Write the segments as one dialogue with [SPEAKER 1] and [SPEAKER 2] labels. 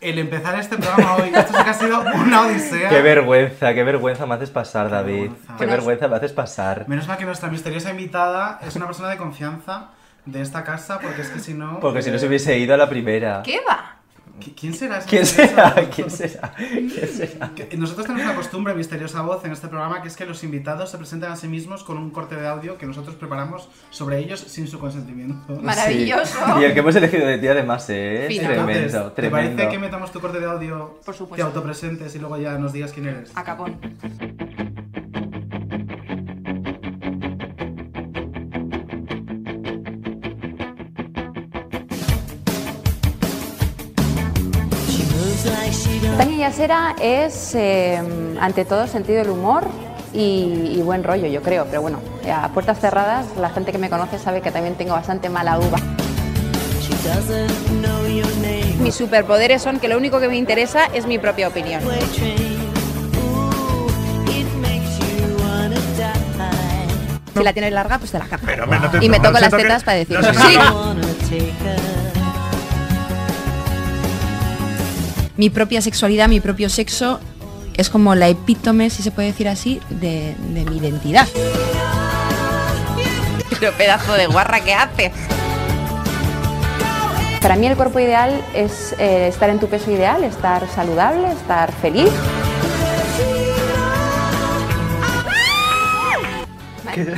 [SPEAKER 1] el empezar este programa hoy. Esto sí que ha sido una odisea.
[SPEAKER 2] Qué vergüenza, qué vergüenza me haces pasar, David.
[SPEAKER 1] vergüenza.
[SPEAKER 2] Qué vergüenza me haces pasar.
[SPEAKER 1] Menos mal que nuestra misteriosa invitada es una persona de confianza de esta casa, porque es que si no...
[SPEAKER 2] Porque si no se hubiese ido a la primera.
[SPEAKER 3] ¿Qué va?
[SPEAKER 1] ¿Qui- ¿Quién será? esa
[SPEAKER 2] ¿Quién
[SPEAKER 1] misteriosa
[SPEAKER 2] será?
[SPEAKER 1] voz?
[SPEAKER 2] ¿Quién será? ¿Quién será?
[SPEAKER 1] Que- Nosotros tenemos una costumbre, misteriosa voz, en este programa, que es que los invitados se presentan a sí mismos con un corte de audio que nosotros preparamos sobre ellos sin su consentimiento.
[SPEAKER 3] Maravilloso.
[SPEAKER 2] Y el que hemos elegido de ti además es
[SPEAKER 3] Fino.
[SPEAKER 2] tremendo,
[SPEAKER 1] Entonces, ¿Te parece que
[SPEAKER 2] tremendo.
[SPEAKER 1] metamos tu corte de audio,
[SPEAKER 3] Por
[SPEAKER 1] te
[SPEAKER 3] supuesto.
[SPEAKER 1] autopresentes y luego ya nos digas quién eres?
[SPEAKER 3] A capón.
[SPEAKER 4] Tania Yasera es, eh, ante todo, sentido del humor y, y buen rollo, yo creo. Pero bueno, a puertas cerradas, la gente que me conoce sabe que también tengo bastante mala uva.
[SPEAKER 3] Mis superpoderes son que lo único que me interesa es mi propia opinión. Si la tienes larga, pues te la capa. y me toco las tetas para decir, sí. Mi propia sexualidad, mi propio sexo es como la epítome, si se puede decir así, de, de mi identidad. Pero pedazo de guarra que haces.
[SPEAKER 4] Para mí el cuerpo ideal es eh, estar en tu peso ideal, estar saludable, estar feliz.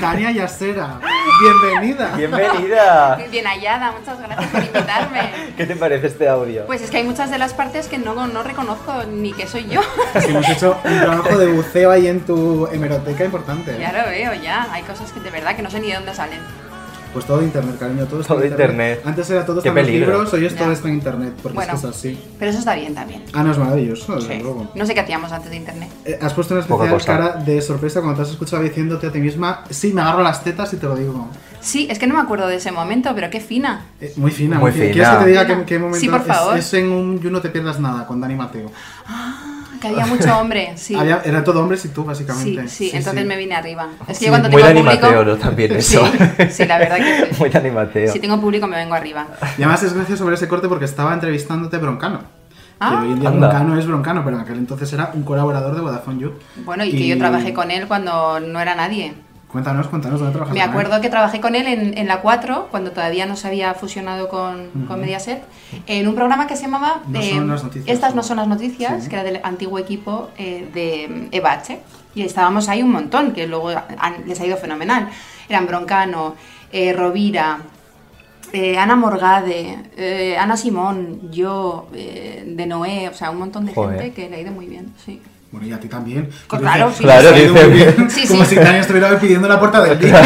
[SPEAKER 1] Tania Yasera, bienvenida.
[SPEAKER 2] Bienvenida.
[SPEAKER 3] Bien hallada, muchas gracias por invitarme.
[SPEAKER 2] ¿Qué te parece este audio?
[SPEAKER 3] Pues es que hay muchas de las partes que no, no reconozco ni que soy yo.
[SPEAKER 1] Sí, Pues hemos hecho un trabajo de buceo ahí en tu hemeroteca importante. ¿eh?
[SPEAKER 3] Ya lo veo, ya. Hay cosas que de verdad que no sé ni de dónde salen.
[SPEAKER 1] Pues todo de internet, cariño, todo está
[SPEAKER 2] Todo
[SPEAKER 1] en
[SPEAKER 2] internet.
[SPEAKER 1] Antes era todo
[SPEAKER 2] Qué
[SPEAKER 1] está en los
[SPEAKER 2] peligro.
[SPEAKER 1] libros, hoy es
[SPEAKER 3] Ya.
[SPEAKER 1] todo está en internet, porque
[SPEAKER 3] Bueno.
[SPEAKER 1] es que es así.
[SPEAKER 3] Pero eso está bien también.
[SPEAKER 1] Ah, no, es maravilloso, desde
[SPEAKER 3] Sí.
[SPEAKER 1] luego.
[SPEAKER 3] No sé qué hacíamos antes de internet.
[SPEAKER 1] Eh, Has puesto una
[SPEAKER 2] Poca
[SPEAKER 1] especial
[SPEAKER 2] cosa.
[SPEAKER 1] cara de sorpresa cuando te has escuchado diciéndote a ti misma, sí, me agarro las tetas y te lo digo.
[SPEAKER 3] Sí, es que no me acuerdo de ese momento, pero qué fina.
[SPEAKER 1] Eh, muy fina,
[SPEAKER 2] Muy
[SPEAKER 1] muy fina.
[SPEAKER 2] fina.
[SPEAKER 1] ¿Quieres que te diga
[SPEAKER 3] Fina.
[SPEAKER 1] qué, qué momento
[SPEAKER 3] Sí, por
[SPEAKER 1] es-
[SPEAKER 3] favor.
[SPEAKER 1] Es, en un You no te pierdas nada con Dani Mateo?
[SPEAKER 2] Ah,
[SPEAKER 3] Que había mucho hombre, sí.
[SPEAKER 1] Había- era todo hombres y tú,
[SPEAKER 3] Sí,
[SPEAKER 1] básicamente.
[SPEAKER 3] sí, entonces me vine arriba. Es que
[SPEAKER 1] Sí.
[SPEAKER 3] yo cuando
[SPEAKER 2] Muy de
[SPEAKER 3] tengo público...
[SPEAKER 2] animateo, ¿no? También eso.
[SPEAKER 3] Sí, sí, la verdad que sí.
[SPEAKER 2] Muy de animateo.
[SPEAKER 3] Si tengo público me vengo arriba.
[SPEAKER 1] Y además es gracioso ver ese corte porque estaba entrevistándote Broncano.
[SPEAKER 3] Ah.
[SPEAKER 1] que hoy en día
[SPEAKER 2] Anda.
[SPEAKER 1] Broncano es Broncano, pero en aquel entonces era un colaborador de Vodafone You.
[SPEAKER 3] Bueno, y, que yo trabajé con él cuando no era nadie.
[SPEAKER 1] Cuéntanos, cuéntanos dónde trabajaste.
[SPEAKER 3] Me
[SPEAKER 1] con él.
[SPEAKER 3] acuerdo que trabajé con él en, en la 4, cuando todavía no se había fusionado con, con Mediaset, en un programa que se llamaba
[SPEAKER 1] No
[SPEAKER 3] eh,
[SPEAKER 1] son las noticias,
[SPEAKER 3] Estas
[SPEAKER 1] ¿no?
[SPEAKER 3] no son las noticias,
[SPEAKER 1] Sí.
[SPEAKER 3] que era del antiguo equipo eh, de Ebache. Y estábamos ahí un montón, que luego han- les ha ido fenomenal. Eran Broncano, eh, Rovira, eh, Ana Morgade, eh, Ana Simón, yo, eh, de Noé, o sea, un montón de
[SPEAKER 2] Joder.
[SPEAKER 3] gente que le ha ido muy bien. Sí.
[SPEAKER 1] Bueno, y a ti también.
[SPEAKER 3] Pues Claro,
[SPEAKER 1] Claro,
[SPEAKER 3] sí.
[SPEAKER 2] Claro, dice.
[SPEAKER 3] Sí,
[SPEAKER 1] Como
[SPEAKER 3] sí.
[SPEAKER 1] si Tania estuviera pidiendo la puerta del día.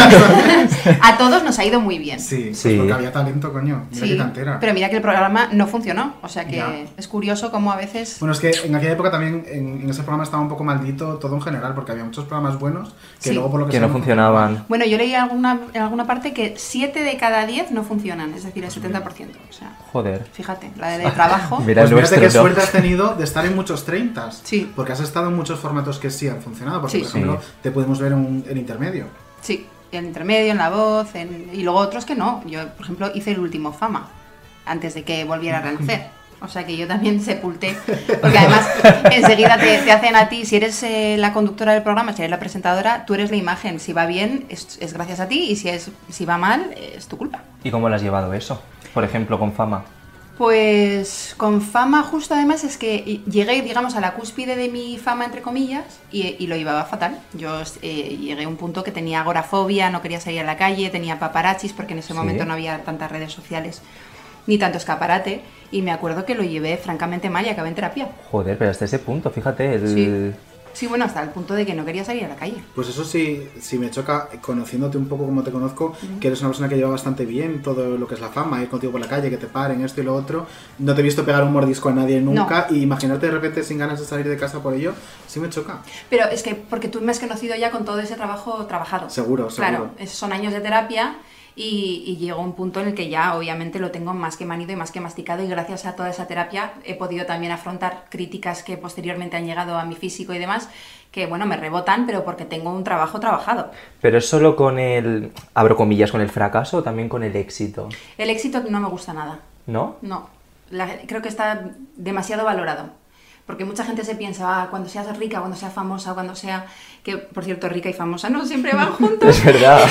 [SPEAKER 3] A todos nos ha ido muy bien.
[SPEAKER 1] sí, pues
[SPEAKER 2] Sí.
[SPEAKER 1] porque había talento, coño. Mira
[SPEAKER 3] Sí,
[SPEAKER 1] qué cantera.
[SPEAKER 3] pero mira que el programa no funcionó, o sea que
[SPEAKER 1] Ya.
[SPEAKER 3] es curioso cómo a veces...
[SPEAKER 1] Bueno, es que en aquella época también en, en ese programa estaba un poco maldito todo en general, porque había muchos programas buenos que
[SPEAKER 3] Sí.
[SPEAKER 1] luego por lo que,
[SPEAKER 2] Que
[SPEAKER 1] sea
[SPEAKER 2] no funcionaban.
[SPEAKER 3] Bueno, yo leí alguna, en alguna parte que 7 de cada 10 no funcionan, es
[SPEAKER 1] Pues
[SPEAKER 3] decir, el 70%. O sea,
[SPEAKER 2] Joder.
[SPEAKER 3] fíjate, la de trabajo.
[SPEAKER 2] Mira. Era
[SPEAKER 1] Pues fíjate
[SPEAKER 2] nuestro,
[SPEAKER 1] qué
[SPEAKER 2] ¿no?
[SPEAKER 1] suerte has tenido de estar en muchos 30
[SPEAKER 3] Sí.
[SPEAKER 1] porque has estado en muchos formatos que sí han funcionado, porque
[SPEAKER 3] Sí.
[SPEAKER 1] por ejemplo te pudimos ver en, un- en intermedio.
[SPEAKER 3] Sí, en el intermedio, en la voz, en- y luego otros que no. Yo, por ejemplo, hice el último fama, antes de que volviera a renacer. O sea que yo también sepulté, porque además enseguida te, te hacen a ti, si eres eh, la conductora del programa, si eres la presentadora, tú eres la imagen. Si va bien, es, es gracias a ti, y si, es, si va mal, es tu culpa.
[SPEAKER 2] ¿Y cómo lo has llevado eso? Por ejemplo, con fama.
[SPEAKER 3] Pues con fama justo además es que llegué, digamos, a la cúspide de mi fama, entre comillas, y, y lo llevaba fatal. Yo eh, llegué a un punto que tenía agorafobia, no quería salir a la calle, tenía paparachis, porque en ese
[SPEAKER 5] Sí.
[SPEAKER 3] momento no había tantas redes sociales ni tanto escaparate. Y me acuerdo que lo llevé francamente mal y acabé en terapia.
[SPEAKER 5] Joder, pero hasta ese punto, fíjate, el...
[SPEAKER 3] Sí. Sí, bueno, hasta el punto de que no quería salir a la calle.
[SPEAKER 1] Pues eso sí, sí me choca, conociéndote un poco como te conozco, que eres una persona que lleva bastante bien todo lo que es la fama, ir contigo por la calle, que te paren, esto y lo otro. No te he visto pegar un mordisco a nadie nunca y imaginarte de repente sin ganas de salir de casa por ello, sí me choca.
[SPEAKER 3] Pero es que porque tú me has conocido ya con todo ese trabajo trabajado.
[SPEAKER 1] Seguro, seguro.
[SPEAKER 3] Claro, es- son años de terapia y, y llegó un punto en el que ya obviamente lo tengo más que manido y más que masticado y gracias a toda esa terapia he podido también afrontar críticas que posteriormente han llegado a mi físico y demás que bueno, me rebotan, pero porque tengo un trabajo trabajado.
[SPEAKER 5] Pero es solo con el, abro comillas, con el fracaso o también con el éxito,
[SPEAKER 3] El éxito no me gusta nada.
[SPEAKER 5] ¿no?
[SPEAKER 3] No, la- creo que está demasiado valorado. Porque mucha gente se piensa, ah, cuando seas rica, cuando seas famosa, cuando sea... Que, por cierto, rica y famosa no siempre van juntos.
[SPEAKER 5] Es verdad.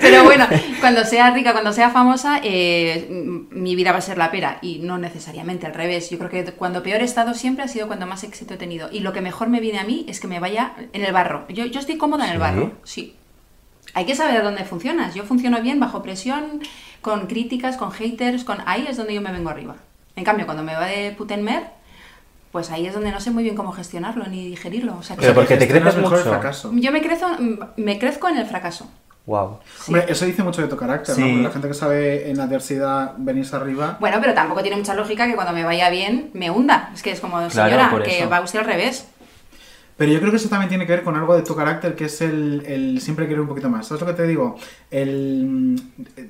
[SPEAKER 3] Pero bueno, cuando sea rica, cuando sea famosa, eh, m- mi vida va a ser la pera. Y no necesariamente al revés. Yo creo que cuando peor he estado siempre ha sido cuando más éxito he tenido. Y lo que mejor me viene a mí es que me vaya en el barro. Yo, yo estoy cómoda en el
[SPEAKER 5] ¿Sí?
[SPEAKER 3] barro, sí. Hay que saber dónde funcionas. Yo funciono bien bajo presión, con críticas, con haters, con ahí es donde yo me vengo arriba. En cambio, cuando me va de Putenmer, pues ahí es donde no sé muy bien cómo gestionarlo ni digerirlo. O sea, que
[SPEAKER 5] Pero porque te
[SPEAKER 1] Gestionas
[SPEAKER 5] creces
[SPEAKER 1] mejor el
[SPEAKER 5] mucho.
[SPEAKER 1] fracaso.
[SPEAKER 3] yo me crezco, me crezco en el fracaso.
[SPEAKER 5] Wow.
[SPEAKER 1] Hombre, eso dice mucho de tu carácter,
[SPEAKER 5] Sí.
[SPEAKER 1] ¿no? Porque la gente que sabe en la adversidad venirse arriba.
[SPEAKER 3] Bueno, pero tampoco tiene mucha lógica que cuando me vaya bien me hunda. Es que es como, señora,
[SPEAKER 5] por
[SPEAKER 3] que
[SPEAKER 5] eso.
[SPEAKER 3] va usted al revés.
[SPEAKER 1] Pero yo creo que eso también tiene que ver con algo de tu carácter, que es el, el siempre querer un poquito más. ¿Sabes lo que te digo? El, mm,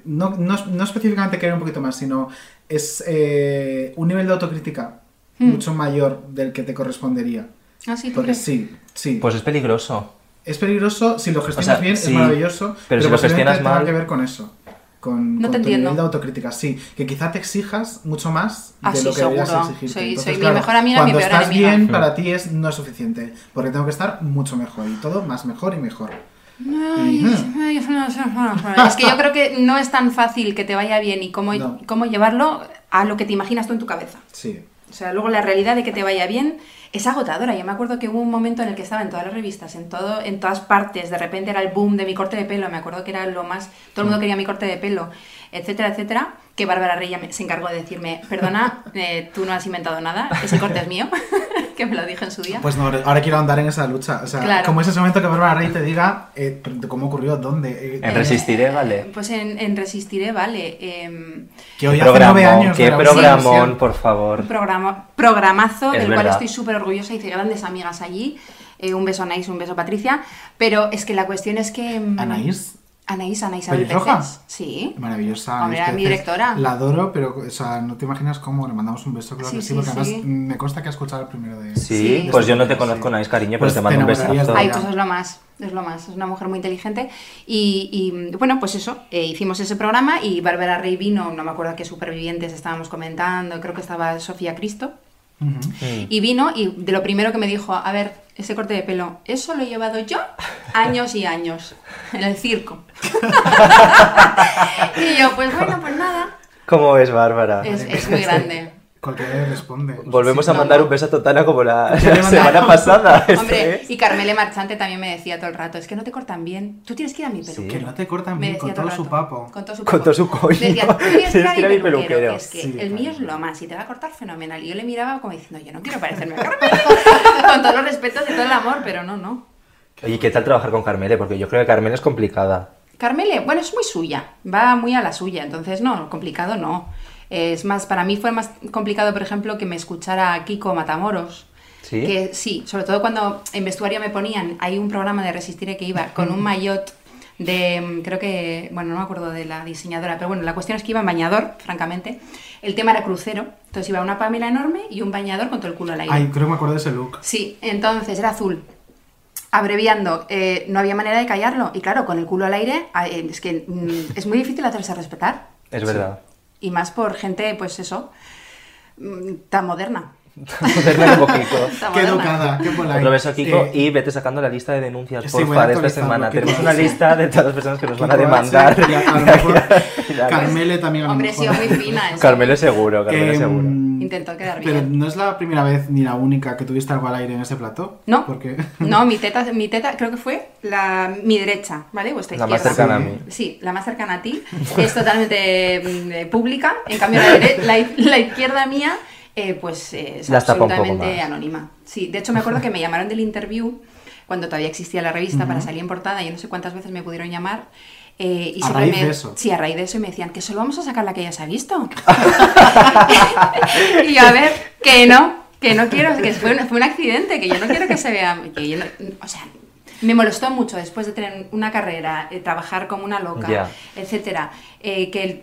[SPEAKER 1] no, no- no específicamente querer un poquito más, sino es eh, un nivel de autocrítica mucho mayor del que te correspondería.
[SPEAKER 3] Hmm. Ah, sí, ¿tú
[SPEAKER 1] Porque
[SPEAKER 3] crees?
[SPEAKER 1] sí, sí.
[SPEAKER 5] Pues es peligroso.
[SPEAKER 1] es peligroso, si lo gestionas
[SPEAKER 5] O sea,
[SPEAKER 1] bien
[SPEAKER 5] sí,
[SPEAKER 1] es maravilloso,
[SPEAKER 5] pero si lo
[SPEAKER 1] posiblemente
[SPEAKER 5] gestionas
[SPEAKER 1] tenga
[SPEAKER 5] mal-
[SPEAKER 1] que ver con eso. Con,
[SPEAKER 3] No
[SPEAKER 1] con
[SPEAKER 3] te
[SPEAKER 1] tu
[SPEAKER 3] entiendo.
[SPEAKER 1] nivel de autocrítica, sí. Que quizá te exijas mucho más
[SPEAKER 3] Ah,
[SPEAKER 1] de
[SPEAKER 3] sí,
[SPEAKER 1] lo que deberías
[SPEAKER 3] seguro.
[SPEAKER 1] exigirte.
[SPEAKER 3] Soy- soy mi mejor amiga y mi
[SPEAKER 1] cuando
[SPEAKER 3] peor
[SPEAKER 1] estás
[SPEAKER 3] enemiga.
[SPEAKER 1] bien,
[SPEAKER 5] Mm.
[SPEAKER 1] para ti es, no es suficiente. Porque tengo que estar mucho mejor. Y todo más mejor y mejor.
[SPEAKER 3] Ay,
[SPEAKER 1] Ujú.
[SPEAKER 3] ay, no, no, no, no. Es que yo creo que no es tan fácil que te vaya bien y cómo,
[SPEAKER 1] No.
[SPEAKER 3] cómo llevarlo a lo que te imaginas tú en tu cabeza.
[SPEAKER 1] Sí.
[SPEAKER 3] O sea, luego la realidad de que te vaya bien es agotadora. Yo me acuerdo que hubo un momento en el que estaba en todas las revistas, en todo, en todas partes. De repente era el boom de mi corte de pelo. Me acuerdo que era lo más. Todo el
[SPEAKER 1] Mm.
[SPEAKER 3] mundo quería mi corte de pelo, etcétera, etcétera. Que Bárbara Rey ya me- se encargó de decirme: Perdona, eh, tú no has inventado nada, ese corte es mío. que me lo dije en su día.
[SPEAKER 1] Pues no, ahora quiero andar en esa lucha. O sea,
[SPEAKER 3] Claro.
[SPEAKER 1] como es ese momento que Bárbara Rey te diga eh, pero cómo ocurrió, dónde. eh,
[SPEAKER 5] En Resistiré, vale.
[SPEAKER 3] Pues en, en Resistiré, vale. em,
[SPEAKER 1] que hoy
[SPEAKER 5] Qué
[SPEAKER 1] hace nueve años.
[SPEAKER 5] qué
[SPEAKER 1] de la
[SPEAKER 5] programón,
[SPEAKER 1] versión.
[SPEAKER 5] por favor.
[SPEAKER 3] un programa, programazo
[SPEAKER 5] Es
[SPEAKER 3] del cual
[SPEAKER 5] verdad.
[SPEAKER 3] estoy súper orgullosa. Hice grandes amigas allí. Eh, un beso a Anaís, un beso a Patricia. Pero es que la cuestión es que. em,
[SPEAKER 1] Anaís,
[SPEAKER 3] Anaís, Anaís Abel
[SPEAKER 1] ¿Pelirroja?
[SPEAKER 3] Peces. Sí.
[SPEAKER 1] maravillosa.
[SPEAKER 3] Hombre,
[SPEAKER 1] es que
[SPEAKER 3] era mi
[SPEAKER 1] dices,
[SPEAKER 3] directora.
[SPEAKER 1] La adoro, pero o sea, no te imaginas cómo le mandamos un beso, claro
[SPEAKER 3] Sí,
[SPEAKER 1] que sí,
[SPEAKER 3] sí,
[SPEAKER 1] porque
[SPEAKER 3] sí.
[SPEAKER 1] además mm, me consta que has escuchado el primero de
[SPEAKER 5] Sí,
[SPEAKER 3] Sí.
[SPEAKER 5] pues yo no te conozco nada, cariño, pero
[SPEAKER 1] Pues
[SPEAKER 5] te mando un
[SPEAKER 1] te enamorarías
[SPEAKER 5] besazo.
[SPEAKER 1] de
[SPEAKER 3] Ay,
[SPEAKER 1] Ya.
[SPEAKER 3] pues es lo más, es lo más. Es una mujer muy inteligente. Y, y, bueno, pues eso, eh, hicimos ese programa y Bárbara Rey vino, no me acuerdo qué supervivientes estábamos comentando, creo que estaba Sofía Cristo.
[SPEAKER 1] Ujú.
[SPEAKER 5] Mm.
[SPEAKER 3] Y vino y de lo primero que me dijo, a ver, ese corte de pelo, eso lo he llevado yo años y años, en el circo. y yo, pues bueno, pues nada.
[SPEAKER 5] ¿Cómo es, Bárbara?
[SPEAKER 3] Es, es muy grande.
[SPEAKER 1] Cualquiera le responde.
[SPEAKER 5] Volvemos
[SPEAKER 3] Sí,
[SPEAKER 5] a
[SPEAKER 3] no,
[SPEAKER 5] mandar
[SPEAKER 3] no.
[SPEAKER 5] un beso a Totana como la,
[SPEAKER 1] Ya le
[SPEAKER 5] la semana
[SPEAKER 1] mandaron.
[SPEAKER 5] pasada. esto ¿eh?
[SPEAKER 3] Hombre,
[SPEAKER 5] es.
[SPEAKER 3] y Carmele Marchante también me decía todo el rato, es que no te cortan bien, tú tienes que ir a mi
[SPEAKER 5] Sí.
[SPEAKER 3] peluquero.
[SPEAKER 1] Que no te cortan
[SPEAKER 3] Me
[SPEAKER 1] bien
[SPEAKER 3] decía
[SPEAKER 1] con todo
[SPEAKER 3] el
[SPEAKER 1] su
[SPEAKER 3] rato,
[SPEAKER 1] papo.
[SPEAKER 3] Con todo su,
[SPEAKER 5] Con todo su coño.
[SPEAKER 3] Me decía, tú tienes que ir a mi peluquero,
[SPEAKER 5] peluquero.
[SPEAKER 3] que es que
[SPEAKER 1] Sí,
[SPEAKER 3] el mío
[SPEAKER 1] claro.
[SPEAKER 3] es lo más y te va a cortar fenomenal. Y yo le miraba como diciendo, yo no quiero parecerme a Carmen. con todos los respetos y todo el amor, pero no, no.
[SPEAKER 5] Oye, ¿qué tal trabajar con Carmele? Porque yo creo que Carmele es complicada.
[SPEAKER 3] Carmele, bueno, es muy suya, va muy a la suya, entonces no, complicado no. Es más, para mí fue más complicado, por ejemplo, que me escuchara a Kiko Matamoros.
[SPEAKER 5] ¿Sí?
[SPEAKER 3] Que sí, sobre todo cuando en vestuario me ponían, hay un programa de Resistiré que iba con un maillot de, mm, creo que, bueno, no me acuerdo de la diseñadora, pero bueno, la cuestión es que iba en bañador, francamente. El tema era crucero, entonces iba una pamela enorme y un bañador con todo el culo al aire.
[SPEAKER 1] Ay, creo que me acuerdo de ese look.
[SPEAKER 3] Sí, entonces era azul. Abreviando, eh, no había manera de callarlo. Y claro, con el culo al aire, a- eh, es que mm, es muy difícil hacerse respetar.
[SPEAKER 5] Es verdad.
[SPEAKER 3] Y más por gente, pues eso, mm, tan moderna.
[SPEAKER 2] Moderna como Kiko.
[SPEAKER 3] Está
[SPEAKER 1] Qué
[SPEAKER 3] moderna.
[SPEAKER 1] educada, qué polite.
[SPEAKER 2] Otro beso, Kiko,
[SPEAKER 1] Eh,
[SPEAKER 2] y vete sacando la lista de denuncias,
[SPEAKER 1] sí, voy
[SPEAKER 2] porfa,
[SPEAKER 1] a
[SPEAKER 2] de esta
[SPEAKER 1] actualizarlo,
[SPEAKER 2] semana.
[SPEAKER 1] Kiko.
[SPEAKER 2] Tenemos una lista de todas las personas que nos van a
[SPEAKER 1] Kiko, ahora sí,
[SPEAKER 2] demandar.
[SPEAKER 1] ya, a lo mejor
[SPEAKER 2] Ya ves.
[SPEAKER 1] Carmele también a lo
[SPEAKER 3] Hombre, sí,
[SPEAKER 1] mejor.
[SPEAKER 3] muy fina. es-
[SPEAKER 2] Carmelo es seguro, Carmelo es seguro.
[SPEAKER 1] Em,
[SPEAKER 3] Intentó quedar
[SPEAKER 1] Pero
[SPEAKER 3] bien.
[SPEAKER 1] no es la primera vez ni la única que tuviste algo al aire en ese plato.
[SPEAKER 3] No.
[SPEAKER 1] Porque...
[SPEAKER 3] No, mi teta, mi teta creo que fue la, mi derecha, ¿vale? Vuestra
[SPEAKER 2] La más
[SPEAKER 3] izquierda.
[SPEAKER 2] cercana a mí.
[SPEAKER 3] Sí, la más cercana a ti. Es totalmente mm, eh, pública. En cambio, la, dere- la iz- la izquierda mía, eh, pues eh, es
[SPEAKER 2] Las tapa un poco
[SPEAKER 3] absolutamente
[SPEAKER 2] más.
[SPEAKER 3] anónima. Sí, de hecho me acuerdo que me llamaron del interview cuando todavía existía la revista para salir en portada. Yo no sé cuántas veces me pudieron llamar. eh, y
[SPEAKER 1] A
[SPEAKER 3] siempre
[SPEAKER 1] raíz
[SPEAKER 3] me-
[SPEAKER 1] de eso.
[SPEAKER 3] Sí, a raíz de eso y me decían que solo vamos a sacar la que ya se ha visto. y yo, a ver, que no, que no quiero, que fue un, fue un accidente, que yo no quiero que se vea. que yo no- o sea, me molestó mucho después de tener una carrera, eh, trabajar como una loca,
[SPEAKER 2] Ya.
[SPEAKER 3] etcétera, eh, que el-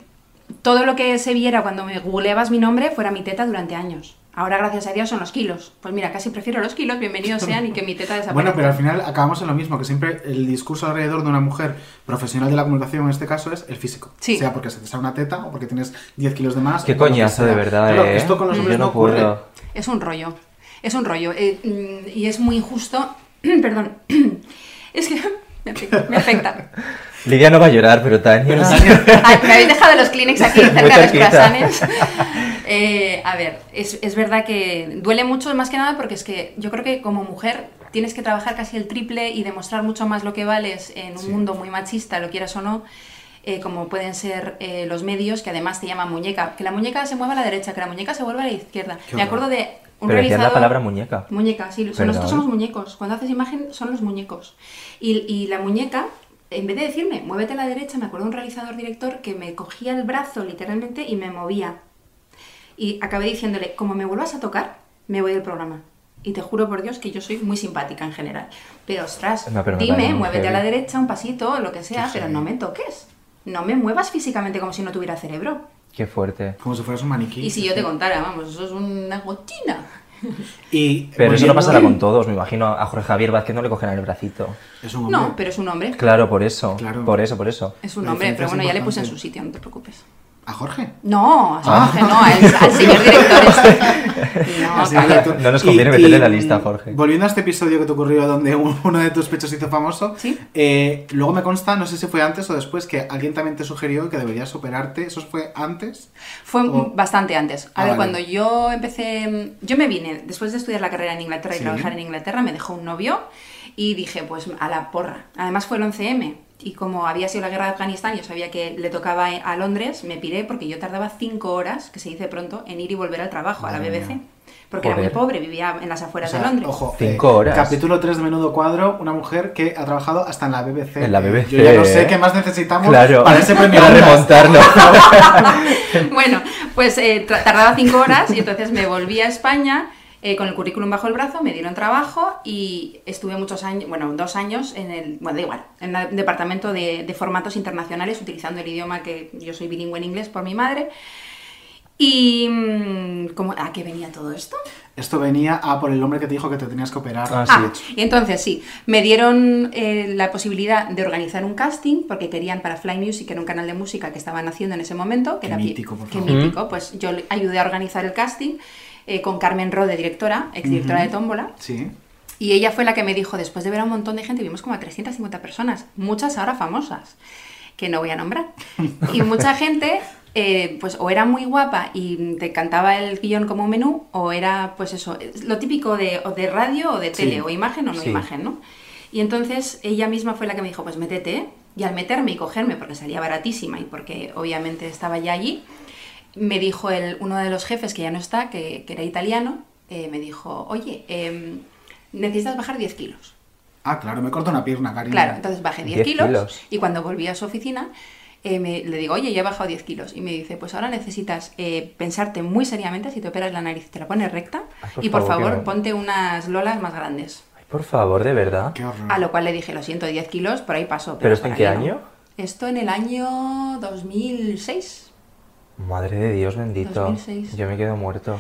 [SPEAKER 3] todo lo que se viera cuando me googleabas mi nombre fuera mi teta durante años. Ahora, gracias a Dios, son los kilos. Pues mira, casi prefiero los kilos, bienvenidos sean y que mi teta desaparezca.
[SPEAKER 1] Bueno, pero al final acabamos en lo mismo, que siempre el discurso alrededor de una mujer profesional de la comunicación en este caso es el físico.
[SPEAKER 3] Sí.
[SPEAKER 1] Sea porque se te sale una teta o porque tienes 10 kilos de más.
[SPEAKER 2] Qué
[SPEAKER 1] o por lo que
[SPEAKER 2] coñazo,
[SPEAKER 1] sea.
[SPEAKER 2] de verdad,
[SPEAKER 1] Claro,
[SPEAKER 2] eh.
[SPEAKER 1] Esto con los
[SPEAKER 2] Yo
[SPEAKER 1] hombres
[SPEAKER 2] no
[SPEAKER 1] no ocurre.
[SPEAKER 2] puedo.
[SPEAKER 3] Es un rollo, es un rollo. eh, mm, y es muy injusto. Perdón. es que me afecta. Me afecta.
[SPEAKER 2] Lidia no va a llorar, pero Tania.
[SPEAKER 3] Ay, me habéis dejado los clinics aquí
[SPEAKER 2] Muy
[SPEAKER 3] cerca de los
[SPEAKER 2] cerquita.
[SPEAKER 3] croissants. Eh, a ver, es, es verdad que duele mucho, más que nada, porque es que yo creo que como mujer tienes que trabajar casi el triple y demostrar mucho más lo que vales en un
[SPEAKER 1] Sí.
[SPEAKER 3] mundo muy machista, lo quieras o no. eh, como pueden ser eh, los medios que además te llaman muñeca, que la muñeca se mueva a la derecha, que la muñeca se vuelva a la izquierda.
[SPEAKER 1] Qué
[SPEAKER 3] Me
[SPEAKER 1] horror.
[SPEAKER 3] acuerdo de un
[SPEAKER 2] Pero decían la
[SPEAKER 3] realizador-
[SPEAKER 2] palabra muñeca.
[SPEAKER 3] Muñeca, sí.
[SPEAKER 2] Perdón.
[SPEAKER 3] Nosotros somos muñecos. Cuando haces imagen son los muñecos. Y, y la muñeca, en vez de decirme, muévete a la derecha, me acuerdo de un realizador director que me cogía el brazo literalmente y me movía. Y acabé diciéndole, como me vuelvas a tocar, me voy del programa. Y te juro por Dios que yo soy muy simpática en general. Pero ostras,
[SPEAKER 2] No, pero me parece
[SPEAKER 3] dime,
[SPEAKER 2] muy
[SPEAKER 3] muévete a
[SPEAKER 2] heavy.
[SPEAKER 3] la derecha un pasito, lo que sea,
[SPEAKER 1] Qué
[SPEAKER 3] pero
[SPEAKER 1] heavy.
[SPEAKER 3] no me toques. No me muevas físicamente como si no tuviera cerebro.
[SPEAKER 2] Qué fuerte.
[SPEAKER 1] Como si fueras un maniquí.
[SPEAKER 3] Y si yo te contara, vamos, eso es una gotina.
[SPEAKER 1] Y pues,
[SPEAKER 2] Pero eso
[SPEAKER 1] volviendo-
[SPEAKER 2] no pasará con todos, me imagino. A Jorge Javier Vázquez no le cogerán el bracito.
[SPEAKER 1] Es un hombre.
[SPEAKER 3] No, pero es un hombre.
[SPEAKER 2] Claro, por eso.
[SPEAKER 1] Claro.
[SPEAKER 2] Por eso, por eso.
[SPEAKER 3] Es un
[SPEAKER 1] La
[SPEAKER 3] hombre,
[SPEAKER 1] diferencia
[SPEAKER 3] pero
[SPEAKER 1] es
[SPEAKER 3] bueno, ya le puse en
[SPEAKER 1] importante.
[SPEAKER 3] su sitio, no te preocupes.
[SPEAKER 1] ¿A Jorge?
[SPEAKER 3] No, a su
[SPEAKER 1] Ah.
[SPEAKER 3] mujer no, a él- al señor director. este. No,
[SPEAKER 1] Así
[SPEAKER 3] calla.
[SPEAKER 1] que tú-
[SPEAKER 2] No nos conviene meterle en la lista, Jorge.
[SPEAKER 1] Volviendo a este episodio que te ocurrió donde un- uno de tus pechos se hizo famoso,
[SPEAKER 3] Sí.
[SPEAKER 1] eh, luego me consta, no sé si fue antes o después, que alguien también te sugirió que deberías operarte. ¿Eso fue antes?
[SPEAKER 3] Fue
[SPEAKER 1] Oh.
[SPEAKER 3] bastante antes. A
[SPEAKER 1] Ah,
[SPEAKER 3] ver,
[SPEAKER 1] vale.
[SPEAKER 3] cuando yo empecé, mm, yo me vine, después de estudiar la carrera en Inglaterra y
[SPEAKER 1] Sí.
[SPEAKER 3] trabajar en Inglaterra, me dejó un novio y dije, pues a la porra. Además fue el 11M y como había sido la guerra de Afganistán, yo sabía que le tocaba a Londres, me piré porque yo tardaba cinco horas, que se dice pronto, en ir y volver al trabajo, a la
[SPEAKER 1] Madre
[SPEAKER 3] BBC.
[SPEAKER 1] mía.
[SPEAKER 3] Porque era muy
[SPEAKER 2] Joder.
[SPEAKER 3] pobre, vivía en las afueras
[SPEAKER 1] O sea,
[SPEAKER 3] de Londres.
[SPEAKER 1] Ojo,
[SPEAKER 2] Cinco horas.
[SPEAKER 1] Capítulo 3 de Menudo Cuadro, una mujer que ha trabajado hasta en la BBC.
[SPEAKER 2] En la
[SPEAKER 1] Eh,
[SPEAKER 2] BBC,
[SPEAKER 1] Yo ya no sé
[SPEAKER 2] eh.
[SPEAKER 1] qué más necesitamos
[SPEAKER 2] Claro.
[SPEAKER 1] para ese premio.
[SPEAKER 2] Para
[SPEAKER 1] Ondas.
[SPEAKER 2] remontarlo.
[SPEAKER 3] Bueno, pues eh, tra- tardaba cinco horas y entonces me volví a España eh, con el currículum bajo el brazo, me dieron trabajo y estuve muchos años, bueno, dos años en el, bueno, da igual, en el departamento de, de formatos internacionales utilizando el idioma que yo soy bilingüe en inglés por mi madre. Y mm, ¿cómo, ¿a qué venía todo esto?
[SPEAKER 1] Esto venía a por el hombre que te dijo que te tenías que operar.
[SPEAKER 2] Ah, sí.
[SPEAKER 3] Ah, y entonces sí, me dieron eh, la posibilidad de organizar un casting porque querían para Fly Music, que era un canal de música que estaban haciendo en ese momento. Que
[SPEAKER 1] Qué
[SPEAKER 3] era
[SPEAKER 1] mítico, por
[SPEAKER 3] qué
[SPEAKER 1] favor.
[SPEAKER 3] mítico, Pues yo le- ayudé a organizar el casting eh, con Carmen Rode, directora, exdirectora de Tómbola.
[SPEAKER 1] Sí.
[SPEAKER 3] Y ella fue la que me dijo, después de ver a un montón de gente, vimos como a 350 personas, muchas ahora famosas, que no voy a nombrar. Y mucha gente, eh, pues o era muy guapa y te cantaba el guión como un menú, o era, pues eso, es lo típico de, o de radio o de tele,
[SPEAKER 1] Sí.
[SPEAKER 3] o imagen o no
[SPEAKER 2] Sí.
[SPEAKER 3] imagen, ¿no? Y entonces ella misma fue la que me dijo, pues métete, y al meterme y cogerme, porque salía baratísima y porque obviamente estaba ya allí, me dijo el, uno de los jefes que ya no está, que, que era italiano, eh, me dijo, oye, em, necesitas bajar 10 kilos.
[SPEAKER 1] Ah, claro, me corto una pierna, cariño.
[SPEAKER 3] Claro, entonces bajé 10,
[SPEAKER 2] 10
[SPEAKER 3] kilos,
[SPEAKER 2] kilos.
[SPEAKER 3] y cuando volví a su oficina eh, me- le digo, oye, ya he bajado 10 kilos. Y me dice, pues ahora necesitas eh, pensarte muy seriamente si te operas la nariz, te la pones recta
[SPEAKER 2] Ay, por
[SPEAKER 3] y por
[SPEAKER 2] favor,
[SPEAKER 3] favor,
[SPEAKER 2] que no.
[SPEAKER 3] ponte unas lolas más grandes.
[SPEAKER 2] Ay, por favor, de verdad.
[SPEAKER 1] Qué horror.
[SPEAKER 3] A lo cual le dije, lo siento, 10 kilos, por ahí pasó.
[SPEAKER 2] Ah. ¿Pero esto en
[SPEAKER 3] para
[SPEAKER 2] qué
[SPEAKER 3] mí no".
[SPEAKER 2] año?
[SPEAKER 3] Esto en el año 2006.
[SPEAKER 2] Madre de Dios bendito.
[SPEAKER 3] 2006.
[SPEAKER 2] Yo me quedo muerto.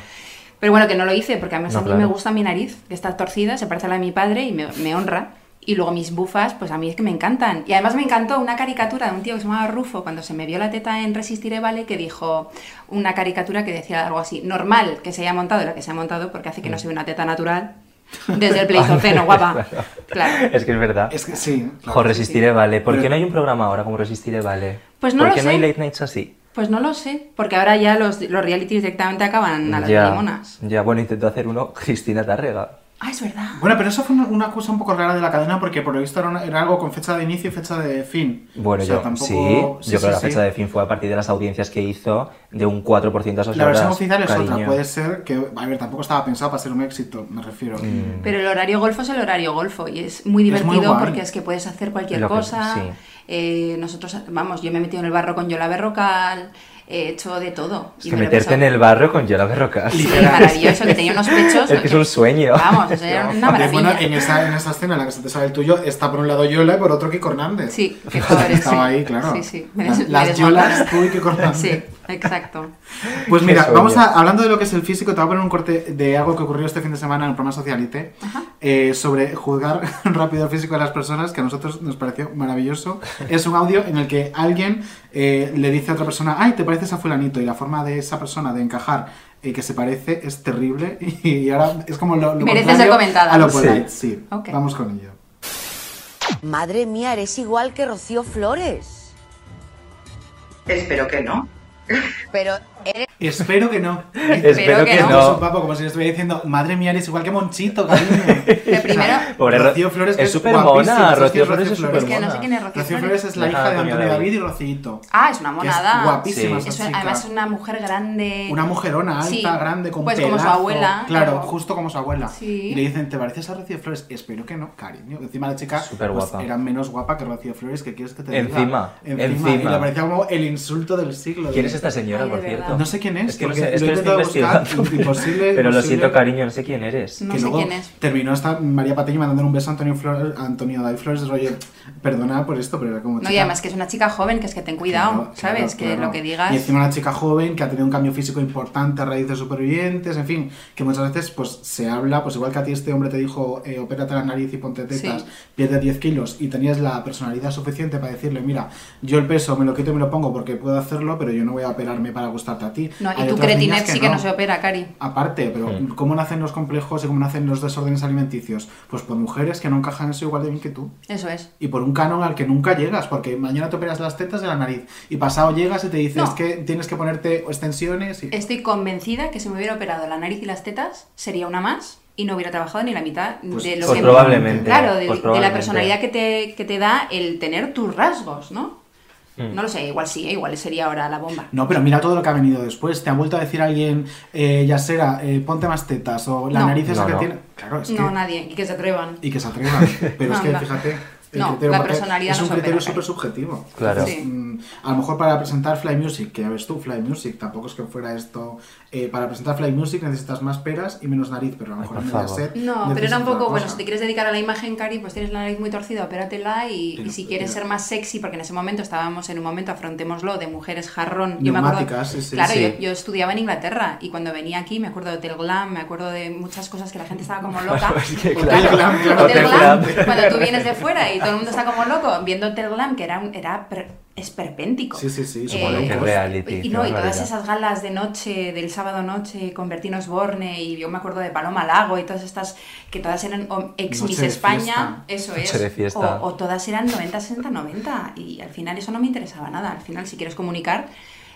[SPEAKER 3] Pero bueno, que no lo hice porque además
[SPEAKER 2] No,
[SPEAKER 3] a mí
[SPEAKER 2] claro.
[SPEAKER 3] me gusta mi nariz, que está torcida, se parece a la de mi padre y me, me honra. Y luego mis bufas, pues a mí es que me encantan. Y además me encantó una caricatura de un tío que se llamaba Rufo cuando se me vio la teta en Resistiré Vale, que dijo una caricatura que decía algo así, normal que se haya montado la que se ha montado porque hace que no se ve una teta natural desde el Pleistoceno, guapa. Claro.
[SPEAKER 5] Es que es verdad.
[SPEAKER 1] Es que sí.
[SPEAKER 5] Jo, resistiré, vale. ¿Por
[SPEAKER 1] Pero-
[SPEAKER 5] qué no hay un programa ahora como Resistiré, vale?
[SPEAKER 3] Pues no
[SPEAKER 5] ¿Por
[SPEAKER 3] lo
[SPEAKER 5] qué no
[SPEAKER 3] sé.
[SPEAKER 5] hay late nights así?
[SPEAKER 3] Pues no lo sé, porque ahora ya los, los realities directamente acaban a las limonas.
[SPEAKER 5] ya, bueno, intentó hacer uno Cristina Tárrega.
[SPEAKER 3] Ah, es verdad.
[SPEAKER 1] Bueno, pero eso fue una, una cosa un poco rara de la cadena porque por lo visto era, una- era algo con fecha de inicio y fecha de fin.
[SPEAKER 5] Bueno,
[SPEAKER 1] O sea,
[SPEAKER 5] yo
[SPEAKER 1] tampoco-
[SPEAKER 5] sí,
[SPEAKER 1] sí,
[SPEAKER 5] yo creo que la
[SPEAKER 1] sí,
[SPEAKER 5] fecha
[SPEAKER 1] sí.
[SPEAKER 5] de fin fue a partir de las audiencias que hizo de un 4% a sus
[SPEAKER 1] La versión
[SPEAKER 5] obras,
[SPEAKER 1] oficial es otra,
[SPEAKER 5] cariño.
[SPEAKER 1] puede ser que, a ver, tampoco estaba pensado para ser un éxito, me refiero.
[SPEAKER 2] Mm.
[SPEAKER 3] Pero el horario golfo es el horario golfo y es muy
[SPEAKER 1] Es muy
[SPEAKER 3] divertido
[SPEAKER 1] guay.
[SPEAKER 3] porque es que puedes hacer cualquier
[SPEAKER 5] Lo que-
[SPEAKER 3] cosa.
[SPEAKER 5] sí.
[SPEAKER 3] Eh, nosotros, vamos, yo me he metido en el barro con Yola Berrocal, he hecho de todo.
[SPEAKER 5] Es que meterte en el barrio con Yola Berrocal.
[SPEAKER 3] Sí, maravilloso, que tenía unos pechos.
[SPEAKER 5] Es que es un sueño.
[SPEAKER 3] Vamos, eso era una
[SPEAKER 1] Hombre,
[SPEAKER 3] maravilla.
[SPEAKER 1] Este, bueno, en esa, en esa escena en la que se te sale el tuyo está por un lado Yola y por otro Kiko Hernández.
[SPEAKER 3] Sí, qué
[SPEAKER 1] Estaba
[SPEAKER 3] joder, sí.
[SPEAKER 1] ahí, claro.
[SPEAKER 3] Sí, sí. Me
[SPEAKER 1] Las,
[SPEAKER 3] des- me
[SPEAKER 1] las
[SPEAKER 3] desmontaron.
[SPEAKER 1] Yolas, tú y Kiko Hernández.
[SPEAKER 3] Sí, exacto.
[SPEAKER 1] Pues
[SPEAKER 5] Qué
[SPEAKER 1] mira,
[SPEAKER 5] sueño.
[SPEAKER 1] vamos a, hablando de lo que es el físico, te voy a poner un corte de algo que ocurrió este fin de semana en el programa Socialite eh, sobre juzgar rápido el físico de las personas, que a nosotros nos pareció maravilloso. Es un audio en el que alguien eh, le dice a otra persona, ay, te pareces a fulanito, y la forma de esa persona de encajar eh, que se parece es terrible, y, ahora es como lo, lo
[SPEAKER 3] Merece
[SPEAKER 1] contrario
[SPEAKER 3] ser comentada.
[SPEAKER 1] A lo
[SPEAKER 5] Sí.
[SPEAKER 1] polite, sí.
[SPEAKER 3] Ok.
[SPEAKER 1] Vamos con ello.
[SPEAKER 6] Madre mía, eres igual que Rocío Flores.
[SPEAKER 7] Espero que no.
[SPEAKER 6] Pero eres
[SPEAKER 1] Espero que no.
[SPEAKER 5] Espero
[SPEAKER 3] que
[SPEAKER 5] que
[SPEAKER 3] no.
[SPEAKER 1] Vamos,
[SPEAKER 5] no.
[SPEAKER 1] Papo, como si le estuviera diciendo, madre mía, eres igual que Monchito, cariño.
[SPEAKER 3] De primero,
[SPEAKER 5] Pobre Ro-
[SPEAKER 1] Rocío Flores, que
[SPEAKER 5] es
[SPEAKER 1] es
[SPEAKER 5] súper
[SPEAKER 1] guapísima,
[SPEAKER 5] mona.
[SPEAKER 1] es que
[SPEAKER 5] Rocío
[SPEAKER 1] es
[SPEAKER 5] Flores
[SPEAKER 1] Rocío
[SPEAKER 5] es súper
[SPEAKER 3] Es
[SPEAKER 1] Flores.
[SPEAKER 3] que no sé quién es Rocío
[SPEAKER 1] Rocío
[SPEAKER 3] Flores.
[SPEAKER 1] Flores es la
[SPEAKER 5] Ah,
[SPEAKER 1] hija de
[SPEAKER 5] Antonio
[SPEAKER 1] Antonio
[SPEAKER 5] David.
[SPEAKER 1] David y Rocito.
[SPEAKER 3] Ah, es una
[SPEAKER 1] Que es
[SPEAKER 3] monada.
[SPEAKER 1] guapísima
[SPEAKER 5] Sí.
[SPEAKER 3] Es
[SPEAKER 1] esa
[SPEAKER 3] una-
[SPEAKER 1] chica.
[SPEAKER 3] además es una mujer grande.
[SPEAKER 1] Una mujerona alta,
[SPEAKER 3] Sí.
[SPEAKER 1] grande, con
[SPEAKER 3] Pues como su
[SPEAKER 1] pelazo.
[SPEAKER 3] abuela,
[SPEAKER 1] Claro,
[SPEAKER 3] como-
[SPEAKER 1] justo como su abuela.
[SPEAKER 3] Sí.
[SPEAKER 1] Y le dicen, ¿te pareces a Rocío Flores? Espero que no, cariño. Encima la chica pues,
[SPEAKER 5] Súper guapa.
[SPEAKER 1] era menos guapa que Rocío Flores, ¿qué quieres que te diga?
[SPEAKER 5] Encima,
[SPEAKER 1] Y
[SPEAKER 5] encima.
[SPEAKER 1] le parecía como el insulto del siglo.
[SPEAKER 5] ¿Quién
[SPEAKER 1] de-
[SPEAKER 5] es esta señora,
[SPEAKER 3] Ay, de
[SPEAKER 5] por
[SPEAKER 3] verdad.
[SPEAKER 5] cierto?
[SPEAKER 1] No sé quién es,
[SPEAKER 5] Es que no
[SPEAKER 1] porque
[SPEAKER 5] sé, es
[SPEAKER 1] lo
[SPEAKER 5] que lo
[SPEAKER 1] he
[SPEAKER 5] estoy
[SPEAKER 1] intentado buscar,
[SPEAKER 5] investigando.
[SPEAKER 1] imposible,
[SPEAKER 5] Pero lo
[SPEAKER 1] imposible.
[SPEAKER 5] siento, cariño, no sé quién eres.
[SPEAKER 3] No
[SPEAKER 1] que
[SPEAKER 3] sé
[SPEAKER 1] luego
[SPEAKER 3] quién es.
[SPEAKER 1] terminó esta María Patiño mandándole un beso a Antonio, Flor, a Antonio Day Flores, rollo, perdona por esto, pero era como...
[SPEAKER 3] No, y
[SPEAKER 1] chica,
[SPEAKER 3] además que es una chica joven, que es que ten cuidado,
[SPEAKER 1] Claro,
[SPEAKER 3] ¿sabes?
[SPEAKER 1] claro,
[SPEAKER 3] que
[SPEAKER 1] claro.
[SPEAKER 3] lo que digas.
[SPEAKER 1] Y encima una chica joven que ha tenido un cambio físico importante a raíz de supervivientes, en fin, que muchas veces pues se habla, pues igual que a ti este hombre te dijo, eh, opérate la nariz y ponte tetas,
[SPEAKER 3] Sí.
[SPEAKER 1] pierde 10 kilos y tenías la personalidad suficiente para decirle, mira, yo el peso me lo quito y me lo pongo porque puedo hacerlo, pero yo no voy a operarme para gustarte a ti.
[SPEAKER 3] No,
[SPEAKER 1] Hay
[SPEAKER 3] y tú
[SPEAKER 1] otras niñas
[SPEAKER 3] cretinep sí que no.
[SPEAKER 1] no.
[SPEAKER 3] se opera, Cari.
[SPEAKER 1] Aparte, pero ¿cómo nacen los complejos y cómo nacen los desórdenes alimenticios? Pues por mujeres que no encajan eso igual de bien que tú
[SPEAKER 3] Eso es.
[SPEAKER 1] y por un canon al que nunca llegas, porque mañana te operas las tetas de la nariz y pasado llegas y te dices
[SPEAKER 3] No.
[SPEAKER 1] que tienes que ponerte extensiones y...
[SPEAKER 3] Estoy convencida que si me hubiera operado la nariz y las tetas, sería una más y no hubiera trabajado ni la mitad
[SPEAKER 1] Pues-
[SPEAKER 3] de lo
[SPEAKER 5] Pues
[SPEAKER 3] que...
[SPEAKER 5] probablemente.
[SPEAKER 3] Claro, de,
[SPEAKER 5] pues
[SPEAKER 3] de la
[SPEAKER 5] probablemente.
[SPEAKER 3] personalidad que te, que te da el tener tus rasgos, ¿no?
[SPEAKER 5] Mm.
[SPEAKER 3] No lo sé, igual sí, ¿eh? igual sería ahora la bomba.
[SPEAKER 1] No, pero mira todo lo que ha venido después. Te ha vuelto a decir alguien, eh, ya será, ponte más tetas o la
[SPEAKER 3] No.
[SPEAKER 1] nariz esa
[SPEAKER 5] No,
[SPEAKER 1] que
[SPEAKER 5] no.
[SPEAKER 1] tiene... Claro, es
[SPEAKER 3] No,
[SPEAKER 1] que...
[SPEAKER 3] nadie, y que se atrevan.
[SPEAKER 1] Y que se atrevan. Pero es
[SPEAKER 3] No,
[SPEAKER 1] que,
[SPEAKER 3] no.
[SPEAKER 1] fíjate... el
[SPEAKER 3] No,
[SPEAKER 1] criterio
[SPEAKER 3] la
[SPEAKER 1] marca-
[SPEAKER 3] personalidad
[SPEAKER 1] es
[SPEAKER 3] no
[SPEAKER 1] un
[SPEAKER 3] se
[SPEAKER 1] criterio
[SPEAKER 3] opera,
[SPEAKER 1] súper
[SPEAKER 3] Cari.
[SPEAKER 1] subjetivo.
[SPEAKER 5] Claro.
[SPEAKER 3] Sí.
[SPEAKER 1] Mm, a lo mejor para presentar Fly Music, que ya ves tú, Fly Music, tampoco es que fuera esto. eh, para presentar Fly Music necesitas más peras y menos nariz, pero a lo mejor
[SPEAKER 5] por
[SPEAKER 1] en el
[SPEAKER 5] favor.
[SPEAKER 1] set
[SPEAKER 3] No, pero era
[SPEAKER 1] necesitas
[SPEAKER 3] un
[SPEAKER 1] otra
[SPEAKER 3] poco, bueno,
[SPEAKER 1] cosa.
[SPEAKER 3] si te quieres dedicar a la imagen, Cari, pues tienes la nariz muy torcida, opératela y,
[SPEAKER 1] Pero-
[SPEAKER 3] y si quieres
[SPEAKER 1] pero-
[SPEAKER 3] ser más sexy, porque en ese momento estábamos en un momento, afrontémoslo, de mujeres jarrón. Yo me acuerdo,
[SPEAKER 1] Neumáticas, sí, sí.
[SPEAKER 3] claro,
[SPEAKER 5] Sí.
[SPEAKER 3] Yo, yo estudiaba en Inglaterra y cuando venía aquí me acuerdo de Hotel Glam, me acuerdo de muchas cosas que la gente estaba como loca.
[SPEAKER 5] Es que,
[SPEAKER 1] Hotel
[SPEAKER 5] claro,
[SPEAKER 1] Glam, claro.
[SPEAKER 3] Hotel
[SPEAKER 5] Hotel
[SPEAKER 3] Glam,
[SPEAKER 5] Glam.
[SPEAKER 3] cuando tú vienes de fuera y todo el mundo está como loco, viendo Hotel Glam, que era, un- era per- esperpéntico.
[SPEAKER 1] Sí, sí, sí, son
[SPEAKER 3] Eh,
[SPEAKER 5] Bueno, qué
[SPEAKER 1] locos.
[SPEAKER 5] reality.
[SPEAKER 3] Y
[SPEAKER 5] qué
[SPEAKER 3] no, y
[SPEAKER 5] barbaridad.
[SPEAKER 3] todas esas galas de noche, del sábado noche, con Bertín Osborne, y yo me acuerdo de Paloma Lago, y todas estas, que todas eran o ex
[SPEAKER 1] Noche
[SPEAKER 3] Miss
[SPEAKER 1] de
[SPEAKER 3] España,
[SPEAKER 1] fiesta.
[SPEAKER 3] eso
[SPEAKER 5] Noche
[SPEAKER 3] es.
[SPEAKER 5] de fiesta.
[SPEAKER 3] O, o todas eran 90, 60, 90. Y al final eso no me interesaba nada. Al final, si quieres comunicar,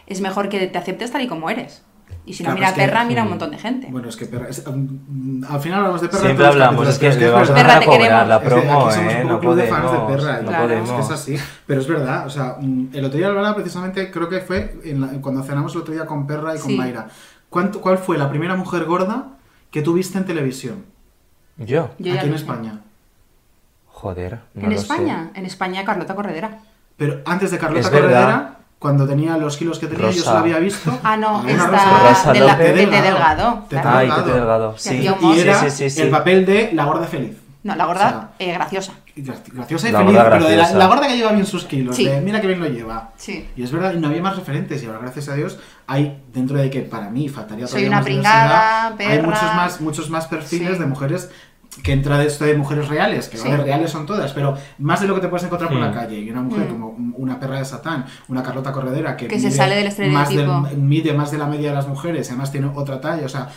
[SPEAKER 3] es mejor que te aceptes tal y como eres. Y si no,
[SPEAKER 1] Claro,
[SPEAKER 3] mira
[SPEAKER 1] es
[SPEAKER 3] a
[SPEAKER 1] que- mm,
[SPEAKER 3] perra, mira a un montón de gente.
[SPEAKER 1] Bueno, es que perra. es- mm, al final hablamos de perra.
[SPEAKER 5] Siempre
[SPEAKER 1] en todos los
[SPEAKER 5] hablamos, es que
[SPEAKER 1] capítulos,
[SPEAKER 5] le vamos a
[SPEAKER 3] verdad.
[SPEAKER 5] dar a
[SPEAKER 3] Perra, te
[SPEAKER 5] cobrar la
[SPEAKER 1] Es que
[SPEAKER 5] promo,
[SPEAKER 1] aquí somos
[SPEAKER 5] eh. No
[SPEAKER 1] un poco club de fans de
[SPEAKER 5] podemos.
[SPEAKER 1] perra,
[SPEAKER 5] No
[SPEAKER 3] claro.
[SPEAKER 1] Es que es
[SPEAKER 5] podemos.
[SPEAKER 1] así, pero es verdad. O sea, mm, el otro día hablaba precisamente, creo que fue en la- cuando cenamos el otro día con Perra y con
[SPEAKER 3] Sí.
[SPEAKER 1] Mayra. ¿Cuánto, ¿Cuál fue la primera mujer gorda que tuviste en televisión?
[SPEAKER 5] Yo.
[SPEAKER 3] Yo ya
[SPEAKER 1] aquí en
[SPEAKER 3] lo sé.
[SPEAKER 1] España.
[SPEAKER 5] Joder. no
[SPEAKER 3] en
[SPEAKER 5] lo sé.
[SPEAKER 3] España, en España, Carlota Corredera.
[SPEAKER 1] Pero antes de Carlota
[SPEAKER 5] Es verdad.
[SPEAKER 1] Corredera, cuando tenía los kilos que tenía, yo
[SPEAKER 5] Rosa.
[SPEAKER 1] se la había visto.
[SPEAKER 3] Ah, no,
[SPEAKER 1] Alguna
[SPEAKER 3] esta
[SPEAKER 5] Rosa
[SPEAKER 3] de la
[SPEAKER 5] López.
[SPEAKER 3] Tete Delgado.
[SPEAKER 1] Tete
[SPEAKER 3] claro.
[SPEAKER 5] Ay, qué delgado.
[SPEAKER 3] Se
[SPEAKER 5] Sí,
[SPEAKER 3] hacía un
[SPEAKER 1] Y
[SPEAKER 3] monstruo.
[SPEAKER 1] era
[SPEAKER 5] sí, sí, sí.
[SPEAKER 1] el papel de la gorda feliz.
[SPEAKER 3] No, la
[SPEAKER 1] O sea,
[SPEAKER 3] gorda, eh, graciosa.
[SPEAKER 1] Graci- Graciosa y
[SPEAKER 5] La
[SPEAKER 1] feliz,
[SPEAKER 5] gorda
[SPEAKER 1] pero de la,
[SPEAKER 5] graciosa.
[SPEAKER 1] la gorda que lleva bien sus kilos,
[SPEAKER 3] Sí.
[SPEAKER 1] de mira que bien lo lleva.
[SPEAKER 3] Sí.
[SPEAKER 1] Y es verdad, y no había más referentes, y ahora gracias a Dios hay, dentro de que para mí faltaría
[SPEAKER 3] Soy
[SPEAKER 1] todavía
[SPEAKER 3] una
[SPEAKER 1] más
[SPEAKER 3] pringada,
[SPEAKER 1] diversidad, hay
[SPEAKER 3] perra.
[SPEAKER 1] muchos más, muchos más perfiles
[SPEAKER 3] Sí.
[SPEAKER 1] de mujeres que entra de esto de mujeres reales, que
[SPEAKER 4] Sí.
[SPEAKER 1] vale, reales son todas, pero más de lo que te puedes encontrar por la
[SPEAKER 5] Mm.
[SPEAKER 1] calle. Y una mujer
[SPEAKER 3] Mm.
[SPEAKER 1] como una perra de Satán, una Carlota Corredera, que,
[SPEAKER 4] Que se sale del
[SPEAKER 1] más
[SPEAKER 4] estereotipo.
[SPEAKER 1] del- mide más de la media de las mujeres, y además tiene otra talla, o sea,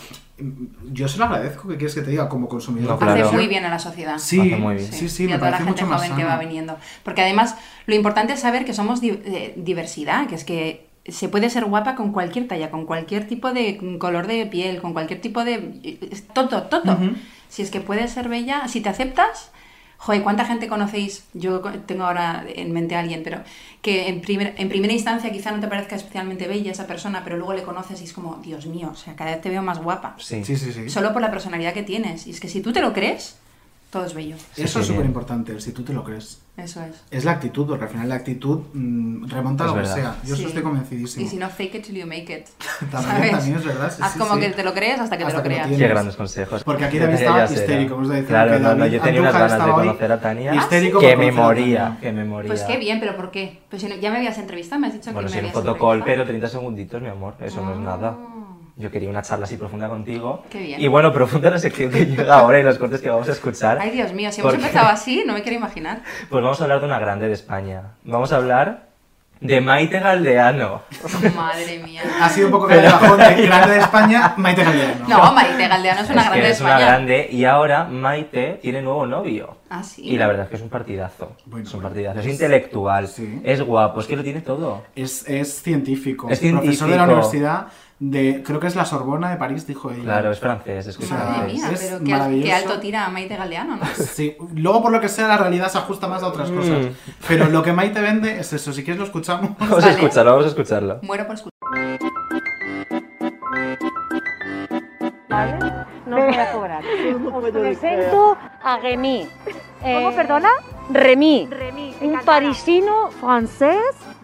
[SPEAKER 1] yo se lo agradezco que quieres que te diga como consumidor.
[SPEAKER 5] No,
[SPEAKER 3] Hace
[SPEAKER 5] claro.
[SPEAKER 3] muy bien a la sociedad.
[SPEAKER 1] Sí,
[SPEAKER 5] Hace muy bien.
[SPEAKER 1] sí, sí,
[SPEAKER 3] y a
[SPEAKER 1] me
[SPEAKER 3] toda la
[SPEAKER 1] parece
[SPEAKER 3] gente
[SPEAKER 1] mucho más
[SPEAKER 3] joven que va
[SPEAKER 1] sano.
[SPEAKER 3] viniendo. Porque además, lo importante es saber que somos di- eh, diversidad, que es que se puede ser guapa con cualquier talla, con cualquier tipo de color de piel, con cualquier tipo de. es Todo, todo.
[SPEAKER 1] Ujú.
[SPEAKER 3] Si es que puedes ser bella, si te aceptas. Joder, ¿cuánta gente conocéis? Yo co- tengo ahora en mente a alguien, pero que en, primer- en primera instancia quizá no te parezca especialmente bella esa persona, pero luego le conoces y es como, Dios mío, o sea, cada vez te veo más guapa.
[SPEAKER 5] Sí.
[SPEAKER 1] Sí, sí, sí.
[SPEAKER 3] Solo por la personalidad que tienes. Y es que si tú te lo crees, todo es bello.
[SPEAKER 5] Sí,
[SPEAKER 1] Eso
[SPEAKER 5] sí,
[SPEAKER 1] es
[SPEAKER 5] bien.
[SPEAKER 1] súper importante, si tú te lo crees.
[SPEAKER 3] Eso es.
[SPEAKER 1] Es la actitud, porque al final la actitud mm, remonta a
[SPEAKER 5] Es
[SPEAKER 1] lo que
[SPEAKER 5] verdad.
[SPEAKER 1] sea. Yo
[SPEAKER 3] Sí.
[SPEAKER 1] eso estoy convencidísimo.
[SPEAKER 3] Y si no, fake it till you make it.
[SPEAKER 1] También,
[SPEAKER 3] ¿sabes?
[SPEAKER 1] también es verdad, sí,
[SPEAKER 3] Haz
[SPEAKER 1] sí,
[SPEAKER 3] como
[SPEAKER 1] sí.
[SPEAKER 3] que te lo crees hasta que te lo
[SPEAKER 1] Hasta que lo
[SPEAKER 3] creas.
[SPEAKER 1] tienes.
[SPEAKER 5] Qué grandes consejos.
[SPEAKER 1] Porque aquí David
[SPEAKER 5] Yo tenía
[SPEAKER 1] estaba
[SPEAKER 5] ya cera.
[SPEAKER 1] histérico, hemos de decir
[SPEAKER 5] Claro,
[SPEAKER 1] que
[SPEAKER 5] no, no,
[SPEAKER 1] David
[SPEAKER 5] yo tenía unas
[SPEAKER 1] Andújar
[SPEAKER 5] ganas
[SPEAKER 1] estaba
[SPEAKER 5] de
[SPEAKER 1] hoy
[SPEAKER 5] conocer a Tania.
[SPEAKER 1] histérico
[SPEAKER 5] que
[SPEAKER 1] por
[SPEAKER 5] me
[SPEAKER 1] conocer a
[SPEAKER 5] moría,
[SPEAKER 1] Tania.
[SPEAKER 5] que me moría.
[SPEAKER 3] Pues qué bien, pero ¿por qué? Pues si no- ya me habías entrevistado, me has dicho
[SPEAKER 5] Bueno,
[SPEAKER 3] que
[SPEAKER 5] sí,
[SPEAKER 3] me
[SPEAKER 5] un
[SPEAKER 3] habías
[SPEAKER 5] fotocall, pero
[SPEAKER 3] entrevistado.
[SPEAKER 5] 30 segunditos, mi amor, eso no es nada. Yo quería una charla así profunda contigo.
[SPEAKER 3] Qué bien.
[SPEAKER 5] Y bueno, profunda la sección que llega ahora y los cortes que vamos a escuchar.
[SPEAKER 3] Oh, Ay, Dios mío, si hemos
[SPEAKER 5] Porque-
[SPEAKER 3] empezado así, no me quiero imaginar.
[SPEAKER 5] Pues vamos a hablar de una grande de España. Vamos a hablar de Maite Galdeano.
[SPEAKER 3] Madre mía.
[SPEAKER 1] Ha sido un poco que de bajón de grande de España, Maite Galdiano.
[SPEAKER 3] No, Marite Galdeano es una
[SPEAKER 5] es
[SPEAKER 3] grande
[SPEAKER 5] que
[SPEAKER 3] de
[SPEAKER 5] es una
[SPEAKER 3] España.
[SPEAKER 5] grande y ahora Maite tiene nuevo novio.
[SPEAKER 3] Ah, sí.
[SPEAKER 5] Y la verdad es que es un partidazo.
[SPEAKER 1] Bueno,
[SPEAKER 5] es un
[SPEAKER 1] bueno,
[SPEAKER 5] partidazo. Es,
[SPEAKER 1] es-
[SPEAKER 5] intelectual,
[SPEAKER 1] sí.
[SPEAKER 5] es guapo, es que lo tiene todo.
[SPEAKER 1] Es, es científico.
[SPEAKER 5] Es
[SPEAKER 1] Profesor de la
[SPEAKER 5] científico.
[SPEAKER 1] universidad de, creo que es la Sorbona de París, dijo ella.
[SPEAKER 5] Claro, es francés, es que es
[SPEAKER 1] sea,
[SPEAKER 3] Madre
[SPEAKER 5] francés.
[SPEAKER 3] mía,
[SPEAKER 1] es
[SPEAKER 3] pero qué, al-
[SPEAKER 1] maravilloso.
[SPEAKER 3] qué alto tira a Maite Galdeano, ¿no?
[SPEAKER 1] Sí, luego por lo que sea la realidad se ajusta más a otras cosas.
[SPEAKER 5] Mm.
[SPEAKER 1] Pero lo que Maite vende es eso, si quieres lo escuchamos.
[SPEAKER 5] Vamos a
[SPEAKER 3] Vale.
[SPEAKER 5] escucharlo, vamos a escucharlo.
[SPEAKER 3] Muero por escuchar.
[SPEAKER 8] No os voy a cobrar. Os presento a Remy. ¿Cómo, perdona? Remy. un parisino francés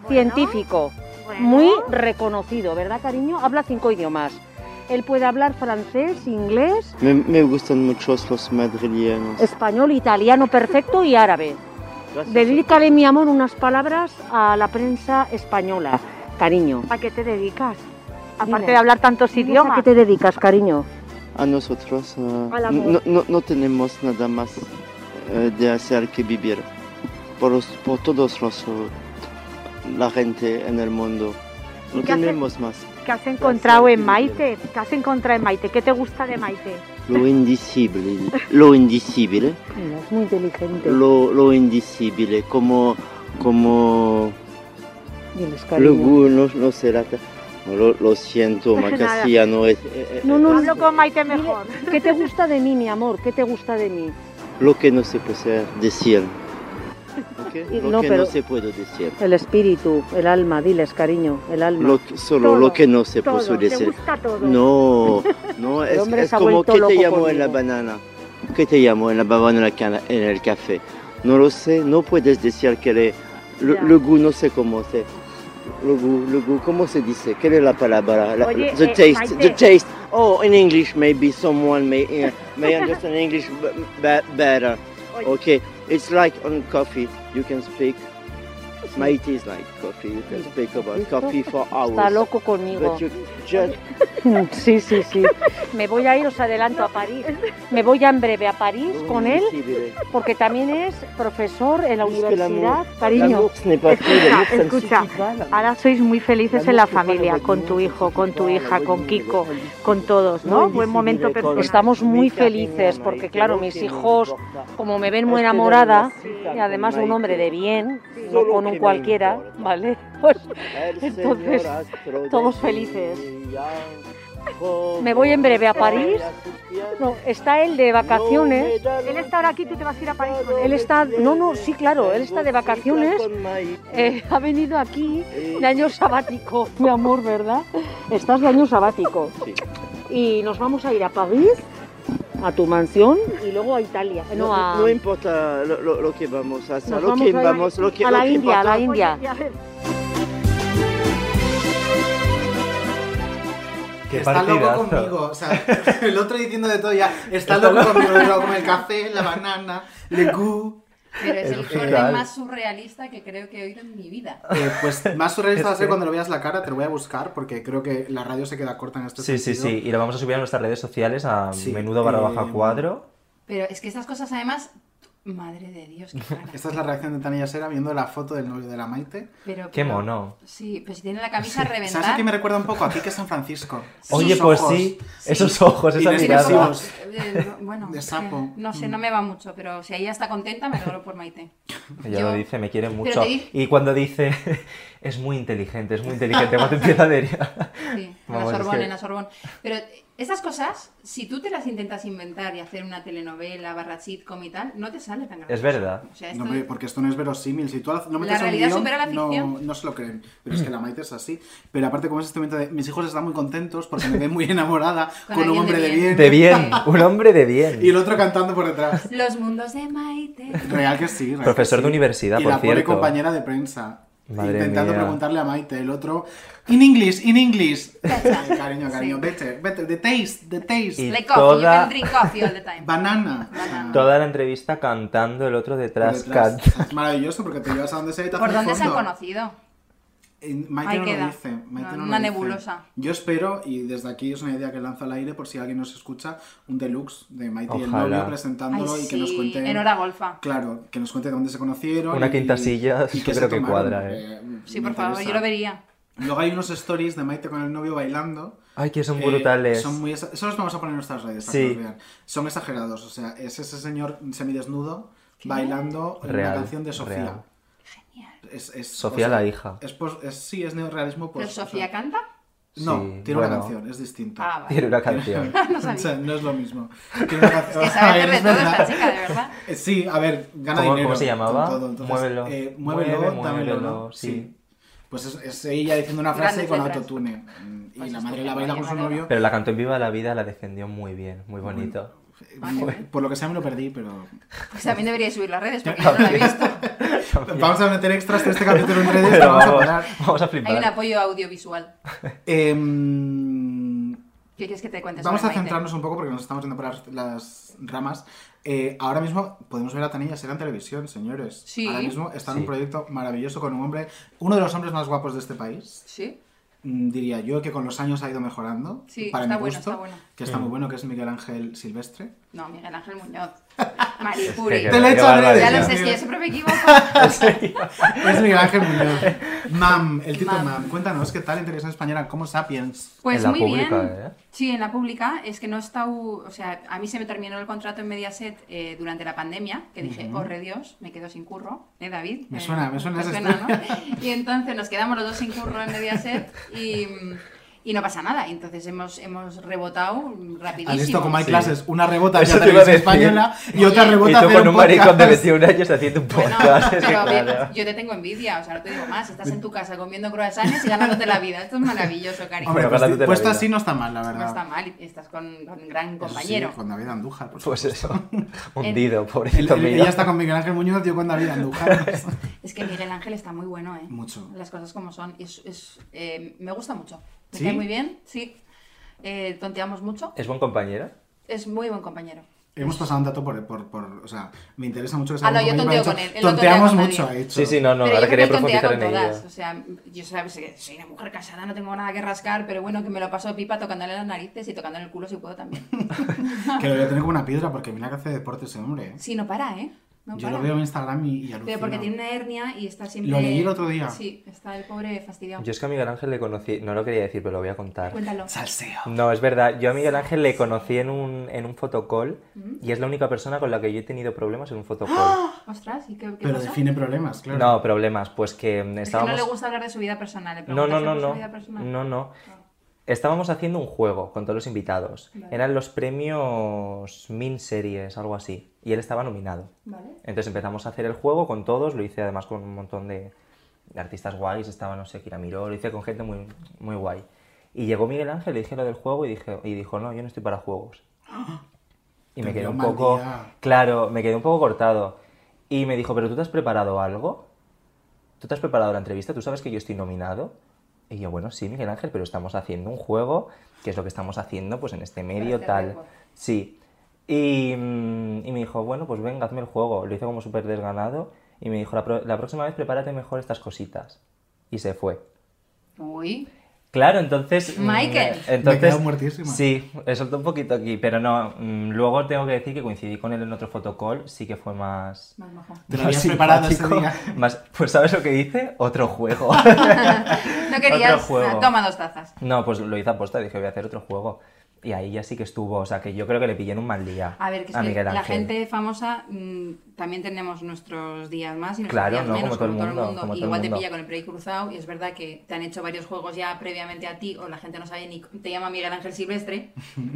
[SPEAKER 8] científico. Muy reconocido, ¿verdad, cariño? Habla cinco idiomas. Él puede hablar francés, inglés,
[SPEAKER 9] Me, me gustan mucho los madrileños.
[SPEAKER 8] español, italiano perfecto y árabe. Dedícale, mi amor, unas palabras a la prensa española, cariño. ¿A qué te dedicas? Aparte de hablar tantos idiomas. ¿A qué te dedicas, cariño?
[SPEAKER 9] A nosotros eh,
[SPEAKER 8] Al amor.
[SPEAKER 9] no, no, no tenemos nada más eh, de hacer que vivir por, los- por todos los eh, la gente en el mundo. No
[SPEAKER 8] ¿Qué hace?
[SPEAKER 9] tenemos más.
[SPEAKER 8] ¿Qué has
[SPEAKER 9] encontrado en Maite?
[SPEAKER 8] ¿Qué has encontrado en Maite? ¿Qué te gusta de Maite?
[SPEAKER 9] Lo indicible, lo indicible,
[SPEAKER 8] Es muy inteligente.
[SPEAKER 9] lo, lo indicible, como, como
[SPEAKER 8] Diles,
[SPEAKER 9] luego no, no será. ta- Lo, lo siento,
[SPEAKER 8] No
[SPEAKER 9] ma,
[SPEAKER 8] es nada.
[SPEAKER 9] castellano es, eh,
[SPEAKER 8] No,
[SPEAKER 9] eh,
[SPEAKER 8] no,
[SPEAKER 9] es
[SPEAKER 8] Hablo con Maite mejor. ¿Qué te gusta de mí, mi amor? ¿Qué te gusta de mí?
[SPEAKER 9] lo que no se puede decir. Ok?
[SPEAKER 8] Y-
[SPEAKER 9] Lo
[SPEAKER 8] no,
[SPEAKER 9] que
[SPEAKER 8] pero-
[SPEAKER 9] no se puede decir.
[SPEAKER 8] El espíritu, el alma, diles, cariño, el alma.
[SPEAKER 9] Lo que- solo lo
[SPEAKER 8] Todo,
[SPEAKER 9] que no se puso decir. No, no, es,
[SPEAKER 8] hombre
[SPEAKER 9] es
[SPEAKER 8] se ha
[SPEAKER 9] como
[SPEAKER 8] vuelto
[SPEAKER 9] que te
[SPEAKER 8] loco
[SPEAKER 9] llamo en la
[SPEAKER 8] conmigo.
[SPEAKER 9] banana, que te llamo en la banana en el cana- en el café. No lo sé, no puedes decir que le, lo-
[SPEAKER 8] Ya.
[SPEAKER 9] lo gu- no sé cómo se. Lo gu- lo gu- ¿cómo se dice? ¿Qué es la palabra? La-
[SPEAKER 8] Oye,
[SPEAKER 9] the
[SPEAKER 8] eh,
[SPEAKER 9] taste, the
[SPEAKER 8] Maite.
[SPEAKER 9] taste. Oh, in English maybe someone may, eh, may understand English b- b- better.
[SPEAKER 8] Oye.
[SPEAKER 9] Okay, it's like on coffee, you can speak. Mighty is like coffee, you can speak about coffee for hours.
[SPEAKER 8] Está loco conmigo.
[SPEAKER 9] But you just
[SPEAKER 8] Sí, sí, sí. Me voy a ir, os adelanto, a París. Me voy ya en breve a París con él, porque también es profesor en la
[SPEAKER 9] Es que el amor-
[SPEAKER 8] universidad.
[SPEAKER 9] El
[SPEAKER 8] Cariño,
[SPEAKER 9] amor, ce n'est pas tout,
[SPEAKER 8] Escucha,
[SPEAKER 9] l'amour, ça ne
[SPEAKER 8] escucha.
[SPEAKER 9] suffit pas, l'amour.
[SPEAKER 8] ahora sois muy felices en la familia, con tu hijo, con tu hija, con Kiko. con todos, ¿no? Buen momento personal. Estamos muy felices porque, claro, mis hijos, como me ven muy enamorada, y además un hombre de bien, no con un cualquiera, ¿vale? Pues entonces, todos felices. Me voy en breve a París. no, está él de vacaciones. Él está ahora aquí, tú te vas a ir a París con él. Él está, no, no, sí, claro, él está de vacaciones. Eh, ha venido aquí de año sabático, mi amor, ¿verdad? Estás de año sabático.
[SPEAKER 9] Sí.
[SPEAKER 8] Y nos vamos a ir a París, a tu mansión y luego a Italia.
[SPEAKER 9] No,
[SPEAKER 8] No, a,
[SPEAKER 9] no importa lo, lo- lo que vamos a hacer,
[SPEAKER 8] nos
[SPEAKER 9] lo que
[SPEAKER 8] a-
[SPEAKER 9] vamos, lo que
[SPEAKER 8] a
[SPEAKER 9] lo
[SPEAKER 8] la
[SPEAKER 9] que
[SPEAKER 8] India, a la
[SPEAKER 9] importa-
[SPEAKER 8] India.
[SPEAKER 5] Qué
[SPEAKER 1] está
[SPEAKER 5] partidazo.
[SPEAKER 1] loco conmigo, o sea, el otro diciendo de todo ya, está, loco conmigo, el otro como el café, la banana, le gu.
[SPEAKER 3] Pero es
[SPEAKER 5] Es
[SPEAKER 3] el
[SPEAKER 5] brutal.
[SPEAKER 3] corte más surrealista que creo que he oído en mi vida.
[SPEAKER 1] Eh, pues más surrealista va a
[SPEAKER 5] Es que-
[SPEAKER 1] ser cuando lo veas la cara, te lo voy a buscar porque creo que la radio se queda corta en este
[SPEAKER 5] Sí, sí,
[SPEAKER 1] sentido.
[SPEAKER 5] sí. Y lo vamos a subir a nuestras redes sociales a
[SPEAKER 1] Sí,
[SPEAKER 5] menudo barra
[SPEAKER 1] eh,
[SPEAKER 5] baja cuadro.
[SPEAKER 3] Pero es que estas cosas además, madre de Dios, qué rara.
[SPEAKER 1] Esta es la reacción de Tania Yasera viendo la foto del novio de la Maite.
[SPEAKER 3] Pero,
[SPEAKER 2] Qué
[SPEAKER 3] pero-
[SPEAKER 2] mono.
[SPEAKER 3] Sí, pues si tiene la camisa a reventar.
[SPEAKER 1] ¿Sabes a qué me recuerda un poco? A Pique San Francisco.
[SPEAKER 2] Oye,
[SPEAKER 1] Sus
[SPEAKER 2] pues
[SPEAKER 1] ojos
[SPEAKER 2] sí, esos ojos, esa
[SPEAKER 3] Tiene como-
[SPEAKER 2] mirada.
[SPEAKER 1] inexpresivos.
[SPEAKER 3] eh, no- bueno,
[SPEAKER 1] De
[SPEAKER 3] es que
[SPEAKER 1] sapo. Mm.
[SPEAKER 3] no sé, no me va mucho, pero si ella está contenta, me alegro por Maite.
[SPEAKER 2] Ella
[SPEAKER 3] Yo-
[SPEAKER 2] lo dice, me quiere
[SPEAKER 3] Pero
[SPEAKER 2] mucho.
[SPEAKER 3] te di-
[SPEAKER 2] Y cuando dice, es muy inteligente, es muy inteligente, cuando empieza a derivar.
[SPEAKER 3] Sí, a la
[SPEAKER 2] Vamos, es
[SPEAKER 3] Sorbón,
[SPEAKER 2] que-
[SPEAKER 3] en la Sorbón. Pero estas cosas, si tú te las intentas inventar y hacer una telenovela, barra sitcom y tal, no te sale tan grande.
[SPEAKER 2] Es verdad.
[SPEAKER 3] O sea, esto
[SPEAKER 1] No, hombre, porque esto no es verosímil. Si tú no metes
[SPEAKER 3] La realidad
[SPEAKER 1] un guión,
[SPEAKER 3] supera la ficción.
[SPEAKER 1] No, no se lo creen. Pero es que la Maite es así. Pero aparte, como es este momento de. Mis hijos están muy contentos porque me ven muy enamorada
[SPEAKER 3] Con
[SPEAKER 1] con,
[SPEAKER 3] alguien
[SPEAKER 1] un
[SPEAKER 3] de
[SPEAKER 1] hombre de
[SPEAKER 3] bien.
[SPEAKER 1] bien.
[SPEAKER 2] De bien, un hombre de
[SPEAKER 1] Y el
[SPEAKER 2] bien.
[SPEAKER 1] otro cantando por detrás.
[SPEAKER 3] Los mundos de Maite.
[SPEAKER 1] Real que sí. real
[SPEAKER 2] Profesor
[SPEAKER 1] que sí.
[SPEAKER 2] de universidad,
[SPEAKER 1] y
[SPEAKER 2] por
[SPEAKER 1] la pobre
[SPEAKER 2] cierto.
[SPEAKER 1] compañera de prensa.
[SPEAKER 2] Madre
[SPEAKER 1] intentando
[SPEAKER 2] mía.
[SPEAKER 1] preguntarle a Maite. El otro. In English, in English. Eh,
[SPEAKER 3] Cacha.
[SPEAKER 1] cariño, cariño.
[SPEAKER 3] Sí.
[SPEAKER 1] Better, better. The taste, the taste.
[SPEAKER 2] Y
[SPEAKER 3] Like coffee,
[SPEAKER 2] toda-
[SPEAKER 3] you can drink coffee all the time.
[SPEAKER 1] Banana.
[SPEAKER 3] Banana.
[SPEAKER 2] Toda la entrevista cantando el otro
[SPEAKER 1] Por
[SPEAKER 2] detrás.
[SPEAKER 1] detrás.
[SPEAKER 2] canta.
[SPEAKER 1] Es maravilloso porque te llevas a donde sea y te
[SPEAKER 3] ¿Por
[SPEAKER 1] haces
[SPEAKER 3] dónde se han
[SPEAKER 1] fondo.
[SPEAKER 3] conocido?
[SPEAKER 1] Eh, Maite
[SPEAKER 3] Ahí
[SPEAKER 1] no
[SPEAKER 3] queda.
[SPEAKER 1] lo dice. Maite
[SPEAKER 3] No,
[SPEAKER 1] no lo
[SPEAKER 3] una
[SPEAKER 1] dice.
[SPEAKER 3] nebulosa.
[SPEAKER 1] Yo espero, y desde aquí es una idea que lanzo al aire por si alguien nos escucha, un deluxe de Maite y el
[SPEAKER 2] Ojalá.
[SPEAKER 1] novio presentándolo
[SPEAKER 3] Ay,
[SPEAKER 1] y que nos
[SPEAKER 3] sí,
[SPEAKER 1] cuente.
[SPEAKER 3] En hora golfa.
[SPEAKER 1] Claro, que nos cuente de dónde se conocieron.
[SPEAKER 2] Una
[SPEAKER 1] y-
[SPEAKER 2] quinta silla,
[SPEAKER 1] y
[SPEAKER 2] yo
[SPEAKER 1] qué se
[SPEAKER 2] creo que
[SPEAKER 1] tomaron,
[SPEAKER 2] cuadra, ¿eh?
[SPEAKER 1] porque, mm,
[SPEAKER 3] Sí,
[SPEAKER 1] me
[SPEAKER 3] por favor,
[SPEAKER 1] interesa.
[SPEAKER 3] yo lo vería.
[SPEAKER 1] Luego hay unos stories de Maite con el novio bailando.
[SPEAKER 2] Ay, que son
[SPEAKER 1] Eh,
[SPEAKER 2] brutales.
[SPEAKER 1] son muy, eso los vamos a poner en nuestras redes. para
[SPEAKER 2] Sí.
[SPEAKER 1] que los vean. Son exagerados. O sea, es ese señor semidesnudo bailando en
[SPEAKER 2] Real,
[SPEAKER 1] una canción de Sofía.
[SPEAKER 2] real.
[SPEAKER 1] Es, es-
[SPEAKER 2] Sofía
[SPEAKER 1] o sea,
[SPEAKER 2] la hija.
[SPEAKER 1] Es, pos- es- sí, es neorrealismo.
[SPEAKER 3] ¿Pero
[SPEAKER 1] post- o
[SPEAKER 3] Sofía
[SPEAKER 1] sea,
[SPEAKER 3] canta?
[SPEAKER 1] No,
[SPEAKER 2] Sí,
[SPEAKER 1] tiene una
[SPEAKER 2] bueno.
[SPEAKER 1] canción, es distinto.
[SPEAKER 3] Ah, vale.
[SPEAKER 2] Tiene una canción.
[SPEAKER 3] No sabía.
[SPEAKER 1] O sea, no es lo mismo. Tiene una canción.
[SPEAKER 3] Que
[SPEAKER 1] A
[SPEAKER 3] sabe hacer
[SPEAKER 1] ver,
[SPEAKER 3] de
[SPEAKER 1] es
[SPEAKER 3] todo
[SPEAKER 1] verdad.
[SPEAKER 3] esta chica, de verdad.
[SPEAKER 1] Eh, Sí, a ver, gana
[SPEAKER 2] ¿Cómo-
[SPEAKER 1] dinero.
[SPEAKER 2] cómo se llamaba?
[SPEAKER 1] con todo, entonces,
[SPEAKER 2] Muévelo.
[SPEAKER 1] eh, muévelo,
[SPEAKER 2] Mueve,
[SPEAKER 1] dámelo,
[SPEAKER 2] muévelo,
[SPEAKER 1] ¿no?
[SPEAKER 2] sí.
[SPEAKER 1] Pues es, es ella diciendo una frase
[SPEAKER 3] Grandes
[SPEAKER 1] con
[SPEAKER 3] letras.
[SPEAKER 1] autotune. Mm, Y
[SPEAKER 3] Pues
[SPEAKER 1] la
[SPEAKER 3] es
[SPEAKER 1] madre
[SPEAKER 3] que
[SPEAKER 1] la baila con su
[SPEAKER 3] María
[SPEAKER 1] novio.
[SPEAKER 2] Pero la cantó en Viva la Vida, la defendió muy bien, muy bonito.
[SPEAKER 1] Eh, Por lo que sea me lo perdí, pero...
[SPEAKER 3] Pues también debería subir las redes porque yo no la he visto.
[SPEAKER 1] Vamos a meter extras de este capítulo en redes,
[SPEAKER 2] Pero
[SPEAKER 1] pero vamos a
[SPEAKER 2] vamos,
[SPEAKER 1] parar.
[SPEAKER 2] vamos a
[SPEAKER 3] Hay un
[SPEAKER 2] flipar.
[SPEAKER 3] apoyo audiovisual.
[SPEAKER 1] Em,
[SPEAKER 3] ¿Qué quieres que te cuentes?
[SPEAKER 1] Vamos a centrarnos un poco porque nos estamos yendo por las, las ramas. Eh, ahora mismo podemos ver a Tanilla ser en televisión, señores.
[SPEAKER 3] Sí.
[SPEAKER 1] Ahora mismo está en
[SPEAKER 2] Sí.
[SPEAKER 1] un proyecto maravilloso con un hombre, uno de los hombres más guapos de este país.
[SPEAKER 3] Sí.
[SPEAKER 1] Mm, Diría yo que con los años ha ido mejorando.
[SPEAKER 3] Sí,
[SPEAKER 1] para
[SPEAKER 3] está
[SPEAKER 1] mi
[SPEAKER 3] bueno,
[SPEAKER 1] gusto,
[SPEAKER 3] está bueno.
[SPEAKER 1] Que está muy
[SPEAKER 2] Mm.
[SPEAKER 1] bueno, que es Miguel Ángel Silvestre.
[SPEAKER 3] No, Miguel Ángel Muñoz.
[SPEAKER 2] Es
[SPEAKER 3] Maripuri.
[SPEAKER 2] que-
[SPEAKER 1] Te lo he
[SPEAKER 2] qué
[SPEAKER 1] hecho adrede.
[SPEAKER 3] Ya lo
[SPEAKER 2] barbaridad.
[SPEAKER 3] sé, es que yo siempre me equivoco.
[SPEAKER 1] Es Miguel Ángel Muñoz. Mam, el título
[SPEAKER 3] Mam.
[SPEAKER 1] Mam. Cuéntanos qué tal en televisión española, como Sapiens.
[SPEAKER 3] Pues
[SPEAKER 2] En la
[SPEAKER 3] muy
[SPEAKER 2] pública,
[SPEAKER 3] bien.
[SPEAKER 2] ¿eh?
[SPEAKER 3] Sí, en la pública es que no he estado, o sea, a mí se me terminó el contrato en Mediaset eh, durante la pandemia, que dije, horre Dios, me quedo sin curro, ¿eh, David?
[SPEAKER 1] Me
[SPEAKER 3] Eh,
[SPEAKER 1] suena, me suena
[SPEAKER 3] te
[SPEAKER 1] esa
[SPEAKER 3] ¿no? Y entonces nos quedamos los dos sin curro en Mediaset y, y no pasa nada. Y entonces hemos, hemos rebotado rapidísimo.
[SPEAKER 1] Al esto, como hay
[SPEAKER 2] Sí.
[SPEAKER 1] clases, una rebota
[SPEAKER 2] Eso
[SPEAKER 1] en
[SPEAKER 2] te iba a
[SPEAKER 1] televisión
[SPEAKER 2] decir.
[SPEAKER 1] española y otra
[SPEAKER 2] Y
[SPEAKER 3] Oye,
[SPEAKER 1] rebota
[SPEAKER 2] tú
[SPEAKER 1] hacer
[SPEAKER 2] con un maricón de
[SPEAKER 1] podcast.
[SPEAKER 2] 21 años haciendo un
[SPEAKER 3] Bueno,
[SPEAKER 2] podcast. es que
[SPEAKER 3] pero bien,
[SPEAKER 2] claro.
[SPEAKER 3] yo te tengo envidia, o sea, no te digo más. Estás en tu casa comiendo croissants y ganándote la vida. Esto es maravilloso, cariño.
[SPEAKER 1] Hombre,
[SPEAKER 2] Pero
[SPEAKER 1] pues,
[SPEAKER 2] gánate la
[SPEAKER 1] puesto
[SPEAKER 2] vida.
[SPEAKER 1] así no está mal, la verdad.
[SPEAKER 3] no está mal, estás con, con un gran
[SPEAKER 1] Eso sí,
[SPEAKER 3] compañero.
[SPEAKER 1] con David Andújar, por
[SPEAKER 2] Pues
[SPEAKER 1] supuesto.
[SPEAKER 2] eso, hundido,
[SPEAKER 1] Él-
[SPEAKER 2] pobrecito
[SPEAKER 1] él-
[SPEAKER 2] mío.
[SPEAKER 1] ella está con Miguel Ángel Muñoz, yo con David Andújar. Pues
[SPEAKER 3] Es que Miguel Ángel está muy bueno, ¿eh?
[SPEAKER 1] Mucho.
[SPEAKER 3] Las cosas como son. Es, es, eh, me gusta mucho. Me
[SPEAKER 1] ¿Sí?
[SPEAKER 3] cae muy bien, sí. Eh, tonteamos mucho.
[SPEAKER 2] ¿Es buen compañero?
[SPEAKER 3] Es muy buen compañero.
[SPEAKER 1] Hemos pasado un dato por, por, por- O sea, me interesa mucho que
[SPEAKER 3] Ah, no,
[SPEAKER 1] algo
[SPEAKER 3] yo
[SPEAKER 1] que me
[SPEAKER 3] tonteo
[SPEAKER 1] ha dicho.
[SPEAKER 3] con él, él no tontea
[SPEAKER 1] Tonteamos
[SPEAKER 3] con nadie.
[SPEAKER 1] mucho, ha hecho.
[SPEAKER 2] Sí, sí, no, no, ahora
[SPEAKER 3] pero yo creo
[SPEAKER 2] quería
[SPEAKER 3] que tontea
[SPEAKER 2] profundizar
[SPEAKER 3] con
[SPEAKER 2] en
[SPEAKER 3] todas.
[SPEAKER 2] ello.
[SPEAKER 3] O sea, yo sabes que soy una mujer casada, no tengo nada que rascar, pero bueno, que me lo paso pipa tocándole las narices y tocándole el culo si puedo también.
[SPEAKER 1] Que lo voy a tener como una piedra porque mira que hace deporte ese hombre. ¿eh?
[SPEAKER 3] Sí, no para, ¿eh? No
[SPEAKER 1] yo
[SPEAKER 3] para.
[SPEAKER 1] lo veo en Instagram y, y alucino.
[SPEAKER 3] Pero porque tiene una hernia y está siempre...
[SPEAKER 1] Lo leí el otro día.
[SPEAKER 3] Sí, está el pobre fastidiado.
[SPEAKER 2] Yo es que a Miguel Ángel le conocí, no lo quería decir, pero lo voy a contar.
[SPEAKER 3] Cuéntalo.
[SPEAKER 1] Salseo.
[SPEAKER 2] No, es verdad, yo a Miguel Ángel le conocí en un, en un fotocall
[SPEAKER 3] Mm.
[SPEAKER 2] y es la única persona con la que yo he tenido problemas en un fotocall.
[SPEAKER 3] Ostras, ¿y qué, qué
[SPEAKER 1] Pero
[SPEAKER 3] pasó?
[SPEAKER 1] define problemas, claro.
[SPEAKER 2] No, problemas, pues que mm,
[SPEAKER 3] Es que no
[SPEAKER 2] estábamos...
[SPEAKER 3] le gusta hablar de su vida personal. le
[SPEAKER 2] No, no,
[SPEAKER 3] preguntas
[SPEAKER 2] no,
[SPEAKER 3] sobre su
[SPEAKER 2] no.
[SPEAKER 3] vida personal. Ah.
[SPEAKER 2] No, no. Estábamos haciendo un juego con todos los invitados.
[SPEAKER 3] Vale.
[SPEAKER 2] Eran los premios Min Series, algo así. Y él estaba nominado.
[SPEAKER 3] Vale.
[SPEAKER 2] Entonces empezamos a hacer el juego con todos, lo hice además con un montón de de artistas guays, estaba, no sé, Kira Miró, lo hice con gente muy, muy guay. Y llegó Miguel Ángel, le dije lo del juego y, dije, y dijo, no, yo no estoy para juegos. Y me
[SPEAKER 1] Te
[SPEAKER 2] quedé
[SPEAKER 1] dio
[SPEAKER 2] un
[SPEAKER 1] mal
[SPEAKER 2] poco,
[SPEAKER 1] día.
[SPEAKER 2] claro, me quedé un poco cortado. Y me dijo, pero tú te has preparado algo? ¿Tú te has preparado la entrevista? ¿Tú sabes que yo estoy nominado? Y yo, bueno, sí, Miguel Ángel, pero estamos haciendo un juego, que es lo que estamos haciendo pues en este medio,
[SPEAKER 3] este
[SPEAKER 2] tal.
[SPEAKER 3] récord.
[SPEAKER 2] Sí. Y, mm, y me dijo, bueno, pues venga, hazme el juego. Lo hice como súper desganado. Y me dijo, la, pro- la próxima vez prepárate mejor estas cositas. Y se fue.
[SPEAKER 3] Uy,
[SPEAKER 5] Claro, entonces. mm,
[SPEAKER 3] Michael.
[SPEAKER 5] Entonces,
[SPEAKER 1] Me he quedado muertísima.
[SPEAKER 5] Sí, he soltado un poquito aquí, pero no. mm, Luego tengo que decir que coincidí con él en otro fotocall, sí que fue más.
[SPEAKER 3] Más majo.
[SPEAKER 1] Te lo
[SPEAKER 5] más
[SPEAKER 1] habías preparado ese
[SPEAKER 5] simpático,
[SPEAKER 1] día.
[SPEAKER 5] más- pues, ¿sabes lo que hice? Otro juego.
[SPEAKER 3] No querías.
[SPEAKER 5] Otro juego.
[SPEAKER 3] Ah, Toma dos tazas.
[SPEAKER 5] no, pues lo hice aposta, dije, voy a hacer otro juego. Y ahí ya sí que estuvo, o sea que yo creo que le pillé en un mal día.
[SPEAKER 3] A ver, que es que
[SPEAKER 5] Miguel
[SPEAKER 3] la
[SPEAKER 5] Ángel.
[SPEAKER 3] gente famosa mm, también tenemos nuestros días más y nuestros
[SPEAKER 5] Claro,
[SPEAKER 3] días
[SPEAKER 5] ¿no?
[SPEAKER 3] menos,
[SPEAKER 5] Como todo el mundo, como
[SPEAKER 3] y
[SPEAKER 5] todo el
[SPEAKER 3] Igual te
[SPEAKER 5] mundo.
[SPEAKER 3] pilla con el play cruzado y es verdad que te han hecho varios juegos ya previamente a ti o la gente no sabe ni... Te llama Miguel Ángel Silvestre,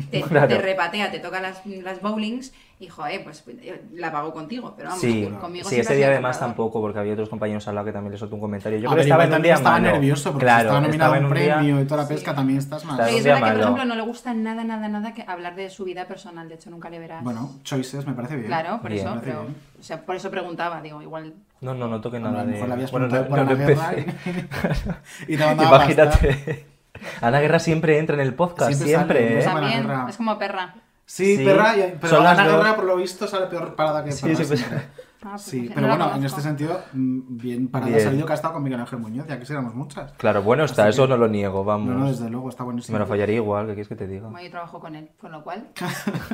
[SPEAKER 3] te,
[SPEAKER 5] Claro.
[SPEAKER 3] te repatea, te toca las, las bowlings y, joder, pues eh, la pago contigo, pero vamos,
[SPEAKER 5] Sí,
[SPEAKER 3] conmigo
[SPEAKER 5] sí
[SPEAKER 3] siempre
[SPEAKER 5] ese
[SPEAKER 3] has
[SPEAKER 5] día
[SPEAKER 3] sido
[SPEAKER 5] además
[SPEAKER 3] comprador.
[SPEAKER 5] tampoco, porque había otros compañeros al lado que también les soltó un comentario. Yo
[SPEAKER 1] A
[SPEAKER 5] creo que
[SPEAKER 1] ver,
[SPEAKER 5] estaba
[SPEAKER 1] Ah, igual
[SPEAKER 5] en un
[SPEAKER 1] también
[SPEAKER 5] día
[SPEAKER 1] estaba
[SPEAKER 5] malo.
[SPEAKER 1] nervioso porque
[SPEAKER 5] claro,
[SPEAKER 1] estaba nominado a
[SPEAKER 5] en
[SPEAKER 1] un
[SPEAKER 5] día-
[SPEAKER 1] premio y toda la
[SPEAKER 3] Sí.
[SPEAKER 1] pesca, también estás más.
[SPEAKER 5] Claro.
[SPEAKER 3] Pero
[SPEAKER 5] un
[SPEAKER 3] es
[SPEAKER 5] día
[SPEAKER 3] verdad que, por
[SPEAKER 5] malo.
[SPEAKER 3] ejemplo, no le gusta nada, nada, nada que hablar de su vida personal. De hecho, nunca le verás.
[SPEAKER 1] Bueno, choices, me parece bien.
[SPEAKER 3] claro, por
[SPEAKER 5] Bien.
[SPEAKER 3] eso.
[SPEAKER 1] Parece
[SPEAKER 3] Pero,
[SPEAKER 1] bien.
[SPEAKER 3] o sea, por eso preguntaba. Digo, igual
[SPEAKER 5] No, no, no toqué
[SPEAKER 1] A
[SPEAKER 5] nada
[SPEAKER 1] lo mejor
[SPEAKER 5] de.
[SPEAKER 1] la habías
[SPEAKER 5] Bueno,
[SPEAKER 1] preguntado
[SPEAKER 5] no-
[SPEAKER 1] por
[SPEAKER 5] no
[SPEAKER 1] Ana
[SPEAKER 5] lo
[SPEAKER 1] Guerra
[SPEAKER 5] empecé.
[SPEAKER 1] y, y te mandaba a gastar.
[SPEAKER 5] Imagínate. Ana Guerra siempre entra en el podcast,
[SPEAKER 1] Siempre
[SPEAKER 5] siempre,
[SPEAKER 3] pues
[SPEAKER 5] ¿eh?
[SPEAKER 1] sale, no sabe-
[SPEAKER 3] también
[SPEAKER 1] Guerra.
[SPEAKER 3] es como perra.
[SPEAKER 1] Sí,
[SPEAKER 5] Sí.
[SPEAKER 1] perra, y- pero
[SPEAKER 5] Son las
[SPEAKER 1] Ana
[SPEAKER 5] dos.
[SPEAKER 1] Guerra, por lo visto, sale peor parada que
[SPEAKER 5] Sí,
[SPEAKER 1] perra.
[SPEAKER 5] sí, pues-
[SPEAKER 1] siempre.
[SPEAKER 3] Ah, pues no
[SPEAKER 1] Sí,
[SPEAKER 3] sé,
[SPEAKER 1] pero
[SPEAKER 3] no la
[SPEAKER 1] bueno, en
[SPEAKER 3] conozco.
[SPEAKER 1] este sentido, mm, bien parada
[SPEAKER 5] Bien.
[SPEAKER 1] ha salido que ha estado con Miguel Ángel Muñoz, ya que éramos muchas.
[SPEAKER 5] Claro, bueno está,
[SPEAKER 1] Así
[SPEAKER 5] eso
[SPEAKER 1] que-
[SPEAKER 5] no lo niego, vamos.
[SPEAKER 1] No, no, desde luego, está buenísimo.
[SPEAKER 5] Me lo fallaría igual, ¿qué quieres que te diga?
[SPEAKER 3] Bueno, yo trabajo con él, con lo cual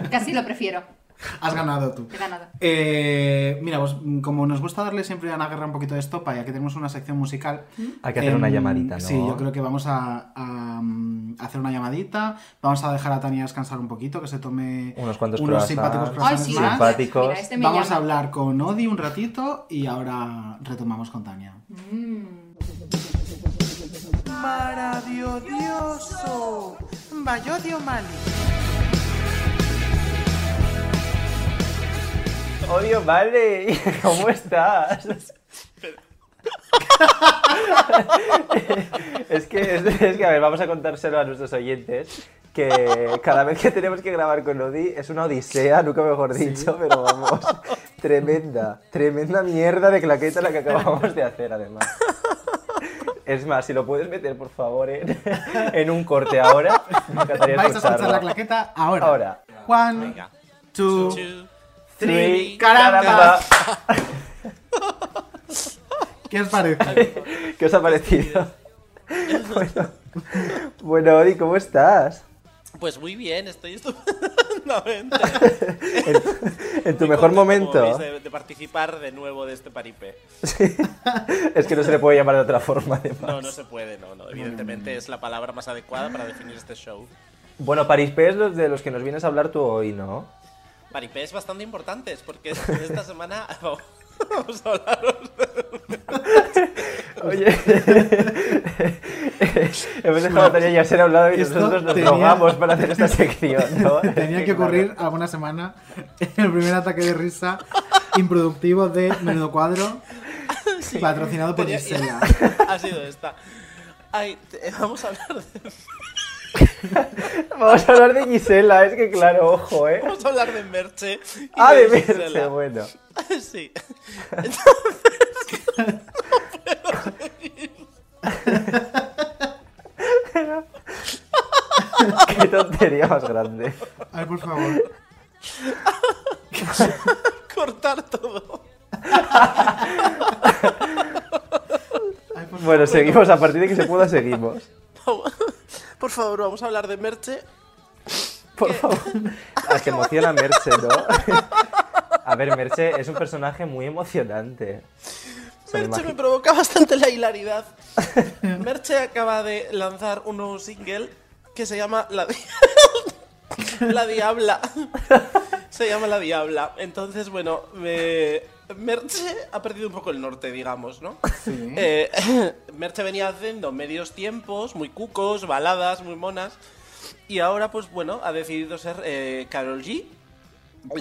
[SPEAKER 3] casi lo prefiero.
[SPEAKER 1] Has ganado tú.
[SPEAKER 3] He ganado.
[SPEAKER 1] Eh, mira, pues mm, como nos gusta darle siempre a Ana Guerra un poquito de estopa, ya que tenemos una sección musical.
[SPEAKER 5] Mm.
[SPEAKER 1] Em,
[SPEAKER 5] Hay que hacer una llamadita, ¿no?
[SPEAKER 1] Sí, yo creo que vamos a, a, mm, hacer una llamadita. Vamos a dejar a Tania descansar un poquito, que se tome
[SPEAKER 5] Unos cuantos
[SPEAKER 1] unos
[SPEAKER 5] croissants.
[SPEAKER 1] simpáticos
[SPEAKER 3] Ay,
[SPEAKER 1] croissants
[SPEAKER 3] sí,
[SPEAKER 1] más.
[SPEAKER 5] Simpático. simpáticos.
[SPEAKER 3] Mira, este me
[SPEAKER 1] Vamos
[SPEAKER 3] llama.
[SPEAKER 1] a hablar con Odi un ratito y ahora retomamos con Tania.
[SPEAKER 5] Mm.
[SPEAKER 10] Maravilloso. Vayodio Mali.
[SPEAKER 5] Odio, vale. ¿Cómo estás? es, que, es, es que, a ver, vamos a contárselo a nuestros oyentes que cada vez que tenemos que grabar con Odi es una odisea, nunca mejor dicho, pero vamos, tremenda, tremenda mierda de claqueta la que acabamos de hacer, además. Es más, si lo puedes meter, por favor, en, en un corte ahora, me encantaría
[SPEAKER 1] Vais a escuchar la
[SPEAKER 5] escucharlo.
[SPEAKER 1] claqueta ahora.
[SPEAKER 5] Ahora.
[SPEAKER 1] One, two,
[SPEAKER 5] Three,
[SPEAKER 1] Caramba.
[SPEAKER 5] caramba.
[SPEAKER 1] ¿qué os parece?
[SPEAKER 5] ¿Qué os ha parecido? bueno, bueno, Odi, ¿cómo estás?
[SPEAKER 11] Pues muy bien, estoy estupendamente.
[SPEAKER 5] En tu
[SPEAKER 11] Muy
[SPEAKER 5] mejor
[SPEAKER 11] contento,
[SPEAKER 5] momento.
[SPEAKER 11] como veis, De, de participar de nuevo de este paripe.
[SPEAKER 5] Es que no se le puede llamar de otra forma, además.
[SPEAKER 11] No, no se puede, no, no. Evidentemente es la palabra más adecuada para definir este show.
[SPEAKER 5] Bueno, Parispé es los de los que nos vienes a hablar tú hoy, ¿no?
[SPEAKER 11] Paripés bastante importantes porque esta semana vamos a hablaros de
[SPEAKER 5] Oye, hemos dejado a Tania y a ser hablado y
[SPEAKER 1] Esto
[SPEAKER 5] nosotros nos
[SPEAKER 1] tenía-
[SPEAKER 5] drogamos para hacer esta sección, ¿no?
[SPEAKER 1] Tenía que ocurrir alguna semana el primer ataque de risa improductivo de Menudo Cuadro, patrocinado por
[SPEAKER 11] Tenía-
[SPEAKER 1] Gisela.
[SPEAKER 11] Ha sido esta. Ay, te- eh, vamos a hablar de,
[SPEAKER 5] Vamos a hablar de Gisela, es que claro, ojo, ¿eh?
[SPEAKER 11] vamos a hablar de Merche. y
[SPEAKER 5] Ah, de
[SPEAKER 11] Gisela.
[SPEAKER 5] Merche, bueno.
[SPEAKER 11] Sí. Entonces.
[SPEAKER 5] Qué tontería más grande.
[SPEAKER 1] Ay, por favor.
[SPEAKER 11] cortar todo.
[SPEAKER 1] Ay, por
[SPEAKER 5] Bueno, seguimos, a partir de que se pueda, seguimos.
[SPEAKER 11] Por favor, vamos a hablar de Merche.
[SPEAKER 5] Por favor. Ah, que emociona Merche, ¿no? A ver, Merche es un personaje muy emocionante. Se lo
[SPEAKER 11] Merche me
[SPEAKER 5] imagi-
[SPEAKER 11] provoca bastante la hilaridad. Merche acaba de lanzar un nuevo single que se llama La, Di- la Diabla. Se llama La Diabla. Entonces, bueno, me- Merche ha perdido un poco el norte, digamos, ¿no?
[SPEAKER 1] Sí.
[SPEAKER 11] Eh, Merche venía haciendo medios tiempos, muy cucos, baladas, muy monas. Y ahora, pues bueno, ha decidido ser eh, Carol G.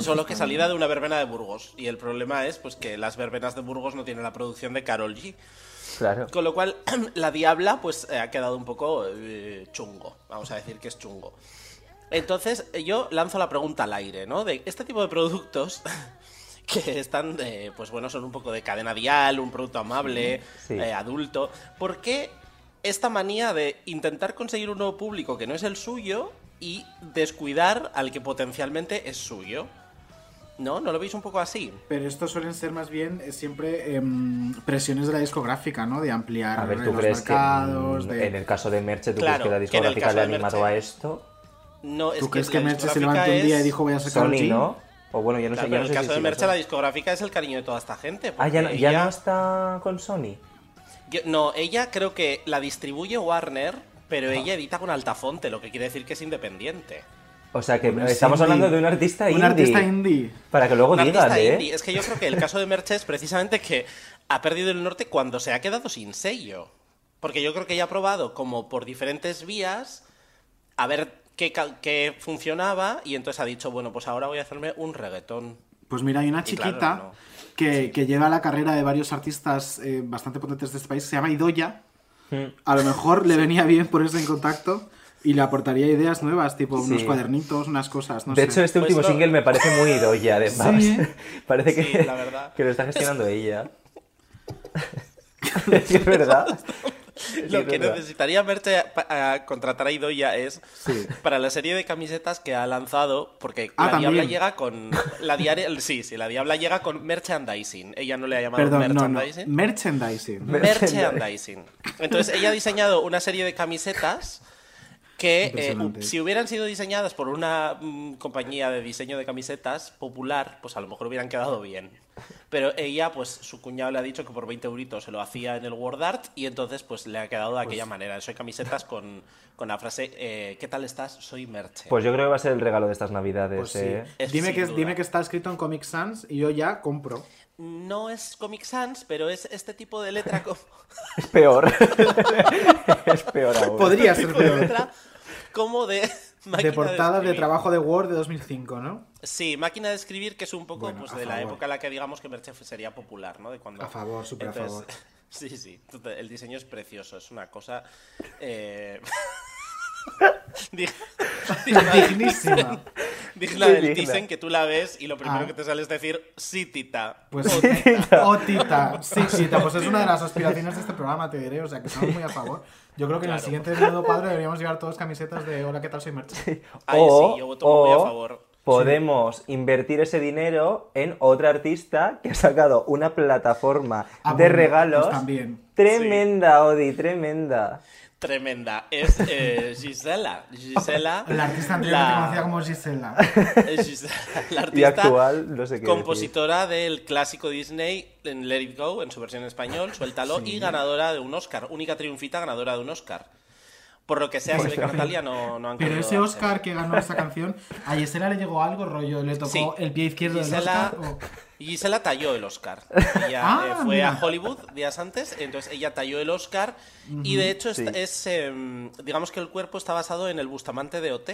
[SPEAKER 11] Solo que salida de una verbena de Burgos. Y el problema es pues que las verbenas de Burgos no tienen la producción de Carol G.
[SPEAKER 5] Claro.
[SPEAKER 11] Con lo cual, la Diabla pues eh, ha quedado un poco eh, chungo. Vamos a decir que es chungo. Entonces, eh, yo lanzo la pregunta al aire, ¿no? De este tipo de productos que están, eh, pues bueno, son un poco de cadena dial, un producto amable,
[SPEAKER 5] Sí.
[SPEAKER 11] eh, adulto. ¿Por qué esta manía de intentar conseguir un nuevo público que no es el suyo y descuidar al que potencialmente es suyo? ¿No? ¿No lo veis un poco así?
[SPEAKER 1] Pero estos suelen ser más bien eh, siempre em, presiones de la discográfica, ¿no? De ampliar
[SPEAKER 2] A ver, ¿tú
[SPEAKER 1] los
[SPEAKER 2] crees que
[SPEAKER 1] mercados,
[SPEAKER 2] mm,
[SPEAKER 1] de-
[SPEAKER 2] en el caso de Merche, tú
[SPEAKER 11] Claro,
[SPEAKER 2] crees que la
[SPEAKER 11] que en el
[SPEAKER 2] discográfica
[SPEAKER 11] caso
[SPEAKER 2] le ha
[SPEAKER 11] de
[SPEAKER 2] animado
[SPEAKER 11] Merche.
[SPEAKER 2] a esto?
[SPEAKER 11] No, es
[SPEAKER 1] ¿Tú crees que
[SPEAKER 11] la
[SPEAKER 1] Merche se
[SPEAKER 11] discográfica
[SPEAKER 1] levanta un día
[SPEAKER 11] es-
[SPEAKER 1] y dijo voy a sacar un
[SPEAKER 2] Sony,
[SPEAKER 1] jean"?
[SPEAKER 2] ¿no? O bueno, ya no
[SPEAKER 11] Claro,
[SPEAKER 2] sé, ya
[SPEAKER 11] pero
[SPEAKER 2] no
[SPEAKER 11] en
[SPEAKER 2] sé
[SPEAKER 11] el caso
[SPEAKER 2] si
[SPEAKER 11] de
[SPEAKER 2] sigue
[SPEAKER 11] Merche, la
[SPEAKER 2] Sony.
[SPEAKER 11] discográfica es el cariño de toda esta gente.
[SPEAKER 2] Ah, ya, no,
[SPEAKER 11] porque
[SPEAKER 2] ya
[SPEAKER 11] ella-
[SPEAKER 2] no está con Sony.
[SPEAKER 11] yo- no, ella creo que la distribuye Warner, pero ella edita con Altafonte, lo que quiere decir que es independiente.
[SPEAKER 2] O sea que
[SPEAKER 1] Bueno, es
[SPEAKER 2] estamos
[SPEAKER 1] indie.
[SPEAKER 2] hablando de un artista
[SPEAKER 1] Un
[SPEAKER 2] indie.
[SPEAKER 1] artista indie.
[SPEAKER 2] Para que luego
[SPEAKER 11] Un artista
[SPEAKER 2] digan, ¿eh?
[SPEAKER 11] indie. Es que yo creo que el caso de Merche es precisamente que ha perdido el norte cuando se ha quedado sin sello. Porque yo creo que ella ha probado como por diferentes vías a ver qué, ca- qué funcionaba y entonces ha dicho, bueno, pues ahora voy a hacerme un reggaetón.
[SPEAKER 1] Pues mira, hay una
[SPEAKER 11] Y claro,
[SPEAKER 1] chiquita
[SPEAKER 11] no.
[SPEAKER 1] que, que lleva la carrera de varios artistas eh, bastante potentes de este país, se llama Idoya.
[SPEAKER 2] Hmm.
[SPEAKER 1] A lo mejor le venía bien ponerse en contacto y le aportaría ideas nuevas, tipo unos
[SPEAKER 2] Sí.
[SPEAKER 1] cuadernitos, unas cosas. No
[SPEAKER 2] de
[SPEAKER 1] sé.
[SPEAKER 2] hecho, este
[SPEAKER 11] Pues
[SPEAKER 2] último single me parece muy doya de
[SPEAKER 1] Sí,
[SPEAKER 2] Babs.
[SPEAKER 1] ¿eh?
[SPEAKER 2] parece que,
[SPEAKER 11] Sí, la verdad.
[SPEAKER 2] que lo está gestionando ella. es que es verdad. es
[SPEAKER 11] Lo que
[SPEAKER 2] verdad.
[SPEAKER 11] necesitaría Merche pa- a contratar a Idoya es para la serie de camisetas que ha lanzado, porque
[SPEAKER 1] Ah,
[SPEAKER 11] la Diabla
[SPEAKER 1] también.
[SPEAKER 11] llega con. La diaria, sí, sí, la Diabla llega con merchandising. Ella no le ha llamado
[SPEAKER 1] Perdón, no, no.
[SPEAKER 11] merchandising.
[SPEAKER 1] Merchandising.
[SPEAKER 11] Merchandising. Entonces, ella ha diseñado una serie de camisetas que eh,
[SPEAKER 1] Impresionante.
[SPEAKER 11] si hubieran sido diseñadas por una mm, compañía de diseño de camisetas popular, pues a lo mejor hubieran quedado bien. Pero ella, pues su cuñado le ha dicho que por 20 euritos se lo hacía en el Word Art y entonces pues le ha quedado de aquella manera. Soy camisetas con, con la frase, eh, ¿qué tal estás? Soy Merche.
[SPEAKER 2] Pues yo creo que va a ser el regalo de estas navidades,
[SPEAKER 1] Pues sí.
[SPEAKER 2] ¿eh?
[SPEAKER 11] Es
[SPEAKER 1] dime,
[SPEAKER 11] sin
[SPEAKER 1] que,
[SPEAKER 11] duda.
[SPEAKER 1] dime que está escrito en Comic Sans y yo ya compro.
[SPEAKER 11] No es Comic Sans, pero es este tipo de letra como...
[SPEAKER 2] Es peor. es peor aún.
[SPEAKER 1] Podría ser
[SPEAKER 11] Este tipo de
[SPEAKER 1] peor.
[SPEAKER 11] letra como de máquina
[SPEAKER 1] de portada de
[SPEAKER 11] escribir.
[SPEAKER 1] trabajo de Word de 2005, ¿no?
[SPEAKER 11] Sí, máquina de escribir que es un poco
[SPEAKER 1] Bueno,
[SPEAKER 11] pues,
[SPEAKER 1] a
[SPEAKER 11] de la
[SPEAKER 1] favor.
[SPEAKER 11] época en la que digamos que Merche sería popular, ¿no? De cuando...
[SPEAKER 1] A favor, súper a
[SPEAKER 11] Entonces,
[SPEAKER 1] favor.
[SPEAKER 11] Sí, sí, total, el diseño es precioso, es una cosa... eh, dig- digna-
[SPEAKER 1] Dignísima.
[SPEAKER 11] Digna
[SPEAKER 1] Muy
[SPEAKER 11] del
[SPEAKER 1] digna.
[SPEAKER 11] dicen que tú la ves y lo primero
[SPEAKER 1] Ah.
[SPEAKER 11] que te sale es decir, sí, tita.
[SPEAKER 1] Pues
[SPEAKER 11] O
[SPEAKER 1] Otita. Sí, Tita. Pues es una de las aspiraciones de este programa, te diré. O sea, que estamos muy a favor. Yo creo que en el
[SPEAKER 11] Claro.
[SPEAKER 1] siguiente menudo cuadro deberíamos llevar todos camisetas de Hola, ¿qué tal? Soy Merche.
[SPEAKER 11] Ay, sí, yo voto muy a favor.
[SPEAKER 2] Podemos invertir ese dinero en otra artista que ha sacado una plataforma
[SPEAKER 1] Ah,
[SPEAKER 2] de
[SPEAKER 1] bueno,
[SPEAKER 2] regalos.
[SPEAKER 1] pues también.
[SPEAKER 2] Tremenda, Odi, tremenda.
[SPEAKER 11] Tremenda. Es eh, Gisela. Gisela.
[SPEAKER 1] La artista anteriormente conocida como Gisela.
[SPEAKER 11] Eh, Gisela, la artista
[SPEAKER 2] Y actual, no sé qué.
[SPEAKER 11] compositora del clásico Disney en Let It Go, en su versión en español, suéltalo,
[SPEAKER 2] Ah, Sí.
[SPEAKER 11] y ganadora de un Oscar, única triunfita ganadora de un Oscar. Por lo que sea, se ve que a Natalia no, no han
[SPEAKER 1] Pero
[SPEAKER 11] querido
[SPEAKER 1] ese
[SPEAKER 11] hacer.
[SPEAKER 1] Oscar que ganó esa canción, a Gisela le llegó algo rollo, le tocó
[SPEAKER 11] Sí.
[SPEAKER 1] el pie izquierdo
[SPEAKER 11] Gisela-
[SPEAKER 1] del Oscar. o-
[SPEAKER 11] Gisela talló el Oscar. Ella
[SPEAKER 1] Ah,
[SPEAKER 11] eh, fue
[SPEAKER 1] mira.
[SPEAKER 11] a Hollywood días antes, entonces ella talló el Oscar y
[SPEAKER 1] Ujú.
[SPEAKER 11] de hecho es,
[SPEAKER 2] Sí.
[SPEAKER 11] es, em, digamos que el cuerpo está basado en el bustamante de OT.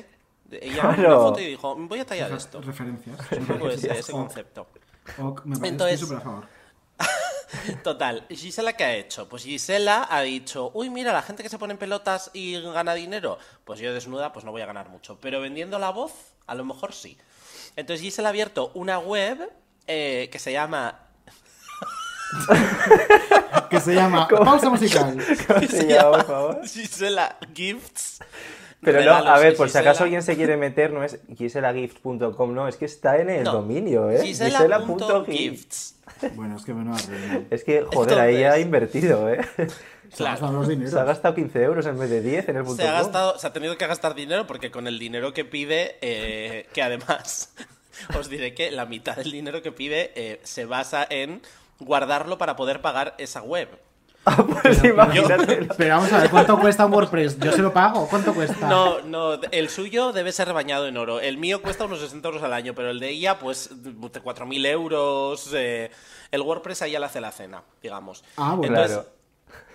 [SPEAKER 11] Ella
[SPEAKER 2] Claro.
[SPEAKER 11] vio una foto y dijo, voy a tallar
[SPEAKER 1] Esas
[SPEAKER 11] esto.
[SPEAKER 1] referencias.
[SPEAKER 11] Un poco ese,
[SPEAKER 1] Referencias.
[SPEAKER 11] ese
[SPEAKER 1] Ok.
[SPEAKER 11] concepto.
[SPEAKER 1] Ok, me parece
[SPEAKER 11] Entonces-
[SPEAKER 1] súper a favor.
[SPEAKER 11] Total, Gisela, ¿qué ha hecho? Pues Gisela ha dicho, uy, mira, la gente que se pone en pelotas y gana dinero, pues yo desnuda, pues no voy a ganar mucho. Pero vendiendo la voz, a lo mejor sí. Entonces Gisela ha abierto una web eh, que se llama...
[SPEAKER 1] Que se llama
[SPEAKER 2] ¿Cómo?
[SPEAKER 1] Pausa Musical.
[SPEAKER 2] ¿Cómo se llama, por favor?
[SPEAKER 11] Gisela Gifts.
[SPEAKER 2] Pero no,
[SPEAKER 11] Regalos
[SPEAKER 2] a ver,
[SPEAKER 11] de
[SPEAKER 2] por si
[SPEAKER 11] Gisela.
[SPEAKER 2] acaso alguien se quiere meter, no es giselagifts.com, no, es que está en el
[SPEAKER 11] No.
[SPEAKER 2] dominio, ¿eh?
[SPEAKER 11] Gisela punto gifts.
[SPEAKER 1] Bueno, es que menos
[SPEAKER 2] Es que, joder, ahí
[SPEAKER 11] Entonces-
[SPEAKER 2] ha invertido, ¿eh?
[SPEAKER 1] Se ha gastado los dineros.
[SPEAKER 2] Se ha gastado 15 euros en vez de 10 en el punto
[SPEAKER 11] Se ha,
[SPEAKER 2] com.
[SPEAKER 11] gastado, se ha tenido que gastar dinero porque con el dinero que pide, eh, que además os diré que la mitad del dinero que pide eh, se basa en guardarlo para poder pagar esa web.
[SPEAKER 2] Pues imagínate.
[SPEAKER 1] Pero vamos a ver, ¿cuánto cuesta un WordPress? Yo se lo pago. ¿Cuánto cuesta?
[SPEAKER 11] No, no, el suyo debe ser bañado en oro. El mío cuesta unos 60 euros al año, pero el de ella, pues, de 4.000 euros. eh, el WordPress a ella le hace la cena, digamos.
[SPEAKER 1] Ah, bueno.
[SPEAKER 11] Entonces,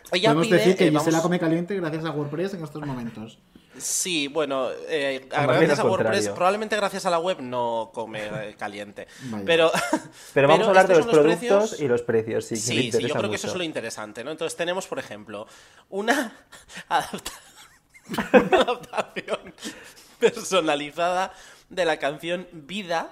[SPEAKER 1] Claro.
[SPEAKER 11] ella
[SPEAKER 1] Podemos
[SPEAKER 11] pide,
[SPEAKER 1] decir que
[SPEAKER 11] eh,
[SPEAKER 1] Gisela
[SPEAKER 11] vamos-
[SPEAKER 1] come caliente gracias a WordPress en estos momentos.
[SPEAKER 11] Sí, bueno, eh,
[SPEAKER 2] Más bien
[SPEAKER 11] gracias a
[SPEAKER 2] al
[SPEAKER 11] WordPress,
[SPEAKER 2] contrario.
[SPEAKER 11] probablemente gracias a la web no come eh, caliente.
[SPEAKER 2] Vaya.
[SPEAKER 11] Pero,
[SPEAKER 2] Pero vamos a hablar de
[SPEAKER 11] estos
[SPEAKER 2] los
[SPEAKER 11] son
[SPEAKER 2] productos
[SPEAKER 11] precios-
[SPEAKER 2] y los precios, sí, que me
[SPEAKER 11] Sí, sí, yo
[SPEAKER 2] interesa
[SPEAKER 11] creo que eso
[SPEAKER 2] mucho.
[SPEAKER 11] es lo interesante, ¿no? Entonces tenemos, por ejemplo, una, adapta- una adaptación personalizada de la canción Vida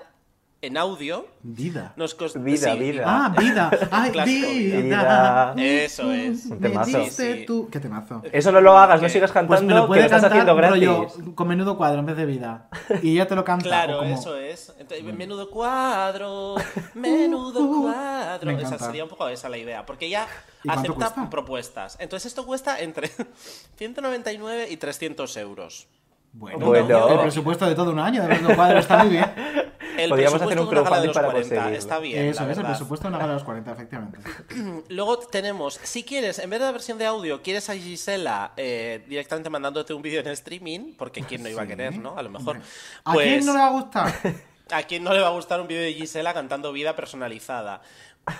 [SPEAKER 11] en audio.
[SPEAKER 1] Vida.
[SPEAKER 11] Nos costó.
[SPEAKER 2] Vida, vida.
[SPEAKER 1] Ah, vida. Ay,
[SPEAKER 11] Clásico.
[SPEAKER 1] vida.
[SPEAKER 2] Vida.
[SPEAKER 11] Eso es.
[SPEAKER 2] Un
[SPEAKER 1] Me
[SPEAKER 2] temazo.
[SPEAKER 1] diste
[SPEAKER 11] Sí, sí.
[SPEAKER 1] tú. Qué temazo.
[SPEAKER 2] Eso no lo hagas, no sigas
[SPEAKER 1] Pues me
[SPEAKER 2] cantando,
[SPEAKER 1] lo
[SPEAKER 2] que lo
[SPEAKER 1] puede
[SPEAKER 2] estás
[SPEAKER 1] cantar
[SPEAKER 2] haciendo gratis.
[SPEAKER 1] rollo, con menudo cuadro en vez de vida. Y ella te lo canta. o
[SPEAKER 11] Claro,
[SPEAKER 1] como-
[SPEAKER 11] eso es. Entonces, menudo cuadro, menudo cuadro.
[SPEAKER 1] Uh, Me
[SPEAKER 11] Esa
[SPEAKER 1] encanta.
[SPEAKER 11] sería un poco esa la idea, porque ella
[SPEAKER 1] ¿Y cuánto
[SPEAKER 11] acepta
[SPEAKER 1] cuesta?
[SPEAKER 11] propuestas. Entonces esto cuesta entre 199 y 300 euros.
[SPEAKER 1] Bueno,
[SPEAKER 2] Bueno.
[SPEAKER 1] el presupuesto de todo un año de menudo cuadro está muy bien.
[SPEAKER 11] El
[SPEAKER 2] Podríamos
[SPEAKER 11] presupuesto
[SPEAKER 2] hacer un
[SPEAKER 11] de una gala de
[SPEAKER 2] crowdfunding
[SPEAKER 11] los
[SPEAKER 2] para
[SPEAKER 11] 40,
[SPEAKER 2] conseguirlo.
[SPEAKER 11] Está
[SPEAKER 1] eso
[SPEAKER 11] bien, la
[SPEAKER 1] es, el
[SPEAKER 11] verdad.
[SPEAKER 1] presupuesto de una gala de los 40, efectivamente.
[SPEAKER 11] Luego tenemos, si quieres, en vez de la versión de audio, quieres a Gisela eh, directamente mandándote un vídeo en streaming, porque quién no iba a
[SPEAKER 1] Sí.
[SPEAKER 11] querer, ¿no? A lo mejor.
[SPEAKER 1] ¿A
[SPEAKER 11] Pues,
[SPEAKER 1] quién no le va a gustar?
[SPEAKER 11] ¿A quién no le va a gustar un vídeo de Gisela cantando vida personalizada?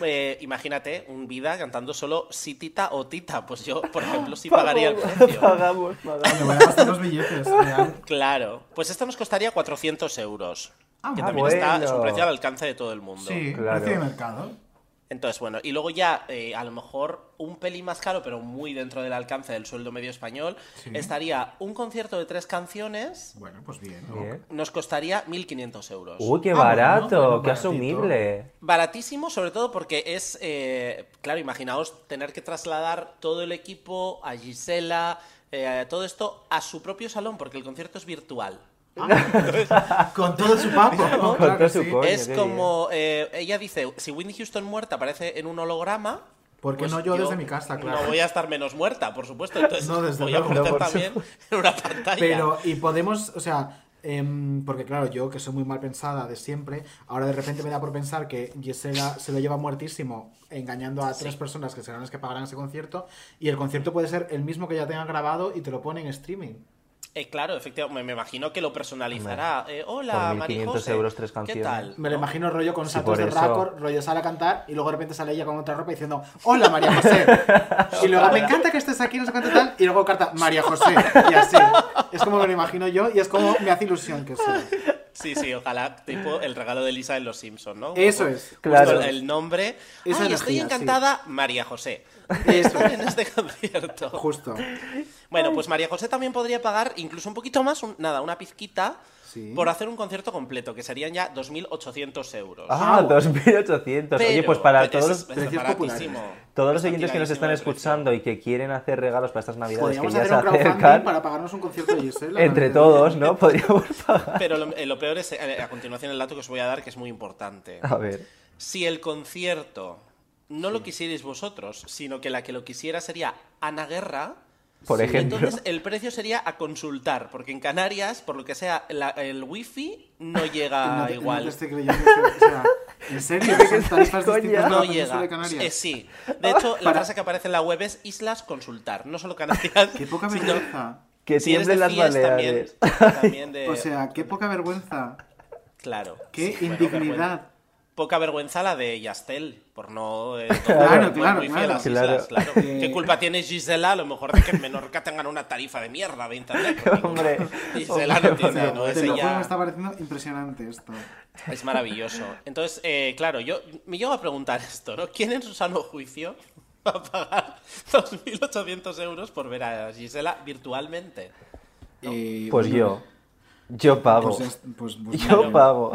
[SPEAKER 11] Eh, imagínate un vida cantando solo si tita o tita. Pues yo, por ejemplo, sí pagaría el precio.
[SPEAKER 2] Pagamos,
[SPEAKER 1] Me
[SPEAKER 2] pagamos.
[SPEAKER 1] voy a gastar los billetes. real.
[SPEAKER 11] Claro. Pues esto nos costaría 400 euros.
[SPEAKER 1] Ah,
[SPEAKER 11] Que
[SPEAKER 1] ah,
[SPEAKER 11] también está, es un
[SPEAKER 2] bueno.
[SPEAKER 11] precio al alcance de todo el mundo.
[SPEAKER 1] Sí,
[SPEAKER 2] Claro.
[SPEAKER 1] precio de mercado.
[SPEAKER 11] Entonces, bueno, y luego ya, eh, a lo mejor un pelín más caro, pero muy dentro del alcance del sueldo medio español,
[SPEAKER 1] Sí.
[SPEAKER 11] estaría un concierto de tres canciones,
[SPEAKER 1] Bueno, pues bien.
[SPEAKER 2] Bien.
[SPEAKER 11] nos costaría 1.500 euros.
[SPEAKER 2] Uy, qué
[SPEAKER 1] Ah, bueno,
[SPEAKER 2] barato,
[SPEAKER 1] bueno,
[SPEAKER 2] qué
[SPEAKER 1] baratito.
[SPEAKER 2] asumible.
[SPEAKER 11] Baratísimo, sobre todo porque es, eh, claro, imaginaos tener que trasladar todo el equipo, a Gisela, eh, a todo esto, a su propio salón, porque el concierto es virtual.
[SPEAKER 1] Ah, Con todo su papo.
[SPEAKER 2] Con
[SPEAKER 1] claro
[SPEAKER 2] todo
[SPEAKER 1] que
[SPEAKER 2] su
[SPEAKER 1] sí.
[SPEAKER 2] co- Coño,
[SPEAKER 11] es
[SPEAKER 2] qué
[SPEAKER 11] como, eh, ella dice, si Whitney Houston muerta aparece en un holograma...
[SPEAKER 1] ¿Por qué
[SPEAKER 11] pues
[SPEAKER 1] no yo desde mi casa, claro?
[SPEAKER 11] No voy a estar menos muerta, por supuesto, entonces
[SPEAKER 1] No, desde
[SPEAKER 11] voy a
[SPEAKER 1] luego,
[SPEAKER 11] aparecer
[SPEAKER 2] por
[SPEAKER 11] también en una pantalla.
[SPEAKER 1] Pero, y podemos, o sea, em, porque claro, yo que soy muy mal pensada de siempre, ahora de repente me da por pensar que Gisela se lo lleva muertísimo engañando a tres personas que serán las que pagarán ese concierto, y el concierto puede ser el mismo que ya tengan grabado y te lo ponen en streaming.
[SPEAKER 11] Eh, claro, efectivamente, me, me imagino que lo personalizará. Eh, hola,
[SPEAKER 2] por 1500
[SPEAKER 11] Marijose,
[SPEAKER 2] euros, tres
[SPEAKER 11] ¿Qué
[SPEAKER 2] canciones.
[SPEAKER 11] tal?
[SPEAKER 1] Me lo
[SPEAKER 11] ¿No?
[SPEAKER 1] imagino rollo con
[SPEAKER 2] Sí,
[SPEAKER 1] saltos
[SPEAKER 2] por
[SPEAKER 1] de
[SPEAKER 2] eso.
[SPEAKER 1] racor, rollo sale a cantar y luego de repente sale ella con otra ropa diciendo ¡Hola María José! y luego me encanta que estés aquí, no sé cuánto tal, y luego carta María José y así. Es como me lo imagino yo y es como me hace ilusión que sea.
[SPEAKER 11] Sí, sí, ojalá, tipo el regalo de Lisa en Los Simpsons, ¿no?
[SPEAKER 1] Eso
[SPEAKER 11] Como
[SPEAKER 1] es.
[SPEAKER 11] justo
[SPEAKER 2] Claro.
[SPEAKER 11] El nombre. Ay,
[SPEAKER 1] Esa
[SPEAKER 11] estoy
[SPEAKER 1] energía,
[SPEAKER 11] encantada, María José. de
[SPEAKER 1] Eso
[SPEAKER 11] estar
[SPEAKER 1] es.
[SPEAKER 11] en este concierto.
[SPEAKER 1] Justo.
[SPEAKER 11] Bueno, pues María José también podría pagar incluso un poquito más, un- nada, una pizquita,
[SPEAKER 1] Sí.
[SPEAKER 11] por hacer un concierto completo, que serían ya 2.800 euros.
[SPEAKER 2] Ah,
[SPEAKER 1] Wow.
[SPEAKER 2] 2.800. Oye,
[SPEAKER 11] Pero-
[SPEAKER 2] pues para
[SPEAKER 11] pero eso
[SPEAKER 2] todos,
[SPEAKER 11] es- eso es
[SPEAKER 1] Precios populares.
[SPEAKER 11] baratísimo.
[SPEAKER 2] todos los
[SPEAKER 11] Está
[SPEAKER 2] oyentes que nos están
[SPEAKER 11] tiradísimo de precio.
[SPEAKER 2] escuchando y que quieren hacer regalos para estas navidades que
[SPEAKER 1] Podríamos
[SPEAKER 2] ya
[SPEAKER 1] hacer
[SPEAKER 2] se
[SPEAKER 1] un crowdfunding
[SPEAKER 2] acercan,
[SPEAKER 1] para pagarnos un concierto de Gisela.
[SPEAKER 2] entre
[SPEAKER 1] realmente.
[SPEAKER 2] todos, ¿no? Podríamos pagar.
[SPEAKER 11] Pero lo, eh, lo peor es, eh, a continuación, el dato que os voy a dar, que es muy importante.
[SPEAKER 2] A ver.
[SPEAKER 11] Si el concierto no lo quisierais vosotros, sino que la que lo quisiera sería Ana Guerra,
[SPEAKER 2] Por
[SPEAKER 11] sí,
[SPEAKER 2] ejemplo.
[SPEAKER 11] entonces el precio sería a consultar, porque en Canarias, por lo que sea, la- el wifi no llega
[SPEAKER 1] No te- no
[SPEAKER 11] igual.
[SPEAKER 1] te estoy creyendo que- o sea, ¿En serio? ¿Son tarifas
[SPEAKER 2] coña?
[SPEAKER 1] distintas para
[SPEAKER 11] no
[SPEAKER 1] la península
[SPEAKER 11] llega.
[SPEAKER 1] de Canarias?
[SPEAKER 11] Eh, sí. De hecho, la
[SPEAKER 1] Para-
[SPEAKER 11] frase que aparece en la web es Islas Consultar, no solo Canarias.
[SPEAKER 1] ¡Qué poca
[SPEAKER 11] sino-
[SPEAKER 1] vergüenza! Pues
[SPEAKER 2] Que
[SPEAKER 11] si eres de
[SPEAKER 2] tiemblen las
[SPEAKER 11] Fies,
[SPEAKER 2] baleares.
[SPEAKER 11] También, también de...
[SPEAKER 1] O sea, qué poca vergüenza.
[SPEAKER 11] Claro.
[SPEAKER 1] ¡Qué
[SPEAKER 11] sí, bueno, vergüenza.
[SPEAKER 1] indignidad!
[SPEAKER 11] Poca vergüenza la de Yastel, por no... eh,
[SPEAKER 1] Claro,
[SPEAKER 11] tomar
[SPEAKER 1] claro,
[SPEAKER 11] muy fiel
[SPEAKER 1] claro.
[SPEAKER 11] a las
[SPEAKER 2] Claro.
[SPEAKER 11] islas, claro. ¿Qué culpa tiene Gisela? A lo mejor de que en Menorca tengan una tarifa de mierda de internet. porque
[SPEAKER 2] Hombre,
[SPEAKER 11] Gisela
[SPEAKER 2] hombre,
[SPEAKER 11] no
[SPEAKER 1] O sea,
[SPEAKER 11] tiene, ¿no?
[SPEAKER 1] te
[SPEAKER 11] Ese
[SPEAKER 1] lo juro que
[SPEAKER 11] ya
[SPEAKER 1] me está pareciendo impresionante esto.
[SPEAKER 11] es maravilloso. Entonces, eh, claro, yo me llego a preguntar esto, ¿no? ¿Quién en su sano juicio va a pagar 2.800 euros por ver a Gisela virtualmente?
[SPEAKER 1] Eh,
[SPEAKER 2] Pues
[SPEAKER 1] bueno,
[SPEAKER 2] yo. Yo pago.
[SPEAKER 1] Pues, es- pues- pues
[SPEAKER 2] Yo
[SPEAKER 1] mira,
[SPEAKER 2] pago.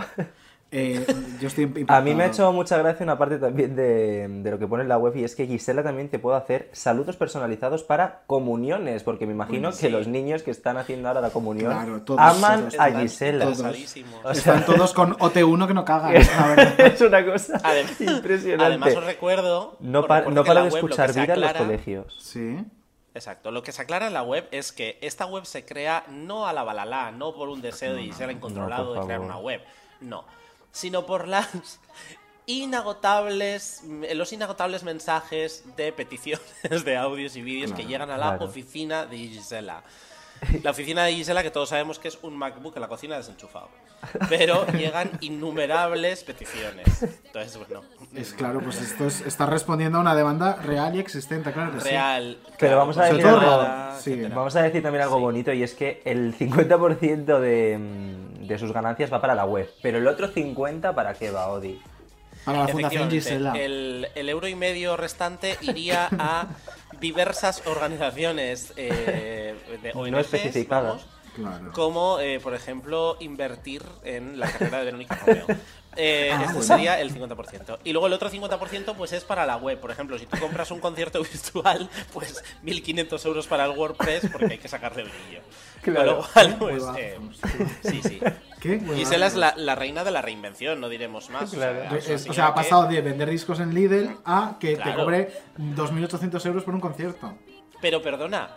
[SPEAKER 1] eh, yo estoy
[SPEAKER 2] A mí me ha
[SPEAKER 1] impactado.
[SPEAKER 2] hecho mucha gracia una parte también de, de lo que pone en la web y es que Gisela también te puede hacer saludos personalizados para comuniones, porque me imagino que los niños que están haciendo ahora la comunión
[SPEAKER 1] Claro, todos,
[SPEAKER 2] aman
[SPEAKER 1] todos,
[SPEAKER 2] a
[SPEAKER 1] todos,
[SPEAKER 2] Gisela.
[SPEAKER 1] todos.
[SPEAKER 11] Atrasadísimos.
[SPEAKER 2] O sea,
[SPEAKER 1] Están todos con OT1 que no cagan, la verdad.
[SPEAKER 2] es una cosa
[SPEAKER 11] Además,
[SPEAKER 2] impresionante.
[SPEAKER 11] además os recuerdo...
[SPEAKER 2] no
[SPEAKER 11] os
[SPEAKER 2] pa-
[SPEAKER 11] recuerdo
[SPEAKER 2] no
[SPEAKER 11] que en
[SPEAKER 2] paro de
[SPEAKER 11] la web lo que
[SPEAKER 2] escuchar
[SPEAKER 11] se
[SPEAKER 2] vida en los
[SPEAKER 11] aclara-
[SPEAKER 2] colegios.
[SPEAKER 1] Sí.
[SPEAKER 11] Exacto, lo que se aclara en la web es que esta web se crea no a la balalá, no por un deseo de Gisela
[SPEAKER 2] No,
[SPEAKER 11] incontrolado
[SPEAKER 2] por
[SPEAKER 11] de crear
[SPEAKER 2] favor.
[SPEAKER 11] una web, no, sino por las inagotables, eh, los inagotables mensajes de peticiones de audios y vídeos que llegan a la
[SPEAKER 2] claro.
[SPEAKER 11] oficina de Gisela. La oficina de Gisela, que todos sabemos que es un MacBook en la cocina desenchufado. Pero llegan innumerables peticiones. Entonces, bueno,
[SPEAKER 1] Es claro, pues esto es- está respondiendo a una demanda real y existente, claro que sí.
[SPEAKER 11] real.
[SPEAKER 2] Pero
[SPEAKER 11] claro,
[SPEAKER 2] vamos a
[SPEAKER 11] con
[SPEAKER 2] decir algo.
[SPEAKER 11] nada,
[SPEAKER 1] Sí,
[SPEAKER 11] etcétera.
[SPEAKER 2] Vamos a decir también algo bonito y es que el 50% de, mm, de sus ganancias va para la web, pero el otro 50% para qué va, Odi.
[SPEAKER 1] Para la Fundación
[SPEAKER 11] Efectivamente,
[SPEAKER 1] Gisela.
[SPEAKER 11] El, el euro y medio restante iría a diversas organizaciones eh, de ONGs,
[SPEAKER 2] especificadas.
[SPEAKER 11] vamos,
[SPEAKER 1] Claro.
[SPEAKER 11] como, eh, por ejemplo, invertir en la carrera de Verónica Romeo. Eh,
[SPEAKER 1] Ah,
[SPEAKER 11] este
[SPEAKER 1] bueno.
[SPEAKER 11] sería el 50%. Y luego el otro 50% pues es para la web. Por ejemplo, si tú compras un concierto virtual, pues 1.500 euros para el WordPress porque hay que sacarle brillo. Con lo
[SPEAKER 2] Claro.
[SPEAKER 11] cual,
[SPEAKER 2] Qué
[SPEAKER 11] pues, eh, sí, sí.
[SPEAKER 1] Qué
[SPEAKER 11] Gisela es la, la reina de la reinvención, no diremos más.
[SPEAKER 2] Claro.
[SPEAKER 11] es
[SPEAKER 1] Es-
[SPEAKER 11] una
[SPEAKER 1] o
[SPEAKER 11] señora
[SPEAKER 1] sea, ha
[SPEAKER 11] que-
[SPEAKER 1] pasado de vender discos en Lidl a que te
[SPEAKER 11] Claro.
[SPEAKER 1] cobre 2.800 euros por un concierto.
[SPEAKER 11] Pero perdona,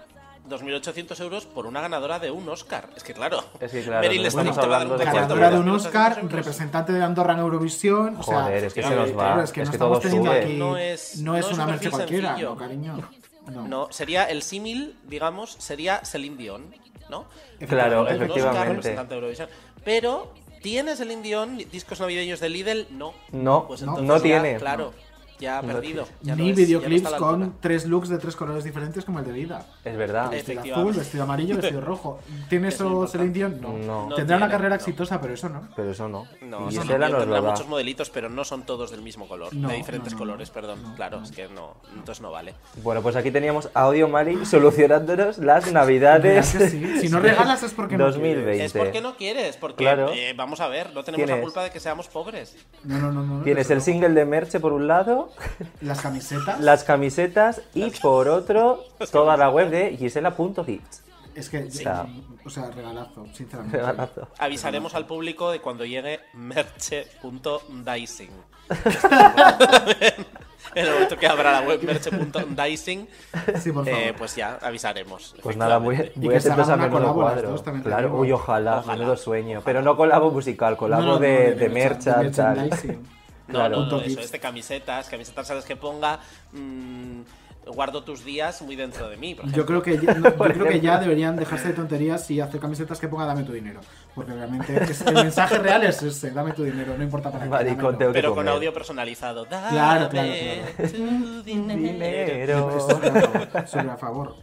[SPEAKER 11] 2.800 euros por una ganadora de un Oscar. Es que claro,
[SPEAKER 2] Es que, claro,
[SPEAKER 11] Meryl
[SPEAKER 2] no
[SPEAKER 11] Streep
[SPEAKER 2] estamos
[SPEAKER 11] te va a dar
[SPEAKER 2] hablando
[SPEAKER 11] un
[SPEAKER 2] de
[SPEAKER 11] concierto
[SPEAKER 1] Ganadora de
[SPEAKER 11] por
[SPEAKER 1] un
[SPEAKER 11] 2.800
[SPEAKER 1] Oscar,
[SPEAKER 11] euros.
[SPEAKER 1] representante de Andorra en Eurovisión. O sea,
[SPEAKER 2] Joder, es que se
[SPEAKER 1] claro,
[SPEAKER 2] nos va,
[SPEAKER 1] claro, es que
[SPEAKER 2] es
[SPEAKER 1] no
[SPEAKER 2] que
[SPEAKER 1] estamos
[SPEAKER 2] todo
[SPEAKER 1] teniendo
[SPEAKER 2] sube.
[SPEAKER 1] aquí.
[SPEAKER 11] No es-
[SPEAKER 1] no es
[SPEAKER 11] no es
[SPEAKER 1] una
[SPEAKER 11] un
[SPEAKER 1] merche
[SPEAKER 11] perfil
[SPEAKER 1] cualquiera,
[SPEAKER 11] sencillo.
[SPEAKER 1] no, cariño. No.
[SPEAKER 11] No, sería el símil, digamos, sería Celine Dion, ¿no?
[SPEAKER 2] Claro,
[SPEAKER 11] Un Oscar
[SPEAKER 2] efectivamente.
[SPEAKER 11] representante de Eurovisión. Pero, ¿tiene Celine Dion discos navideños de Lidl? No.
[SPEAKER 2] No,
[SPEAKER 11] Pues
[SPEAKER 2] no,
[SPEAKER 11] entonces
[SPEAKER 2] no
[SPEAKER 11] ya,
[SPEAKER 2] tiene.
[SPEAKER 11] Claro, ya ha
[SPEAKER 2] No
[SPEAKER 11] perdido. ya no
[SPEAKER 1] Ni
[SPEAKER 11] es, ya no
[SPEAKER 1] videoclips
[SPEAKER 11] está a la altura.
[SPEAKER 1] con tres looks de tres colores diferentes como el de Lida.
[SPEAKER 2] Es verdad.
[SPEAKER 1] Vestido azul,
[SPEAKER 11] Efectivamente.
[SPEAKER 1] vestido amarillo, vestido rojo. ¿Tiene
[SPEAKER 11] muy
[SPEAKER 1] eso
[SPEAKER 11] importante.
[SPEAKER 1] Celine Dion? No.
[SPEAKER 2] No.
[SPEAKER 11] No
[SPEAKER 1] Tendrá una
[SPEAKER 11] tiene,
[SPEAKER 1] carrera
[SPEAKER 11] no.
[SPEAKER 1] exitosa, pero eso no.
[SPEAKER 2] Pero eso no.
[SPEAKER 11] No,
[SPEAKER 2] y
[SPEAKER 11] eso no,
[SPEAKER 2] Gisela nos
[SPEAKER 11] tendrá
[SPEAKER 2] lo da.
[SPEAKER 11] muchos modelitos, pero no son todos del mismo color,
[SPEAKER 1] No,
[SPEAKER 11] de diferentes
[SPEAKER 1] no, no,
[SPEAKER 11] colores, perdón. claro, es que no, entonces no vale.
[SPEAKER 2] Bueno, pues aquí teníamos a Audio Mali solucionándonos las navidades.
[SPEAKER 1] ¿Verdad que sí? Si no regalas es porque no
[SPEAKER 2] 2020.
[SPEAKER 11] Es porque no quieres, porque
[SPEAKER 2] Claro.
[SPEAKER 11] eh, vamos a ver, no tenemos la
[SPEAKER 2] Tienes-
[SPEAKER 11] culpa de que seamos pobres.
[SPEAKER 1] No, no, no. no
[SPEAKER 2] Tienes
[SPEAKER 1] eso
[SPEAKER 2] el
[SPEAKER 1] no.
[SPEAKER 2] single de Merche por un lado,
[SPEAKER 1] Las camisetas.
[SPEAKER 2] las camisetas y por otro toda la web de gisela.hits.
[SPEAKER 1] Es que,
[SPEAKER 2] Sí.
[SPEAKER 1] o sea, regalazo, sinceramente.
[SPEAKER 2] Regalazo.
[SPEAKER 11] Avisaremos al público de cuando llegue merche.dicing. en el momento que habrá la web merche.dicing,
[SPEAKER 1] Sí, por favor.
[SPEAKER 11] eh, pues ya avisaremos.
[SPEAKER 2] Pues nada, muy,
[SPEAKER 11] efectivamente.
[SPEAKER 1] Y
[SPEAKER 2] muy
[SPEAKER 1] que se
[SPEAKER 2] atentos a
[SPEAKER 1] hagan una
[SPEAKER 2] menudo
[SPEAKER 1] colabo las
[SPEAKER 2] cuadro.
[SPEAKER 1] dos, también te
[SPEAKER 2] claro,
[SPEAKER 1] digo.
[SPEAKER 2] uy, ojalá,
[SPEAKER 11] Ojalá.
[SPEAKER 2] menudo sueño. Pero no colabo musical, colabo
[SPEAKER 1] No, no,
[SPEAKER 2] de,
[SPEAKER 1] no,
[SPEAKER 2] de, mercha,
[SPEAKER 1] de
[SPEAKER 2] tal.
[SPEAKER 1] merchandising.
[SPEAKER 11] No,
[SPEAKER 2] Claro.
[SPEAKER 11] no, no,
[SPEAKER 1] Punto
[SPEAKER 11] eso
[SPEAKER 1] tips.
[SPEAKER 11] es de camisetas, camisetas a las que ponga mm, guardo tus días muy dentro de mí. por
[SPEAKER 1] Yo
[SPEAKER 11] ejemplo.
[SPEAKER 1] creo que ya, no, yo creo que ya deberían dejarse de tonterías y hacer camisetas que ponga dame tu dinero. Porque realmente es- el mensaje real es ese, dame tu dinero, no importa para qué.
[SPEAKER 2] Maricón,
[SPEAKER 1] dámelo.
[SPEAKER 2] tengo que
[SPEAKER 11] Pero con
[SPEAKER 2] comer.
[SPEAKER 11] audio personalizado.
[SPEAKER 1] Claro, claro,
[SPEAKER 11] Dame
[SPEAKER 1] claro.
[SPEAKER 11] tu dinero.
[SPEAKER 2] Dinero.
[SPEAKER 1] Súper a favor, súper a favor.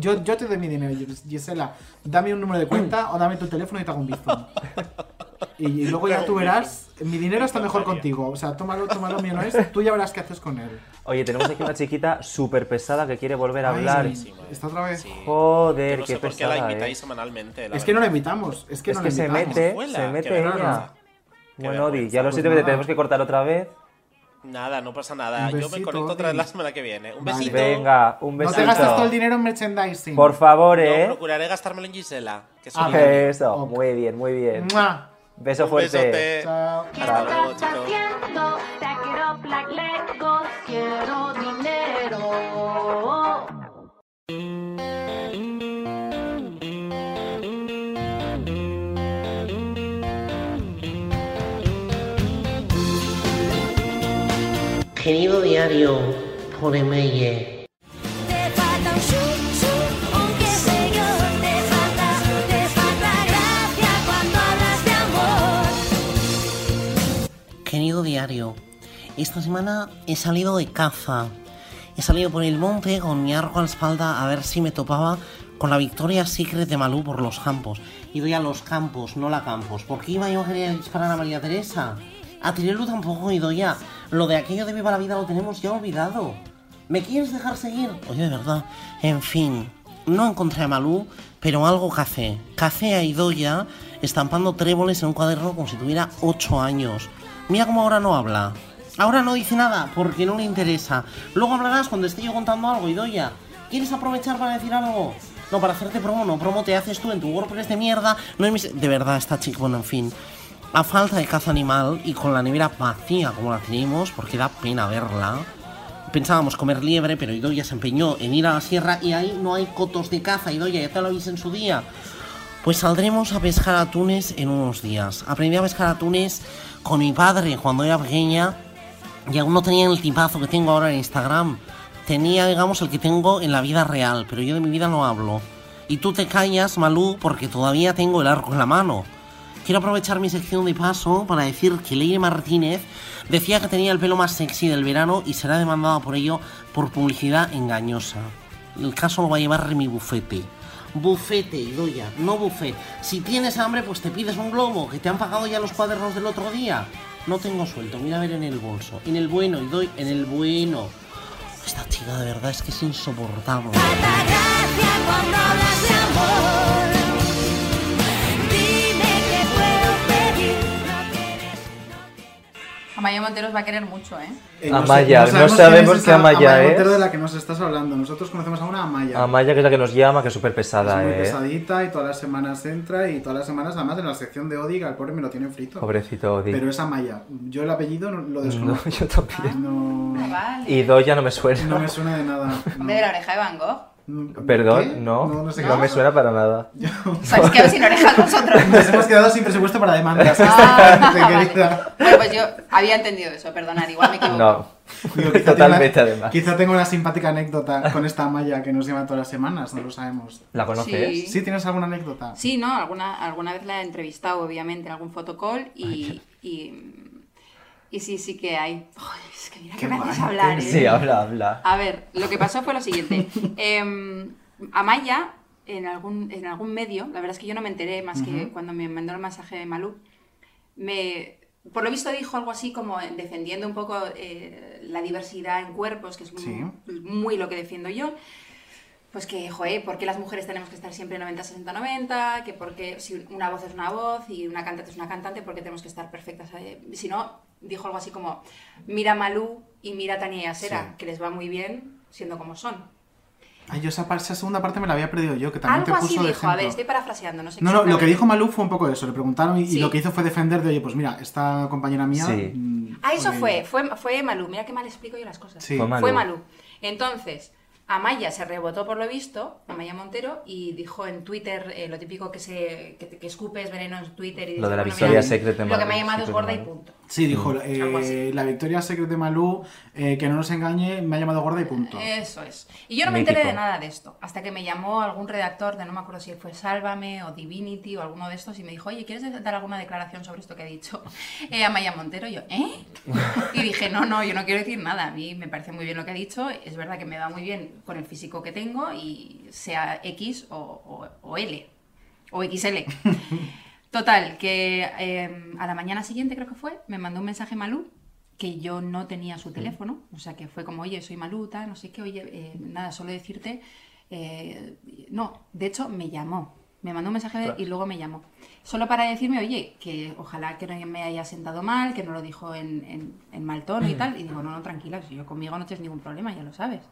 [SPEAKER 1] Yo, yo te doy mi dinero, Gisela. Dame un número de cuenta o dame tu teléfono y te hago un bizum. Y luego ya tú verás, mi dinero está mejor contigo. O sea, tómalo, tómalo, mío no es. Tú ya verás qué haces con él.
[SPEAKER 2] Oye, tenemos aquí una chiquita súper pesada que quiere volver a
[SPEAKER 1] Ay,
[SPEAKER 2] hablar.
[SPEAKER 11] Buenísimo, eh.
[SPEAKER 1] Está otra vez.
[SPEAKER 11] Sí.
[SPEAKER 2] Joder,
[SPEAKER 11] Yo no
[SPEAKER 2] qué
[SPEAKER 11] sé por qué
[SPEAKER 2] pesada,
[SPEAKER 11] la
[SPEAKER 2] eh.
[SPEAKER 11] invitáis semanalmente. la
[SPEAKER 1] Es que no la
[SPEAKER 11] verdad.
[SPEAKER 1] invitamos, es que
[SPEAKER 2] es
[SPEAKER 1] no
[SPEAKER 2] que
[SPEAKER 1] la
[SPEAKER 2] se
[SPEAKER 1] invitamos.
[SPEAKER 2] mete,
[SPEAKER 11] Vuela,
[SPEAKER 2] se
[SPEAKER 11] qué
[SPEAKER 2] mete
[SPEAKER 11] vergüenza.
[SPEAKER 2] ella.
[SPEAKER 11] Qué
[SPEAKER 2] Bueno, Odi,
[SPEAKER 11] vergüenza.
[SPEAKER 2] ya lo
[SPEAKER 1] Pues
[SPEAKER 2] siento que te
[SPEAKER 1] nada.
[SPEAKER 2] tenemos que cortar otra vez.
[SPEAKER 11] Nada, no pasa nada.
[SPEAKER 1] Un
[SPEAKER 11] Yo me
[SPEAKER 1] besito,
[SPEAKER 11] conecto otra
[SPEAKER 1] Odi.
[SPEAKER 11] vez la semana que viene. Un
[SPEAKER 1] Vale.
[SPEAKER 11] besito.
[SPEAKER 2] Venga, un
[SPEAKER 1] No
[SPEAKER 2] besito.
[SPEAKER 1] te gastes todo el dinero en merchandising.
[SPEAKER 2] Por favor,
[SPEAKER 11] No,
[SPEAKER 2] eh.
[SPEAKER 11] procuraré gastármelo en Gisela. Que soy
[SPEAKER 1] Ah,
[SPEAKER 11] yo.
[SPEAKER 1] eh,
[SPEAKER 2] Eso,
[SPEAKER 1] Ok.
[SPEAKER 2] muy bien, muy bien.
[SPEAKER 1] ¡Mua!
[SPEAKER 2] Beso
[SPEAKER 11] Un
[SPEAKER 2] fuerte.
[SPEAKER 11] besote.
[SPEAKER 1] Chao.
[SPEAKER 11] Hasta luego, chicos.
[SPEAKER 12] Te quiero black legos, quiero dinero.
[SPEAKER 13] Querido diario, por email.
[SPEAKER 12] Te falta un chup chup, un qué sé yo. Te falta, te falta gracia cuando hablas de amor.
[SPEAKER 13] Querido diario, esta semana he salido de caza. He salido por el monte con mi arco a la espalda a ver si me topaba con la victoria secret de Malú por los campos. Y doy a los campos, no la campos. ¿Por qué iba yo a querer disparar a María Teresa? A Tirelu tampoco he ido ya. Lo de aquello de Viva la Vida lo tenemos ya olvidado. ¿Me quieres dejar seguir? Oye, de verdad. En fin, no encontré a Malú, pero algo café. Café a Idoya estampando tréboles en un cuaderno como si tuviera 8 años. Mira cómo ahora no habla. Ahora no dice nada porque no le interesa. Luego hablarás cuando esté yo contando algo, Idoya. ¿Quieres aprovechar para decir algo? No, para hacerte promo, no, promo te haces tú en tu WordPress de mierda. No en mis- De verdad, está chico, bueno, en fin. A falta de caza animal y con la nevera vacía como la tenemos, porque da pena verla, Pensábamos comer liebre, pero Idoya se empeñó en ir a la sierra y ahí no hay cotos de caza, Idoya, ya te lo avisé en su día. Pues saldremos a pescar atunes en unos días. Aprendí a pescar atunes con mi padre cuando era pequeña y aún no tenía el tipazo que tengo ahora en Instagram. Tenía, digamos, el que tengo en la vida real, pero yo de mi vida no hablo. Y tú te callas, Malú, porque todavía tengo el arco en la mano. Quiero aprovechar mi sección de paso para decir que Leire Martínez decía que tenía el pelo más sexy del verano y será demandada por ello por publicidad engañosa. El caso lo va a llevar mi bufete. Bufete, Idoya, no buffet. Si tienes hambre, pues te pides un globo, que te han pagado ya los cuadernos del otro día. No tengo suelto, mira a ver en el bolso. En el bueno, Idoy, en el bueno. Esta chica de verdad es que es insoportable.
[SPEAKER 12] Falta gracia cuando hablas de amor.
[SPEAKER 3] Amaya Monteros va a querer mucho, ¿eh?
[SPEAKER 1] Eh,
[SPEAKER 2] Amaya,
[SPEAKER 1] sé-
[SPEAKER 2] no
[SPEAKER 1] quién
[SPEAKER 2] sabemos
[SPEAKER 1] es
[SPEAKER 2] qué
[SPEAKER 1] esa
[SPEAKER 2] Amaya es.
[SPEAKER 1] Montero de la que nos estás hablando. Nosotros conocemos a una Amaya.
[SPEAKER 2] Amaya, que es la que nos llama, que es súper pesada,
[SPEAKER 1] Es muy
[SPEAKER 2] eh.
[SPEAKER 1] pesadita y todas las semanas entra y todas las semanas además en la sección de Odiga, el pobre me lo tiene frito.
[SPEAKER 2] Pobrecito Odi.
[SPEAKER 1] Pero es Amaya. Yo el apellido no- lo desconozco.
[SPEAKER 2] No, yo también.
[SPEAKER 1] No,
[SPEAKER 3] Vale.
[SPEAKER 2] Y dos ya no me suena.
[SPEAKER 1] no me suena de nada.
[SPEAKER 3] Hombre de la oreja de Van Gogh.
[SPEAKER 2] Perdón, no.
[SPEAKER 1] No, no sé qué
[SPEAKER 2] me
[SPEAKER 1] es.
[SPEAKER 2] suena para nada.
[SPEAKER 3] Pues quedo sin orejas vosotros.
[SPEAKER 1] Nos hemos quedado sin presupuesto para demandas.
[SPEAKER 3] Ah,
[SPEAKER 1] Gente
[SPEAKER 3] vale.
[SPEAKER 1] querida.
[SPEAKER 3] Bueno, pues yo había entendido eso, perdonad, igual me equivoco.
[SPEAKER 2] No.
[SPEAKER 1] Digo, quizá
[SPEAKER 2] Totalmente,
[SPEAKER 1] tengo una-
[SPEAKER 2] además.
[SPEAKER 1] Quizá tengo una simpática anécdota con esta Amaya que nos llama todas las semanas, no lo sabemos.
[SPEAKER 2] ¿La conoces?
[SPEAKER 3] Sí.
[SPEAKER 1] Sí, ¿tienes alguna anécdota?
[SPEAKER 3] Sí, ¿no? Alguna, alguna vez la he entrevistado, obviamente, en algún fotocall y, y, y sí, sí que hay. Joder, es que mira que
[SPEAKER 2] Qué
[SPEAKER 3] me haces
[SPEAKER 2] guay.
[SPEAKER 3] hablar, ¿eh? Ah.
[SPEAKER 2] Sí, habla, habla.
[SPEAKER 3] A ver, lo que pasó fue lo siguiente. Em, Amaya, en algún, en algún medio, la verdad es que yo no me enteré más que
[SPEAKER 14] Ujú.
[SPEAKER 3] cuando me mandó el masaje de Malú, me, por lo visto dijo algo así como defendiendo un poco eh, la diversidad en cuerpos, que es
[SPEAKER 14] Sí.
[SPEAKER 3] muy, muy lo que defiendo yo. Pues que, joder, ¿por qué las mujeres tenemos que estar siempre 90-60-90? Que porque si una voz es una voz y una cantante es una cantante, ¿por qué tenemos que estar perfectas? eh? Si no, dijo algo así como, mira a Malú y mira a Tania y a Sera,
[SPEAKER 1] Sí.
[SPEAKER 3] que les va muy bien siendo como son.
[SPEAKER 1] Ay, yo esa, par- esa segunda parte me la había perdido yo, que también
[SPEAKER 3] algo
[SPEAKER 1] te
[SPEAKER 3] así dijo,
[SPEAKER 1] puso de
[SPEAKER 3] a ver,
[SPEAKER 1] ejemplo.
[SPEAKER 3] estoy parafraseando, no sé
[SPEAKER 1] No, no, lo que
[SPEAKER 3] exactamente.
[SPEAKER 1] dijo Malú fue un poco eso, le preguntaron y, y
[SPEAKER 3] Sí.
[SPEAKER 1] lo que hizo fue defender de, oye, pues mira, esta compañera mía...
[SPEAKER 2] Sí.
[SPEAKER 1] mm,
[SPEAKER 3] Ah, eso
[SPEAKER 1] oye,
[SPEAKER 3] fue, fue, fue Malú. Mira qué mal explico yo las cosas.
[SPEAKER 1] Sí.
[SPEAKER 2] Fue Malú.
[SPEAKER 3] Fue Malú. Entonces, Amaya se rebotó por lo visto, Amaya Montero, y dijo en Twitter eh, lo típico que se que, que escupes veneno en Twitter. Y
[SPEAKER 2] Lo de la
[SPEAKER 3] dices,
[SPEAKER 2] Victoria's
[SPEAKER 3] mira,
[SPEAKER 2] Secret de
[SPEAKER 3] Lo que
[SPEAKER 2] Malú,
[SPEAKER 3] me ha llamado es
[SPEAKER 2] Secret
[SPEAKER 3] gorda y
[SPEAKER 2] Malú.
[SPEAKER 3] punto.
[SPEAKER 1] Sí, dijo,
[SPEAKER 3] Mm. Algo así.
[SPEAKER 1] eh, la victoria secret de Malú, eh, que no nos engañe, me ha llamado gorda y punto.
[SPEAKER 3] Eso es. Y yo no me
[SPEAKER 1] Mítico.
[SPEAKER 3] enteré de nada de esto, hasta que me llamó algún redactor de no me acuerdo si fue Sálvame o Divinity o alguno de estos y me dijo, oye, ¿quieres dar alguna declaración sobre esto que he dicho eh, a Maya Montero? Y yo, ¿eh? Y dije, no, no, yo no quiero decir nada, a mí me parece muy bien lo que ha dicho, es verdad que me va muy bien con el físico que tengo y sea X o, o- o L o XL. Total, que eh, a la mañana siguiente creo que fue, me mandó un mensaje Malú que yo no tenía su teléfono, o sea que fue como, oye, soy Maluta, no sé qué, oye, eh, nada, solo decirte, eh, no, de hecho me llamó, me mandó un mensaje
[SPEAKER 14] Ostras.
[SPEAKER 3] y luego me llamó, solo para decirme, oye, que ojalá que no me haya sentado mal, que no lo dijo en, en- en mal tono y tal, y digo, no, no, tranquila, si yo conmigo no tienes ningún problema, ya lo sabes.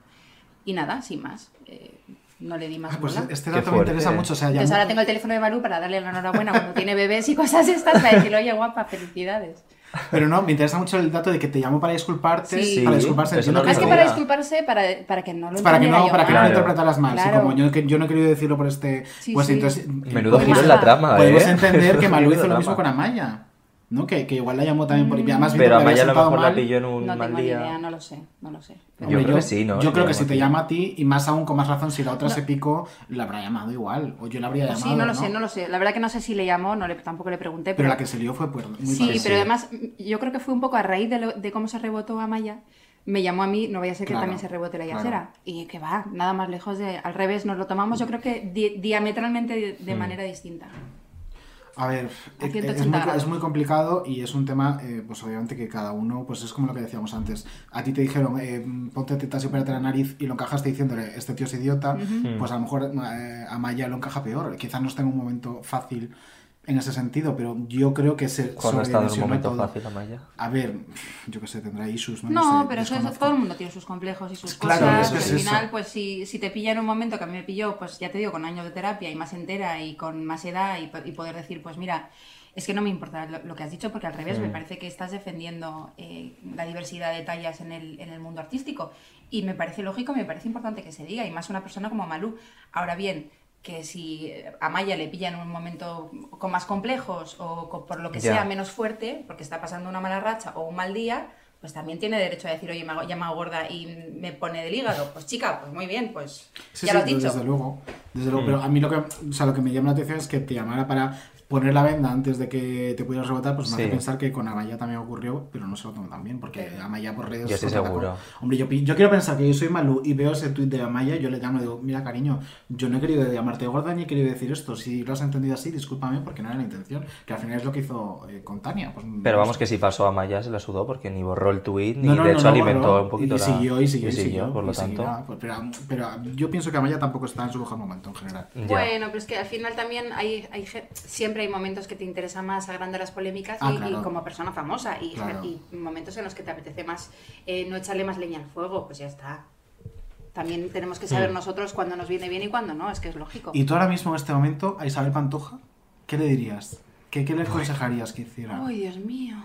[SPEAKER 3] Y nada, sin más, eh, no le di más
[SPEAKER 1] Ah, pues
[SPEAKER 3] bola.
[SPEAKER 1] este
[SPEAKER 2] Qué
[SPEAKER 1] dato me
[SPEAKER 2] fuerte.
[SPEAKER 1] interesa mucho, o sea,
[SPEAKER 3] Entonces
[SPEAKER 1] llamó-
[SPEAKER 3] pues ahora tengo el teléfono de Malú para darle la enhorabuena cuando tiene bebés y cosas estas, para decirle, oye, guapa, felicidades.
[SPEAKER 1] pero no, me interesa mucho el dato de que te llamó para disculparte,
[SPEAKER 3] Sí.
[SPEAKER 1] para
[SPEAKER 2] Sí,
[SPEAKER 1] disculparse.
[SPEAKER 2] eso
[SPEAKER 1] entiendo
[SPEAKER 2] no
[SPEAKER 3] Más
[SPEAKER 2] lo
[SPEAKER 3] que
[SPEAKER 2] sabía.
[SPEAKER 3] para disculparse, para, para que no lo
[SPEAKER 1] Para que
[SPEAKER 3] entendiera
[SPEAKER 1] no,
[SPEAKER 3] yo
[SPEAKER 1] para que no
[SPEAKER 3] mal.
[SPEAKER 1] lo interpretaras mal. Sí,
[SPEAKER 3] Claro.
[SPEAKER 1] como yo, que- yo no he querido decirlo por este.
[SPEAKER 3] Sí,
[SPEAKER 1] pues
[SPEAKER 3] sí.
[SPEAKER 1] entonces.
[SPEAKER 2] Menudo
[SPEAKER 1] podemos-
[SPEAKER 2] giro en la trama,
[SPEAKER 1] Podemos
[SPEAKER 2] ¿eh?
[SPEAKER 1] entender que Malú
[SPEAKER 2] Menudo
[SPEAKER 1] hizo lo
[SPEAKER 2] drama.
[SPEAKER 1] mismo con Amaya. ¿No? Que, que igual la llamó también por. y Además, vio que
[SPEAKER 2] Pero
[SPEAKER 1] le había
[SPEAKER 2] Amaya a lo
[SPEAKER 1] sentado
[SPEAKER 2] mejor la
[SPEAKER 1] mal.
[SPEAKER 2] pilló en un
[SPEAKER 3] Mm. No
[SPEAKER 2] mal
[SPEAKER 3] tengo ni idea,
[SPEAKER 2] día.
[SPEAKER 3] no lo sé, no lo sé.
[SPEAKER 2] Yo
[SPEAKER 1] Hombre,
[SPEAKER 2] creo que sí, ¿no?
[SPEAKER 1] Yo creo
[SPEAKER 2] Llama
[SPEAKER 1] que si te
[SPEAKER 2] a ti.
[SPEAKER 1] llama a ti, y más aún con más razón, si la otra se picó, la habrá llamado igual. O yo la habría
[SPEAKER 3] Pues
[SPEAKER 1] llamado.
[SPEAKER 3] sí, no lo sé, no lo sé. La verdad que no sé si le llamó, no le, tampoco le pregunté.
[SPEAKER 1] Pero la que se lió fue por. muy
[SPEAKER 3] Sí,
[SPEAKER 1] parecida.
[SPEAKER 3] pero además mm, yo creo que fue un poco a raíz de, lo- de cómo se rebotó a Maya. Me llamó a mí, no vaya a ser que
[SPEAKER 1] Claro,
[SPEAKER 3] también se rebote la
[SPEAKER 1] claro.
[SPEAKER 3] yacera. Y que va, nada más lejos de. Al revés, nos lo tomamos, yo creo que di- diametralmente de, de
[SPEAKER 1] Mm.
[SPEAKER 3] manera distinta.
[SPEAKER 1] A ver,
[SPEAKER 3] A
[SPEAKER 1] eh,
[SPEAKER 3] 180
[SPEAKER 1] es muy,
[SPEAKER 3] grados.
[SPEAKER 1] es muy complicado y es un tema, eh, pues obviamente que cada uno, pues es como lo que decíamos antes. A ti te dijeron, eh, ponte tetas y opérate la nariz y lo encajaste diciéndole, este tío es idiota,
[SPEAKER 2] Hmm.
[SPEAKER 3] Ujú.
[SPEAKER 1] pues a lo mejor eh, a Maya lo encaja peor. Quizás no esté en un momento fácil en ese sentido, pero yo creo que se
[SPEAKER 2] Cuando ha estado en un
[SPEAKER 1] sobredimensionó
[SPEAKER 2] momento
[SPEAKER 1] todo.
[SPEAKER 2] fácil, Amaya.
[SPEAKER 1] A ver, yo que sé, tendrá issues, no,
[SPEAKER 3] No,
[SPEAKER 1] lo sé,
[SPEAKER 3] pero eso,
[SPEAKER 1] desconozco.
[SPEAKER 3] todo el mundo tiene sus complejos y sus
[SPEAKER 1] Claro,
[SPEAKER 3] cosas.
[SPEAKER 1] es que es
[SPEAKER 3] al
[SPEAKER 1] eso.
[SPEAKER 3] final, pues si, si te pilla en un momento que a mí me pilló, pues ya te digo, con años de terapia y más entera y con más edad y, po- y poder decir, pues mira, es que no me importa lo, lo que has dicho porque al revés,
[SPEAKER 14] Mm.
[SPEAKER 3] me parece que estás defendiendo eh, la diversidad de tallas en el, en el mundo artístico. Y me parece lógico, me parece importante que se diga, y más una persona como Malú. Ahora bien, que si eh, a Maya le pilla en un momento con más complejos o con- por lo que
[SPEAKER 2] Ya.
[SPEAKER 3] sea menos fuerte, porque está pasando una mala racha o un mal día, pues también tiene derecho a decir, oye, me hago- llama gorda y me pone del hígado. Pues chica, pues muy bien, pues
[SPEAKER 1] Sí,
[SPEAKER 3] ya
[SPEAKER 1] sí,
[SPEAKER 3] lo has dicho.
[SPEAKER 1] desde luego. Desde luego,
[SPEAKER 2] Mm.
[SPEAKER 1] pero a mí lo que, o sea, lo que me llama la atención es que te llamara para poner la venda antes de que te pudieras rebotar, pues me hace
[SPEAKER 2] Sí.
[SPEAKER 1] pensar que con Amaya también ocurrió, pero no se lo tomó tan bien, porque Amaya por redes...
[SPEAKER 2] Yo estoy
[SPEAKER 1] se lo trata
[SPEAKER 2] seguro.
[SPEAKER 1] como- Hombre, yo, pi- yo quiero pensar que yo soy Malú y veo ese tuit de Amaya, yo le llamo y digo, mira cariño, yo no he querido llamarte gorda ni he querido decir esto, si lo has entendido así, discúlpame porque no era la intención, que al final es lo que hizo eh, con Tania. Pues,
[SPEAKER 2] Pero
[SPEAKER 1] no
[SPEAKER 2] vamos,
[SPEAKER 1] sé.
[SPEAKER 2] que si pasó a Maya se la sudó porque ni borró el tuit, ni
[SPEAKER 1] No, no,
[SPEAKER 2] de
[SPEAKER 1] no,
[SPEAKER 2] hecho
[SPEAKER 1] no,
[SPEAKER 2] alimentó
[SPEAKER 1] borró.
[SPEAKER 2] un poquito
[SPEAKER 1] y
[SPEAKER 2] la-
[SPEAKER 1] siguió, y siguió, y
[SPEAKER 2] siguió,
[SPEAKER 1] siguió,
[SPEAKER 2] por lo
[SPEAKER 1] y
[SPEAKER 2] tanto.
[SPEAKER 1] seguirá. Pues, pero, pero yo pienso que Amaya tampoco está en su mejor momento en general.
[SPEAKER 3] Pues, Bueno, pero es que al final también hay, hay ge- siempre siempre hay momentos que te interesa más agrandar las polémicas
[SPEAKER 1] Ah,
[SPEAKER 3] y, y
[SPEAKER 1] claro.
[SPEAKER 3] como persona famosa y,
[SPEAKER 1] Claro.
[SPEAKER 3] y momentos en los que te apetece más eh, no echarle más leña al fuego, pues ya está. También tenemos que saber
[SPEAKER 1] Mm.
[SPEAKER 3] nosotros cuándo nos viene bien y cuándo no, es que es lógico.
[SPEAKER 1] Y tú ahora mismo en este momento a Isabel Pantoja, ¿qué le dirías? ¿Qué, qué le aconsejarías que hiciera?
[SPEAKER 3] Ay, Dios mío.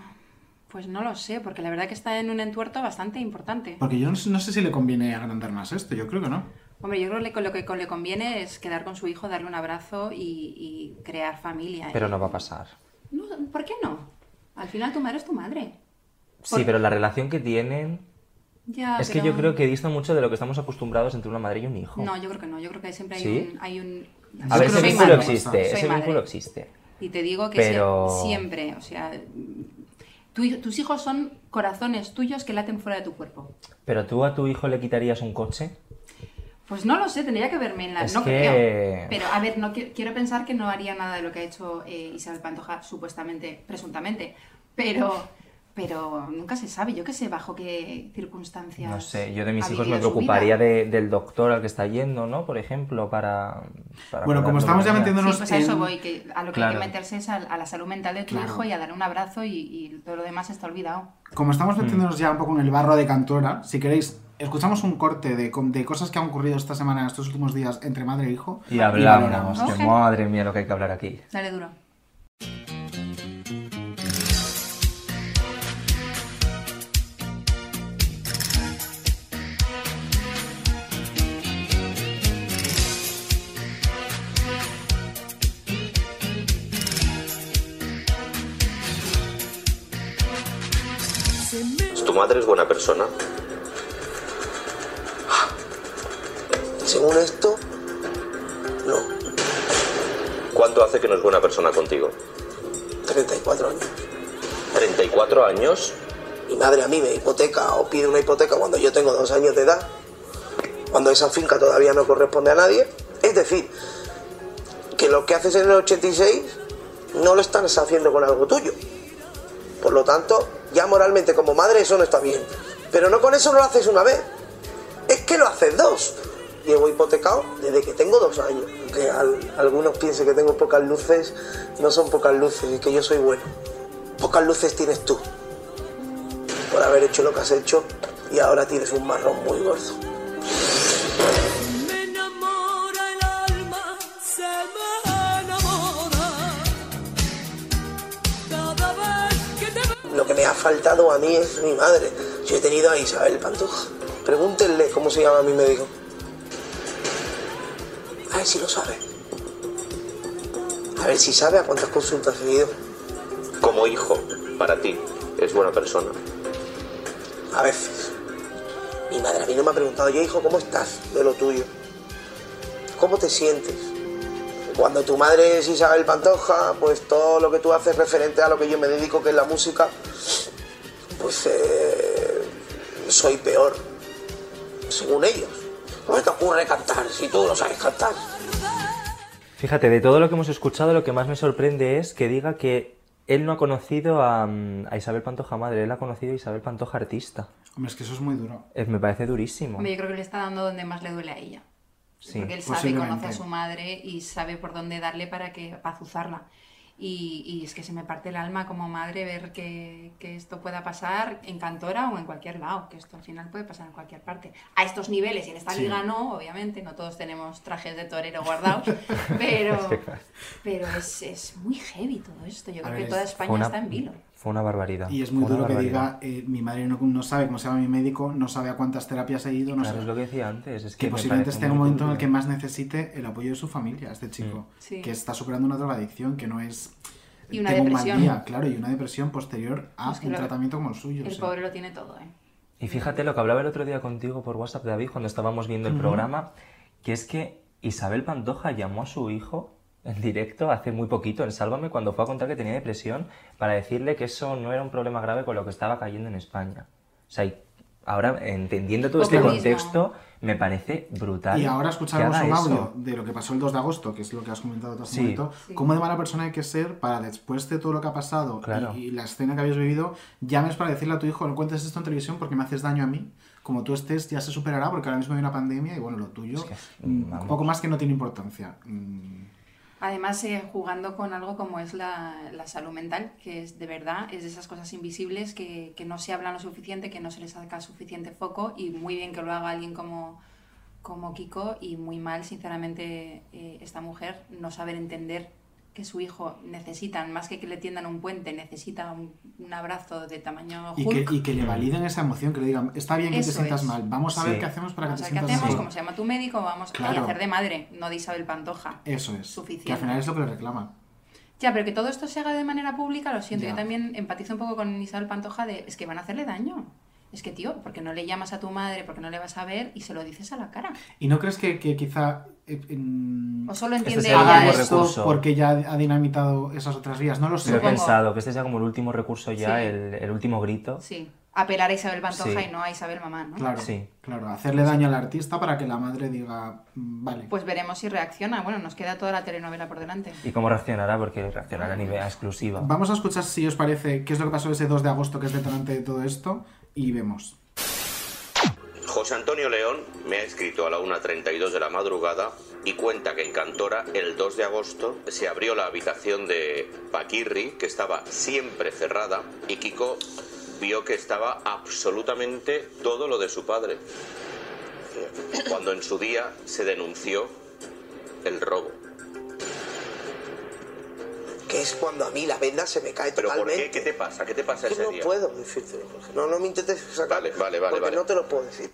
[SPEAKER 3] Pues no lo sé, porque la verdad que está en un entuerto bastante importante.
[SPEAKER 1] Porque yo no, sé- no sé si le conviene agrandar más esto, yo creo que no.
[SPEAKER 3] Hombre, yo creo que le- con lo que con- le conviene es quedar con su hijo, darle un abrazo y, y crear familia. ¿eh?
[SPEAKER 2] Pero no va a pasar.
[SPEAKER 3] No, ¿Por qué no? Al final tu madre es tu madre.
[SPEAKER 2] Sí, pero la relación que tienen...
[SPEAKER 3] Ya,
[SPEAKER 2] es que
[SPEAKER 3] Ah, pero-
[SPEAKER 2] yo creo que dista mucho de lo que estamos acostumbrados entre una madre y un hijo.
[SPEAKER 3] No, yo creo que no. Yo creo que ahí siempre hay
[SPEAKER 2] ¿Sí?
[SPEAKER 3] un... Hay un...
[SPEAKER 2] A
[SPEAKER 3] Yo
[SPEAKER 2] ver,
[SPEAKER 3] creo
[SPEAKER 2] ese
[SPEAKER 3] que soy
[SPEAKER 2] vínculo
[SPEAKER 3] madre.
[SPEAKER 2] existe,
[SPEAKER 3] Soy
[SPEAKER 2] ese
[SPEAKER 3] madre.
[SPEAKER 2] vínculo existe.
[SPEAKER 3] Y te digo que
[SPEAKER 2] Pero-
[SPEAKER 3] sie- siempre, o sea, mm, tu hij- tus hijos son corazones tuyos que laten fuera de tu cuerpo.
[SPEAKER 2] Pero tú a tu hijo le quitarías un coche.
[SPEAKER 3] Pues no lo sé, tendría que verme en la...
[SPEAKER 2] Es
[SPEAKER 3] no
[SPEAKER 2] que-
[SPEAKER 3] creo. Pero a ver, no qui- quiero pensar que no haría nada de lo que ha hecho eh, Isabel Pantoja, supuestamente, presuntamente. Pero, pero nunca se sabe, yo qué sé, bajo qué circunstancias.
[SPEAKER 2] No sé, yo de mis
[SPEAKER 3] ha
[SPEAKER 2] hijos me
[SPEAKER 3] vivido su
[SPEAKER 2] preocuparía de- del doctor al que está yendo, ¿no? Por ejemplo, para... para
[SPEAKER 1] Bueno,
[SPEAKER 2] cuidarlo
[SPEAKER 1] como estamos ya
[SPEAKER 2] de ella.
[SPEAKER 1] metiéndonos
[SPEAKER 3] Sí, pues a eso voy, que a lo que hay
[SPEAKER 2] Claro.
[SPEAKER 3] que meterse es a, a la salud mental de tu
[SPEAKER 1] Claro.
[SPEAKER 3] hijo y a dar un abrazo y, y todo lo demás está olvidado.
[SPEAKER 1] Como
[SPEAKER 2] Mm.
[SPEAKER 1] estamos metiéndonos ya un poco en el barro de Cantora, si queréis, escuchamos un corte de, com- de cosas que han ocurrido esta semana, estos últimos días, entre madre e hijo.
[SPEAKER 2] Y hablamos,
[SPEAKER 1] valoramos.
[SPEAKER 2] que
[SPEAKER 3] Oje.
[SPEAKER 2] madre mía lo que hay que hablar aquí.
[SPEAKER 3] Dale duro.
[SPEAKER 14] ¿Tu madre es buena persona?
[SPEAKER 15] Según esto,
[SPEAKER 14] ¿Cuánto hace que no es buena persona contigo?
[SPEAKER 15] 34 años.
[SPEAKER 14] ¿34 años?
[SPEAKER 15] Mi madre a mí me hipoteca o pide una hipoteca cuando yo tengo dos años de edad, cuando esa finca todavía no corresponde a nadie. Es decir, que lo que haces en el 86 no lo estás haciendo con algo tuyo. Por lo tanto, ya moralmente como madre eso no está bien. Pero no con eso no lo haces una vez, es que lo haces dos. Llevo hipotecado desde que tengo dos años. Que al- algunos piensen que tengo pocas luces, no son pocas luces, es que yo soy bueno. Pocas luces tienes tú por haber hecho lo que has hecho y ahora tienes un marrón muy gordo.
[SPEAKER 12] Me enamora el alma, se me enamora. Cada vez que te veo.
[SPEAKER 15] Lo que me ha faltado a mí es mi madre. Yo he tenido a Isabel Pantoja. Pregúntenle cómo se llama mi médico. A ver si lo sabe. A ver si sabe a cuántas consultas he ido.
[SPEAKER 14] Como hijo, para ti, ¿es buena persona?
[SPEAKER 15] A veces. Mi madre a mí no me ha preguntado, yo hijo, ¿cómo estás de lo tuyo? ¿Cómo te sientes? Cuando tu madre es Isabel Pantoja, pues todo lo que tú haces referente a lo que yo me dedico, que es la música, pues eh, soy peor, según ellos. ¿Cómo te ocurre cantar si tú no sabes cantar?
[SPEAKER 2] Fíjate, de todo lo que hemos escuchado, lo que más me sorprende es que diga que él no ha conocido a, mm, a Isabel Pantoja madre, él ha conocido a Isabel Pantoja artista.
[SPEAKER 1] Hombre, es que eso es muy duro.
[SPEAKER 2] Eh, me parece durísimo.
[SPEAKER 3] Hombre, yo creo que le está dando donde más le duele a ella.
[SPEAKER 2] Sí,
[SPEAKER 3] Porque él sabe, conoce a
[SPEAKER 2] posiblemente.
[SPEAKER 3] su madre y sabe por dónde darle para que para azuzarla. Y, y es que se me parte el alma como madre ver que, que esto pueda pasar en Cantora o en cualquier lado, que esto al final puede pasar en cualquier parte. A estos niveles y en esta
[SPEAKER 2] Sí.
[SPEAKER 3] liga no, obviamente, no todos tenemos trajes de torero guardados, pero, pero es, es muy heavy todo esto. Yo
[SPEAKER 1] A
[SPEAKER 3] creo
[SPEAKER 1] ver,
[SPEAKER 3] que toda
[SPEAKER 1] es-
[SPEAKER 3] España
[SPEAKER 2] Fue una-
[SPEAKER 3] está en vilo.
[SPEAKER 2] Fue una barbaridad.
[SPEAKER 1] Y es muy
[SPEAKER 2] fue una
[SPEAKER 1] duro que
[SPEAKER 2] barbaridad.
[SPEAKER 1] diga, eh, mi madre no, no sabe cómo se llama mi médico, no sabe a cuántas terapias he ido, no
[SPEAKER 2] Claro,
[SPEAKER 1] sabe.
[SPEAKER 2] es lo que decía antes. Es que
[SPEAKER 1] que
[SPEAKER 2] me
[SPEAKER 1] posiblemente
[SPEAKER 2] parece
[SPEAKER 1] esté en un
[SPEAKER 2] muy
[SPEAKER 1] momento en
[SPEAKER 2] duro. Mm.
[SPEAKER 1] el que más necesite el apoyo de su familia, este chico,
[SPEAKER 3] Sí.
[SPEAKER 1] que está superando una drogadicción que no es...
[SPEAKER 3] Y una
[SPEAKER 1] tengo
[SPEAKER 3] depresión.
[SPEAKER 1] mal día, claro, y una depresión posterior a
[SPEAKER 3] Es que
[SPEAKER 1] Ah, un
[SPEAKER 3] lo-
[SPEAKER 1] tratamiento como el suyo.
[SPEAKER 3] El
[SPEAKER 1] sí.
[SPEAKER 3] pobre lo tiene todo, ¿eh?
[SPEAKER 2] Y fíjate lo que hablaba el otro día contigo por WhatsApp, David, cuando estábamos viendo el
[SPEAKER 1] Ujú.
[SPEAKER 2] programa, que es que Isabel Pantoja llamó a su hijo en directo hace muy poquito, en Sálvame, cuando fue a contar que tenía depresión, para decirle que eso no era un problema grave con lo que estaba cayendo en España. O sea, y ahora entendiendo todo este
[SPEAKER 1] Populismo.
[SPEAKER 2] contexto, me parece brutal.
[SPEAKER 1] Y ahora
[SPEAKER 2] que
[SPEAKER 1] escucharemos
[SPEAKER 2] haga
[SPEAKER 1] un
[SPEAKER 2] eso.
[SPEAKER 1] audio de lo que pasó el 2 de agosto, que es lo que has comentado todo
[SPEAKER 2] Sí.
[SPEAKER 1] este momento.
[SPEAKER 2] Sí.
[SPEAKER 1] Cómo de mala persona hay que ser para después de todo lo que ha pasado y-
[SPEAKER 2] Claro.
[SPEAKER 1] y, la escena que habéis vivido, llames para decirle a tu hijo, no cuentes esto en televisión porque me haces daño a mí. Como tú estés, ya se superará porque ahora mismo hay una pandemia y bueno, lo tuyo, mm, un poco más que no tiene importancia. Mm,
[SPEAKER 3] Además, eh, jugando con algo como es la, la salud mental, que es de verdad, es de esas cosas invisibles que, que no se hablan lo suficiente, que no se les saca suficiente foco y muy bien que lo haga alguien como, como Kiko y muy mal, sinceramente, eh, esta mujer no saber entender que su hijo necesita, más que que le tiendan un puente, necesita un, un abrazo de tamaño
[SPEAKER 1] Y que,
[SPEAKER 3] Hulk.
[SPEAKER 1] y que le validen esa emoción, que le digan, está bien que te
[SPEAKER 3] Eso
[SPEAKER 1] sientas
[SPEAKER 3] es.
[SPEAKER 1] mal, vamos a
[SPEAKER 3] Sí.
[SPEAKER 1] ver qué hacemos para
[SPEAKER 3] Vamos a
[SPEAKER 1] que
[SPEAKER 3] ver
[SPEAKER 1] te
[SPEAKER 3] qué
[SPEAKER 1] sientas
[SPEAKER 3] hacemos,
[SPEAKER 1] mal.
[SPEAKER 3] cómo se llama tu médico, vamos
[SPEAKER 1] Claro.
[SPEAKER 3] a hacer de madre, no de Isabel Pantoja.
[SPEAKER 1] Eso es.
[SPEAKER 3] Suficiente.
[SPEAKER 1] Que al final es lo que le reclama.
[SPEAKER 3] Ya, pero que todo esto se haga de manera pública, lo siento.
[SPEAKER 1] Ya.
[SPEAKER 3] Yo también empatizo un poco con Isabel Pantoja de, es que van a hacerle daño. Es que, tío, porque no le llamas a tu madre, porque no le vas a ver y se lo dices a la cara.
[SPEAKER 1] ¿Y no crees que, que quizá... eh, en- este
[SPEAKER 3] O solo
[SPEAKER 2] entiende
[SPEAKER 1] haga
[SPEAKER 2] ella
[SPEAKER 1] esto
[SPEAKER 2] eso. recurso.
[SPEAKER 1] porque ya ha dinamitado esas otras vías? No lo sé.
[SPEAKER 2] Lo he pensado, que este sea como el último recurso ya,
[SPEAKER 3] Sí.
[SPEAKER 2] el, el último grito.
[SPEAKER 3] Sí, apelar a Isabel Pantoja
[SPEAKER 2] Sí.
[SPEAKER 3] y no a Isabel Mamá, ¿no?
[SPEAKER 1] Claro,
[SPEAKER 2] Sí.
[SPEAKER 1] claro, hacerle daño al artista para que la madre diga, "Mm, vale.
[SPEAKER 3] Pues veremos si reacciona. Bueno, nos queda toda la telenovela por delante.
[SPEAKER 2] ¿Y cómo reaccionará? Porque reaccionará a nivel exclusiva.
[SPEAKER 1] Vamos a escuchar si os parece qué es lo que pasó ese 2 de agosto, que es detonante de todo esto, y vemos.
[SPEAKER 14] José Antonio León me ha escrito a la 1.32 de la madrugada y cuenta que en Cantora el 2 de agosto se abrió la habitación de Paquirri, que estaba siempre cerrada, y Kiko vio que estaba absolutamente todo lo de su padre, cuando en su día se denunció el robo.
[SPEAKER 15] Que es cuando a mí la venda se me cae
[SPEAKER 14] ¿Pero por
[SPEAKER 15] totalmente.
[SPEAKER 14] qué? ¿Qué te pasa? ¿Qué te pasa
[SPEAKER 15] Que
[SPEAKER 14] ese
[SPEAKER 15] no
[SPEAKER 14] día?
[SPEAKER 15] puedo decírtelo, Jorge. No, no me intentes sacar.
[SPEAKER 14] Vale, vale, vale,
[SPEAKER 15] porque
[SPEAKER 14] vale.
[SPEAKER 15] no te lo puedo decir.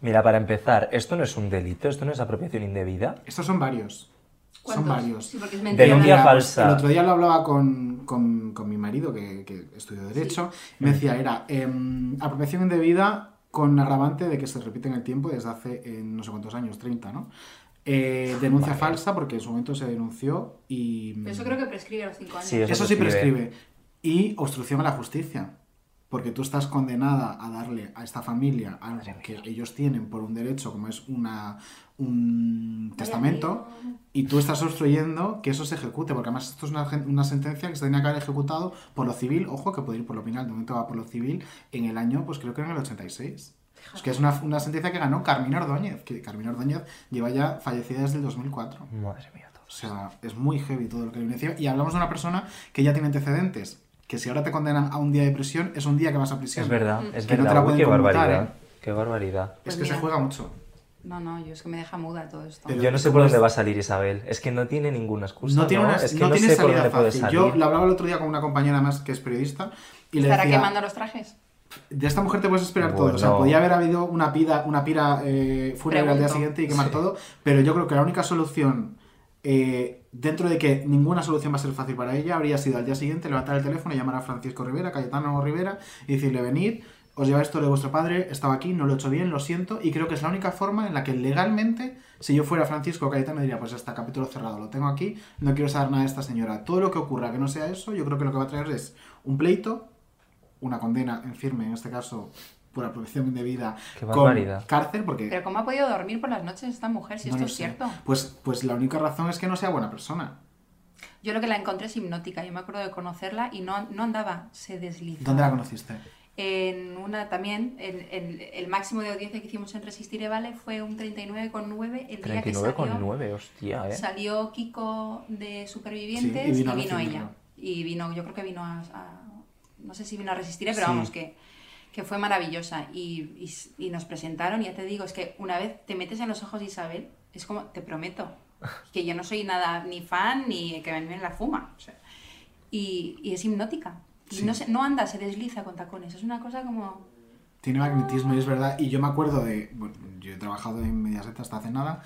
[SPEAKER 2] Mira, para empezar, esto no es un delito, esto no es apropiación indebida.
[SPEAKER 1] Estos son varios. Son
[SPEAKER 3] ¿Cuántos?
[SPEAKER 1] varios.
[SPEAKER 3] Sí, porque es mentira.
[SPEAKER 2] Denuncia
[SPEAKER 1] Mira, pues,
[SPEAKER 2] falsa.
[SPEAKER 1] El otro día lo hablaba con, con- con mi marido, que, que estudió Derecho, y me decía, era em, apropiación indebida con agravante de que se repite en el tiempo desde hace eh, no sé cuántos años, 30, ¿no? Eh, denuncia falsa porque en su momento se denunció y...
[SPEAKER 3] Pero eso creo que prescribe a los cinco años.
[SPEAKER 1] Sí, eso, sí prescribe. Y obstrucción a la justicia. Porque tú estás condenada a darle a esta familia algo que ellos tienen por un derecho, como es una, un testamento, y tú estás obstruyendo que eso se ejecute. Porque además esto es una, gen- una sentencia que se tenía que haber ejecutado por lo civil. Ojo, que puede ir por lo penal, de momento va por lo civil, en el año, pues creo que en el 86. Es que es una, una sentencia que ganó Carmina Ordóñez, que Carmina Ordóñez lleva ya fallecida desde el 2004.
[SPEAKER 2] Madre mía.
[SPEAKER 1] O sea, es muy heavy todo lo que viene encima. Y hablamos de una persona que ya tiene antecedentes. Que si ahora te condenan a un día de prisión, es un día que vas a prisión.
[SPEAKER 2] Es verdad, es
[SPEAKER 1] Que no
[SPEAKER 2] verdad.
[SPEAKER 1] te la
[SPEAKER 2] Uy,
[SPEAKER 1] pueden
[SPEAKER 2] qué
[SPEAKER 1] conmutar,
[SPEAKER 2] barbaridad.
[SPEAKER 1] ¿eh?
[SPEAKER 2] Qué barbaridad.
[SPEAKER 1] Es que se juega mucho.
[SPEAKER 3] Pues No, no, yo es que me deja muda todo esto.
[SPEAKER 2] Yo no sé por dónde va a salir Isabel. Es que no tiene ninguna excusa. Pues No
[SPEAKER 1] No tiene, una-
[SPEAKER 2] Es que
[SPEAKER 1] no
[SPEAKER 2] no,
[SPEAKER 1] tiene
[SPEAKER 2] sé por
[SPEAKER 1] salida
[SPEAKER 2] dónde puede
[SPEAKER 1] fácil.
[SPEAKER 2] salir.
[SPEAKER 1] Yo lo hablaba el otro día con una compañera más que es periodista. Y le
[SPEAKER 3] ¿Estará
[SPEAKER 1] decía,
[SPEAKER 3] quemando los trajes?
[SPEAKER 1] de esta mujer te puedes esperar todo. O sea,
[SPEAKER 2] Bueno.
[SPEAKER 1] podía haber habido una pira, una pira eh, fúnebre al día
[SPEAKER 3] Pregunto.
[SPEAKER 1] siguiente y quemar
[SPEAKER 2] Sí.
[SPEAKER 1] todo. Pero yo creo que la única solución, eh, dentro de que ninguna solución va a ser fácil para ella, habría sido al día siguiente levantar el teléfono y llamar a Francisco Rivera, Cayetano Rivera, y decirle, venid, os lleva esto de vuestro padre, estaba aquí, no lo he hecho bien, lo siento. Y creo que es la única forma en la que legalmente, si yo fuera Francisco o Cayetano, diría, pues ya está, capítulo cerrado, lo tengo aquí, no quiero saber nada de esta señora. Todo lo que ocurra que no sea eso, yo creo que lo que va a traer es un pleito una condena en firme, en este caso por apropiación indebida,
[SPEAKER 2] Qué
[SPEAKER 1] con
[SPEAKER 2] barbaridad.
[SPEAKER 1] cárcel, porque
[SPEAKER 3] Pero ¿cómo ha podido dormir por las noches esta mujer si
[SPEAKER 1] No
[SPEAKER 3] esto
[SPEAKER 1] lo
[SPEAKER 3] es
[SPEAKER 1] sé.
[SPEAKER 3] cierto?
[SPEAKER 1] pues, pues la única razón es que no sea buena persona.
[SPEAKER 3] Yo lo que la encontré es hipnótica. Yo me acuerdo de conocerla y no, no andaba, se deslizaba.
[SPEAKER 1] ¿Dónde la conociste?
[SPEAKER 3] En una también, en, en- el máximo de audiencia que hicimos en Resistir e Vale fue un 39,9 el día que salió,
[SPEAKER 2] 39,9, hostia, eh.
[SPEAKER 3] salió Kiko de Supervivientes
[SPEAKER 2] Sí, y
[SPEAKER 3] y
[SPEAKER 2] vino
[SPEAKER 3] vino,
[SPEAKER 2] a e recibirlo.
[SPEAKER 3] ella. Y vino, yo creo que vino a, a- no sé si vino a Resistir, e, pero
[SPEAKER 2] Sí.
[SPEAKER 3] vamos, que, que fue maravillosa. Y, y s- y nos presentaron, y ya te digo, es que una vez te metes en los ojos de Isabel, es como, te prometo, pues que yo no soy nada ni fan ni que a mí me la fuma. o sea. y, y es hipnótica. Y
[SPEAKER 1] Sí.
[SPEAKER 3] no, se- no anda, se desliza con tacones. Es una cosa como...
[SPEAKER 1] Tiene magnetismo y es verdad. Y yo me acuerdo de. Bueno, yo he trabajado en Mediaset hasta hace nada.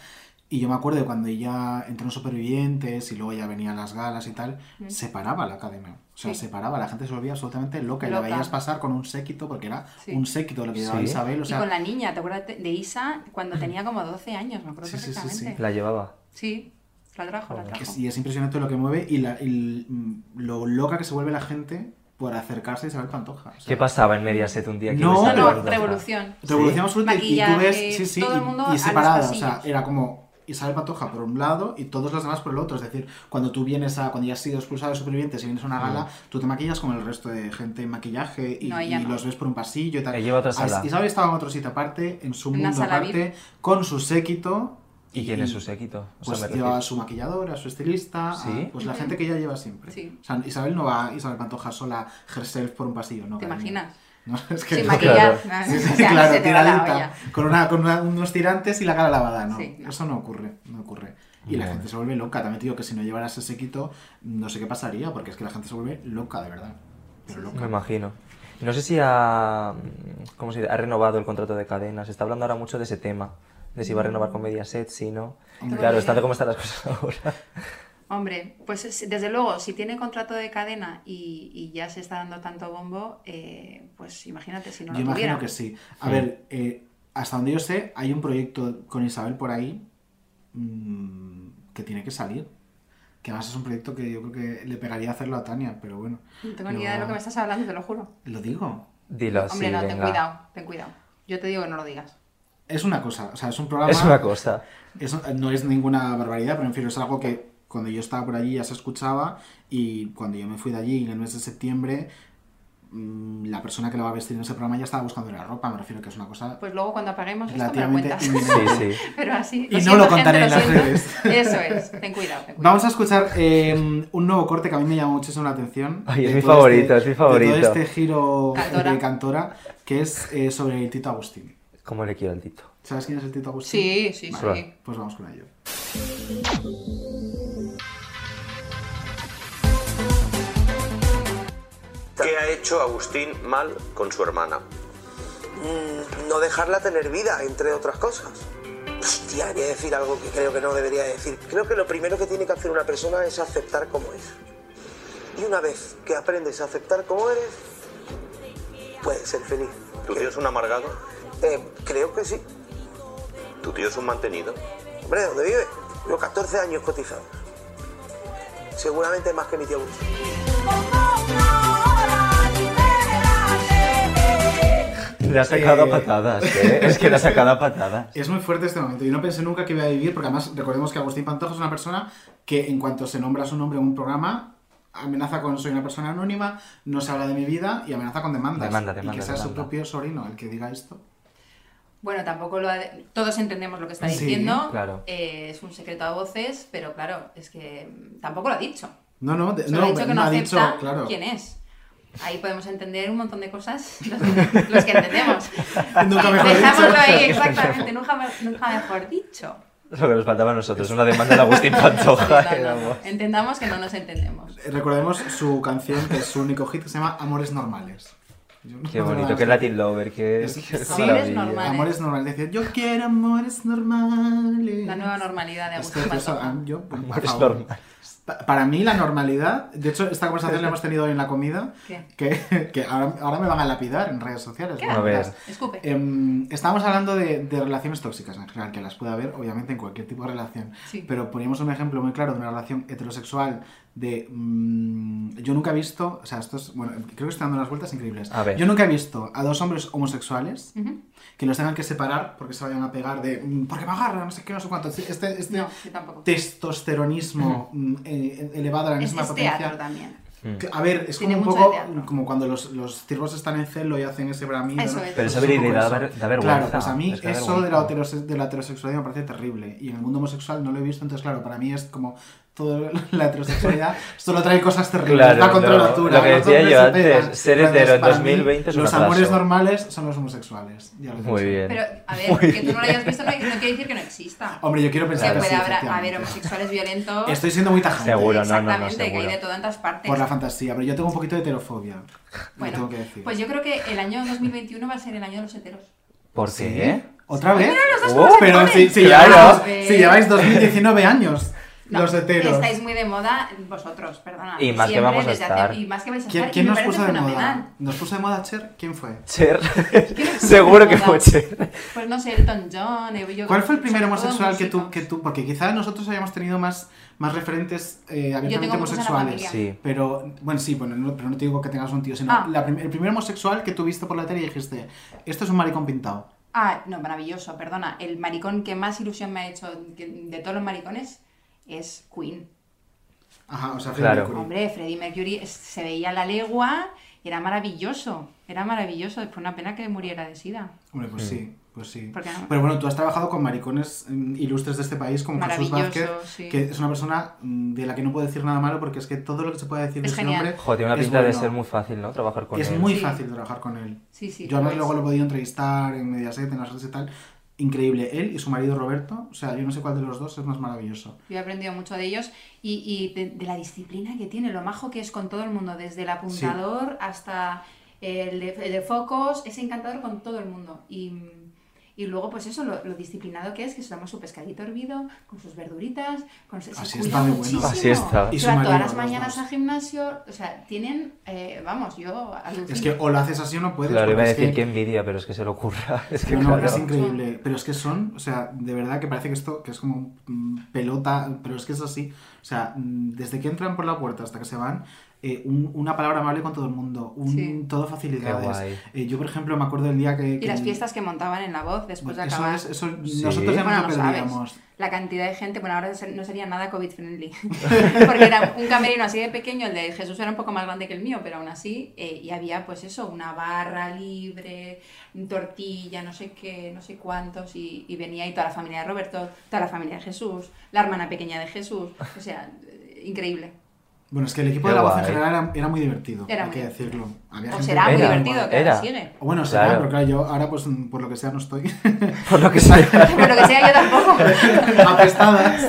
[SPEAKER 1] Y yo me acuerdo de cuando ella entró en Supervivientes y luego ya venían las galas y tal,
[SPEAKER 2] Mm.
[SPEAKER 1] se paraba la cadena. O sea,
[SPEAKER 2] Sí.
[SPEAKER 1] se paraba, la gente se volvía absolutamente loca, y la
[SPEAKER 3] Loca.
[SPEAKER 1] veías pasar con un séquito, porque era
[SPEAKER 3] Sí.
[SPEAKER 1] un séquito lo que llevaba
[SPEAKER 2] Sí.
[SPEAKER 1] Isabel. O
[SPEAKER 3] y con
[SPEAKER 1] sea,
[SPEAKER 3] la niña, ¿te acuerdas de de Isa? Cuando tenía como 12 años, me acuerdo
[SPEAKER 1] Sí, sí, sí, sí.
[SPEAKER 3] perfectamente.
[SPEAKER 2] La llevaba.
[SPEAKER 3] Sí, la trajo, la
[SPEAKER 1] Que
[SPEAKER 3] trajo.
[SPEAKER 1] es- y es impresionante lo que mueve y, la- y l- mm, lo loca que se vuelve la gente por acercarse a Isabel Pantoja. O sea,
[SPEAKER 2] ¿Qué pasaba en Mediaset un día? que
[SPEAKER 1] No,
[SPEAKER 2] ves a
[SPEAKER 1] no,
[SPEAKER 2] León Rosa?
[SPEAKER 3] revolución.
[SPEAKER 1] Revolución absoluta y- y tú
[SPEAKER 3] Maquillaje,
[SPEAKER 1] ves, sí, sí,
[SPEAKER 3] todo el
[SPEAKER 1] y-
[SPEAKER 3] mundo a
[SPEAKER 1] y,
[SPEAKER 3] los
[SPEAKER 1] separada, o sea,
[SPEAKER 3] pasillos.
[SPEAKER 1] era como Isabel Pantoja por un lado y todos los demás por el otro, es decir, cuando tú vienes a, cuando ya has sido expulsado de supervivientes y vienes a una gala,
[SPEAKER 2] Mm.
[SPEAKER 1] tú te maquillas como el resto de gente en maquillaje y,
[SPEAKER 3] No, ella
[SPEAKER 1] y
[SPEAKER 3] no.
[SPEAKER 1] los ves por un pasillo y tal.
[SPEAKER 2] Ella iba a otra
[SPEAKER 1] Ah,
[SPEAKER 2] sala.
[SPEAKER 1] Isabel estaba en otro sitio aparte, en su
[SPEAKER 3] En una
[SPEAKER 1] mundo
[SPEAKER 3] sala
[SPEAKER 1] aparte,
[SPEAKER 3] VIP.
[SPEAKER 1] con su séquito,
[SPEAKER 2] ¿Y quién es su séquito? O sea,
[SPEAKER 1] Pues
[SPEAKER 2] me refiero-
[SPEAKER 1] lleva a su maquilladora, a su estilista, a-
[SPEAKER 2] ¿Sí?
[SPEAKER 1] pues la
[SPEAKER 3] Ujú.
[SPEAKER 1] gente que ella lleva siempre.
[SPEAKER 3] Sí.
[SPEAKER 1] O sea, Isabel no va, Isabel Pantoja sola, herself por un pasillo, ¿no?
[SPEAKER 3] ¿Te
[SPEAKER 1] cariño.
[SPEAKER 3] imaginas?
[SPEAKER 1] No, es que
[SPEAKER 3] Sin
[SPEAKER 1] no.
[SPEAKER 3] maquillar,
[SPEAKER 1] Claro.
[SPEAKER 3] nada,
[SPEAKER 1] Sí, sí,
[SPEAKER 3] o sea,
[SPEAKER 1] claro,
[SPEAKER 3] se te va la olla.
[SPEAKER 1] tiradita, con, una, con una- unos tirantes y la cara lavada, ¿no?
[SPEAKER 3] Sí, no.
[SPEAKER 1] Eso no ocurre, no ocurre. Y la
[SPEAKER 2] Bueno.
[SPEAKER 1] gente se vuelve loca. También te digo que si no llevara ese séquito, no sé qué pasaría, porque es que la gente se vuelve loca, de verdad. Pero loca.
[SPEAKER 2] Me imagino. No sé si ha, mm, ¿cómo se dice? ha renovado el contrato de cadena. Se está hablando ahora mucho de ese tema. De si va a renovar con Mediaset, si no.
[SPEAKER 3] Hombre.
[SPEAKER 2] Claro, está de cómo están las cosas ahora.
[SPEAKER 3] Hombre, pues es- desde luego, si tiene contrato de cadena y, y ya se está dando tanto bombo, eh, pues imagínate si no
[SPEAKER 1] Yo
[SPEAKER 3] lo
[SPEAKER 1] imagino
[SPEAKER 3] tuviera.
[SPEAKER 1] que sí. A
[SPEAKER 2] Sí.
[SPEAKER 1] ver, eh, hasta donde yo sé, hay un proyecto con Isabel por ahí mm, que tiene que salir. Que además es un proyecto que yo creo que le pegaría hacerlo a Tania, pero bueno.
[SPEAKER 3] No tengo ni idea de lo que me estás hablando, te lo juro.
[SPEAKER 1] Lo digo.
[SPEAKER 2] Dilo
[SPEAKER 3] Hombre, no, ten cuidado, ten cuidado. Yo te digo que no lo digas.
[SPEAKER 1] Es una cosa, o sea, es un programa.
[SPEAKER 2] Es una cosa.
[SPEAKER 1] es- no es ninguna barbaridad, pero en fin, es algo que cuando yo estaba por allí ya se escuchaba y cuando yo me fui de allí en el mes de septiembre, mm, la persona que la va a vestir en ese programa ya estaba buscando la ropa. Me refiero que es una cosa
[SPEAKER 3] Pues luego cuando apaguemos esto me lo
[SPEAKER 1] relativamente
[SPEAKER 3] cuentas.
[SPEAKER 1] inminente.
[SPEAKER 3] Pero así.
[SPEAKER 1] Y no lo
[SPEAKER 3] siento,
[SPEAKER 1] contaré
[SPEAKER 3] gente,
[SPEAKER 1] en las
[SPEAKER 3] siento.
[SPEAKER 1] redes.
[SPEAKER 3] Eso es, ten cuidado, ten cuidado.
[SPEAKER 1] Vamos a escuchar eh, un nuevo corte que a mí me llama muchísimo la atención.
[SPEAKER 2] Ay, es
[SPEAKER 1] De
[SPEAKER 2] mi
[SPEAKER 1] todo
[SPEAKER 2] favorito, es mi
[SPEAKER 1] de todo
[SPEAKER 2] favorito.
[SPEAKER 1] este giro
[SPEAKER 3] Cantora.
[SPEAKER 1] de cantora que es eh, sobre el Tito Agustín.
[SPEAKER 2] ¿Cómo le quiero al Tito?
[SPEAKER 1] ¿Sabes quién es el Tito Agustín?
[SPEAKER 3] Sí, sí,
[SPEAKER 1] Vale,
[SPEAKER 3] sí.
[SPEAKER 1] Pues vamos con ello.
[SPEAKER 14] ¿Qué ha hecho Agustín mal con su hermana?
[SPEAKER 15] Mm, no dejarla tener vida, entre otras cosas. Hostia, voy a decir algo que creo que no debería decir. Creo que lo primero que tiene que hacer una persona es aceptar como es. Y una vez que aprendes a aceptar como eres, puedes ser feliz.
[SPEAKER 14] ¿Tu tío es un amargado?
[SPEAKER 15] Eh, creo que sí.
[SPEAKER 14] ¿Tu tío es un mantenido?
[SPEAKER 15] Hombre, ¿dónde vive? Yo 14 años cotizado. Seguramente más que mi tío Agustín.
[SPEAKER 2] Le ha sacado
[SPEAKER 1] Eh,
[SPEAKER 2] a patadas, ¿eh? Es que le ha sacado a patadas.
[SPEAKER 1] Es muy fuerte este momento. Yo no pensé nunca que iba a vivir, porque además recordemos que Agustín Pantoja es una persona que en cuanto se nombra su nombre en un programa, amenaza con soy una persona anónima, no se habla de mi vida y amenaza con demandas.
[SPEAKER 2] Demanda,
[SPEAKER 1] y
[SPEAKER 2] demanda,
[SPEAKER 1] que sea su
[SPEAKER 2] demanda.
[SPEAKER 1] propio sobrino el que diga esto.
[SPEAKER 3] Bueno, tampoco lo ha de- todos entendemos lo que está
[SPEAKER 1] Sí,
[SPEAKER 3] diciendo.
[SPEAKER 1] claro.
[SPEAKER 3] eh, es un secreto a voces, pero claro, es que mm, tampoco lo ha dicho.
[SPEAKER 1] No, no, de-
[SPEAKER 3] Solo
[SPEAKER 1] no,
[SPEAKER 3] ha dicho que
[SPEAKER 1] no
[SPEAKER 3] no
[SPEAKER 1] ha
[SPEAKER 3] acepta
[SPEAKER 1] dicho, claro.
[SPEAKER 3] quién es. Ahí podemos entender un montón de cosas, los, los que entendemos.
[SPEAKER 2] Nunca mejor
[SPEAKER 3] Dejámoslo
[SPEAKER 2] dicho.
[SPEAKER 3] ahí, exactamente, nunca, me- nunca mejor dicho.
[SPEAKER 2] Lo que nos faltaba a nosotros, una demanda de Agustín Pantoja. eh, vamos.
[SPEAKER 3] Entendamos que no nos entendemos.
[SPEAKER 1] Eh, Recordemos su canción, que es su único hit, que se llama Amores Normales.
[SPEAKER 2] Qué
[SPEAKER 1] Yo no me acuerdo
[SPEAKER 2] bonito,
[SPEAKER 1] nada
[SPEAKER 2] qué
[SPEAKER 1] más.
[SPEAKER 2] Latin Lover, qué...
[SPEAKER 1] Es-
[SPEAKER 2] qué
[SPEAKER 1] sí,
[SPEAKER 2] maravilla.
[SPEAKER 1] Amores normales. Decía, yo quiero amores normales.
[SPEAKER 3] La nueva normalidad de
[SPEAKER 1] Es
[SPEAKER 3] Agustín
[SPEAKER 1] que
[SPEAKER 3] Pantoja.
[SPEAKER 1] yo so- Este ah, yo, por
[SPEAKER 2] Amores
[SPEAKER 1] favor.
[SPEAKER 2] normales.
[SPEAKER 1] Pa- Para mí la normalidad, de hecho esta conversación la hemos tenido hoy en la comida,
[SPEAKER 3] ¿Qué?
[SPEAKER 1] que, que ahora, ahora me van a lapidar en redes sociales.
[SPEAKER 3] ¿Qué
[SPEAKER 1] bueno,
[SPEAKER 2] A ver.
[SPEAKER 1] verás.
[SPEAKER 3] Escupe.
[SPEAKER 1] Em, estábamos hablando de, de relaciones tóxicas en general, que las puede haber obviamente en cualquier tipo de relación.
[SPEAKER 3] Sí.
[SPEAKER 1] Pero poníamos un ejemplo muy claro de una relación heterosexual de... mm, yo nunca he visto, o sea, esto es, bueno, creo que estoy dando unas vueltas increíbles.
[SPEAKER 2] A ver.
[SPEAKER 1] Yo nunca he visto a dos hombres homosexuales
[SPEAKER 3] Ujú.
[SPEAKER 1] que los tengan que separar porque se vayan a pegar de... mm, Porque me agarra, no sé qué, no sé cuánto. Este, este
[SPEAKER 3] No, yo tampoco.
[SPEAKER 1] testosteronismo mm, eh, elevado a la
[SPEAKER 3] Es-
[SPEAKER 1] misma
[SPEAKER 3] es
[SPEAKER 1] potencia.
[SPEAKER 3] teatro también.
[SPEAKER 2] Mm.
[SPEAKER 1] Que, A ver, es
[SPEAKER 3] Tiene
[SPEAKER 1] como un
[SPEAKER 3] mucho de
[SPEAKER 1] poco
[SPEAKER 3] teatro.
[SPEAKER 1] como cuando los, los ciervos están en celo y hacen ese bramido.
[SPEAKER 3] Eso
[SPEAKER 1] ¿no?
[SPEAKER 3] es.
[SPEAKER 2] Pero esa
[SPEAKER 1] Pues es un poco
[SPEAKER 2] virilidad da
[SPEAKER 1] eso.
[SPEAKER 2] ver- da vergüenza,
[SPEAKER 1] Claro, pues a mí
[SPEAKER 2] es que da
[SPEAKER 1] eso de la,
[SPEAKER 2] vergüenza.
[SPEAKER 1] heterose- de la heterosexualidad me parece terrible. Y en el mundo homosexual no lo he visto, entonces claro, para mí es como toda la heterosexualidad solo trae cosas terribles.
[SPEAKER 2] Claro,
[SPEAKER 1] va contra
[SPEAKER 2] no,
[SPEAKER 1] la altura.
[SPEAKER 2] lo que
[SPEAKER 1] los
[SPEAKER 2] decía
[SPEAKER 1] hombres
[SPEAKER 2] yo
[SPEAKER 1] se
[SPEAKER 2] antes,
[SPEAKER 1] pegan.
[SPEAKER 2] ser
[SPEAKER 1] Entonces,
[SPEAKER 2] hetero en
[SPEAKER 1] para mí,
[SPEAKER 2] 2020 es un
[SPEAKER 1] Los
[SPEAKER 2] atraso.
[SPEAKER 1] amores normales son los homosexuales. ya lo he
[SPEAKER 2] Muy
[SPEAKER 1] dicho.
[SPEAKER 2] bien.
[SPEAKER 3] Pero, a ver,
[SPEAKER 2] Muy
[SPEAKER 3] que tú no
[SPEAKER 2] bien.
[SPEAKER 3] lo hayas visto no, no quiere decir que no exista.
[SPEAKER 1] Hombre, yo quiero
[SPEAKER 3] que
[SPEAKER 1] pensar que sí,
[SPEAKER 3] puede habrá- haber
[SPEAKER 1] efectivamente.
[SPEAKER 3] homosexuales violentos.
[SPEAKER 1] Estoy siendo muy tajante.
[SPEAKER 2] Seguro, no, no, no,
[SPEAKER 3] Exactamente, que hay
[SPEAKER 2] seguro.
[SPEAKER 3] de todo en todas partes.
[SPEAKER 1] Por la fantasía, pero yo tengo un poquito de heterofobia. lo
[SPEAKER 3] Bueno,
[SPEAKER 1] tengo que decir.
[SPEAKER 3] Pues yo creo que el año 2021 va a ser el año de los heteros.
[SPEAKER 2] ¿Por
[SPEAKER 1] ¿Sí?
[SPEAKER 2] qué? Oh,
[SPEAKER 1] ¿Otra vez?
[SPEAKER 3] los dos con los
[SPEAKER 1] pero
[SPEAKER 3] heterones.
[SPEAKER 1] si, si
[SPEAKER 2] Claro.
[SPEAKER 1] lleváis, si lleváis 2019 años,
[SPEAKER 3] No,
[SPEAKER 1] los heteros.
[SPEAKER 3] Estáis muy de moda vosotros, perdona.
[SPEAKER 2] Y más que vamos a
[SPEAKER 3] desde hace-
[SPEAKER 2] estar.
[SPEAKER 3] y más que vais a
[SPEAKER 1] ¿Quién,
[SPEAKER 3] estar.
[SPEAKER 1] quién
[SPEAKER 3] y me
[SPEAKER 1] nos
[SPEAKER 3] parece
[SPEAKER 1] puso de
[SPEAKER 3] fenomenal.
[SPEAKER 1] moda? ¿Nos puso de moda Cher? ¿Quién fue?
[SPEAKER 2] Cher. Seguro que fue Cher.
[SPEAKER 3] Pues no sé, Elton John. eh, yo-
[SPEAKER 1] ¿Cuál fue el primer
[SPEAKER 3] sobre todo
[SPEAKER 1] homosexual que tú,
[SPEAKER 3] músicos.
[SPEAKER 1] que tú? Porque quizá nosotros hayamos tenido más, más referentes eh,
[SPEAKER 3] tengo
[SPEAKER 1] abiertamente
[SPEAKER 3] muchos en la
[SPEAKER 1] homosexuales.
[SPEAKER 3] familia. Sí.
[SPEAKER 1] Pero, bueno, sí, bueno, no- pero no te digo que tengas un tío, sino
[SPEAKER 3] Ah.
[SPEAKER 1] la prim- el primer homosexual que tú viste por la tele y dijiste, esto es un maricón pintado.
[SPEAKER 3] Ah, no, maravilloso, perdona. El maricón que más ilusión me ha hecho que- de todos los maricones es Queen.
[SPEAKER 1] Ajá, o sea, Freddie
[SPEAKER 2] Claro.
[SPEAKER 1] Mercury.
[SPEAKER 3] Hombre, Freddie Mercury es- se veía a la legua, era maravilloso, era maravilloso. Después una pena que muriera de sida.
[SPEAKER 1] Hombre, pues sí. Pues sí.
[SPEAKER 3] Porque no-
[SPEAKER 1] Pero bueno, tú has trabajado con maricones mm, ilustres de este país, como Jesús
[SPEAKER 3] Maravilloso,
[SPEAKER 1] Vázquez,
[SPEAKER 3] sí.
[SPEAKER 1] que es una persona mm, de la que no puedo decir nada malo porque es que todo lo que se puede decir
[SPEAKER 3] Es
[SPEAKER 1] de ese
[SPEAKER 3] genial.
[SPEAKER 1] hombre.
[SPEAKER 2] Joder, tiene una
[SPEAKER 1] es
[SPEAKER 2] pinta de
[SPEAKER 1] bueno.
[SPEAKER 2] ser muy fácil, ¿no? Trabajar con
[SPEAKER 1] es
[SPEAKER 2] él.
[SPEAKER 1] muy
[SPEAKER 2] Sí.
[SPEAKER 1] fácil trabajar con él.
[SPEAKER 3] Sí, sí, pues.
[SPEAKER 1] Yo
[SPEAKER 3] lo
[SPEAKER 1] además
[SPEAKER 3] es.
[SPEAKER 1] luego lo he podido entrevistar en Mediaset, en las redes y tal. Increíble. Él y su marido Roberto, o sea, yo no sé cuál de los dos es más maravilloso.
[SPEAKER 3] Yo he aprendido mucho de ellos y, y de, de la disciplina que tiene, lo majo que es con todo el mundo, desde el apuntador hasta el de, el de focos, es encantador con todo el mundo. Y, y luego, pues eso, lo, lo disciplinado que es, que se toma su pescadito hervido, con sus verduritas, con su... se
[SPEAKER 1] Así
[SPEAKER 3] cuida
[SPEAKER 1] está de bueno.
[SPEAKER 3] muchísimo.
[SPEAKER 2] Así está.
[SPEAKER 1] Y
[SPEAKER 3] Se
[SPEAKER 1] su
[SPEAKER 3] va
[SPEAKER 1] marido,
[SPEAKER 3] todas las
[SPEAKER 1] los
[SPEAKER 3] mañanas
[SPEAKER 1] dos.
[SPEAKER 3] al gimnasio, o sea, tienen, eh, vamos, yo alucino.
[SPEAKER 1] Es que o lo haces así o no puedes.
[SPEAKER 2] Claro, iba
[SPEAKER 1] porque
[SPEAKER 2] a
[SPEAKER 1] es
[SPEAKER 2] decir
[SPEAKER 1] que-
[SPEAKER 2] que... envidia, pero es que se lo ocurra. Es que
[SPEAKER 1] No, no,
[SPEAKER 2] claro.
[SPEAKER 1] es increíble. Pero es que son, o sea, de verdad que parece que esto que es como mm, pelota, pero es que es así. O sea, mm, desde que entran por la puerta hasta que se van, eh, un- una palabra amable con todo el mundo, un,
[SPEAKER 3] Sí.
[SPEAKER 1] todo
[SPEAKER 2] Qué guay.
[SPEAKER 1] facilidades. Eh, yo, por ejemplo, me acuerdo el día que...
[SPEAKER 3] Y
[SPEAKER 1] que-
[SPEAKER 3] las fiestas que montaban en la voz después de
[SPEAKER 1] Eso
[SPEAKER 3] acabar.
[SPEAKER 1] es- eso
[SPEAKER 2] Sí.
[SPEAKER 1] nosotros ya no
[SPEAKER 3] Bueno,
[SPEAKER 1] lo
[SPEAKER 3] no sabes.
[SPEAKER 1] perdíamos.
[SPEAKER 3] La cantidad de gente, bueno, ahora no sería nada COVID-friendly, porque era un camerino así de pequeño, el de Jesús era un poco más grande que el mío, pero aún así, eh, y había pues eso, una barra libre, tortilla, no sé qué, no sé cuántos, y, y venía ahí toda la familia de Roberto, toda la familia de Jesús, la hermana pequeña de Jesús, o sea, eh, increíble.
[SPEAKER 1] Bueno, es que el equipo
[SPEAKER 2] Qué
[SPEAKER 1] de la voz en
[SPEAKER 2] guay.
[SPEAKER 1] general era, era muy divertido,
[SPEAKER 3] Era
[SPEAKER 1] hay
[SPEAKER 3] muy
[SPEAKER 1] que
[SPEAKER 3] divertido.
[SPEAKER 1] decirlo. Había
[SPEAKER 3] O
[SPEAKER 1] gente
[SPEAKER 3] será muy
[SPEAKER 1] muy
[SPEAKER 3] divertido, que ahora
[SPEAKER 2] era.
[SPEAKER 3] sigue.
[SPEAKER 1] O bueno, será,
[SPEAKER 2] Claro.
[SPEAKER 1] pero claro, yo ahora pues mm, por lo que sea no estoy.
[SPEAKER 2] Por lo que sea.
[SPEAKER 3] Pero lo que sea, yo tampoco.
[SPEAKER 1] Apestadas.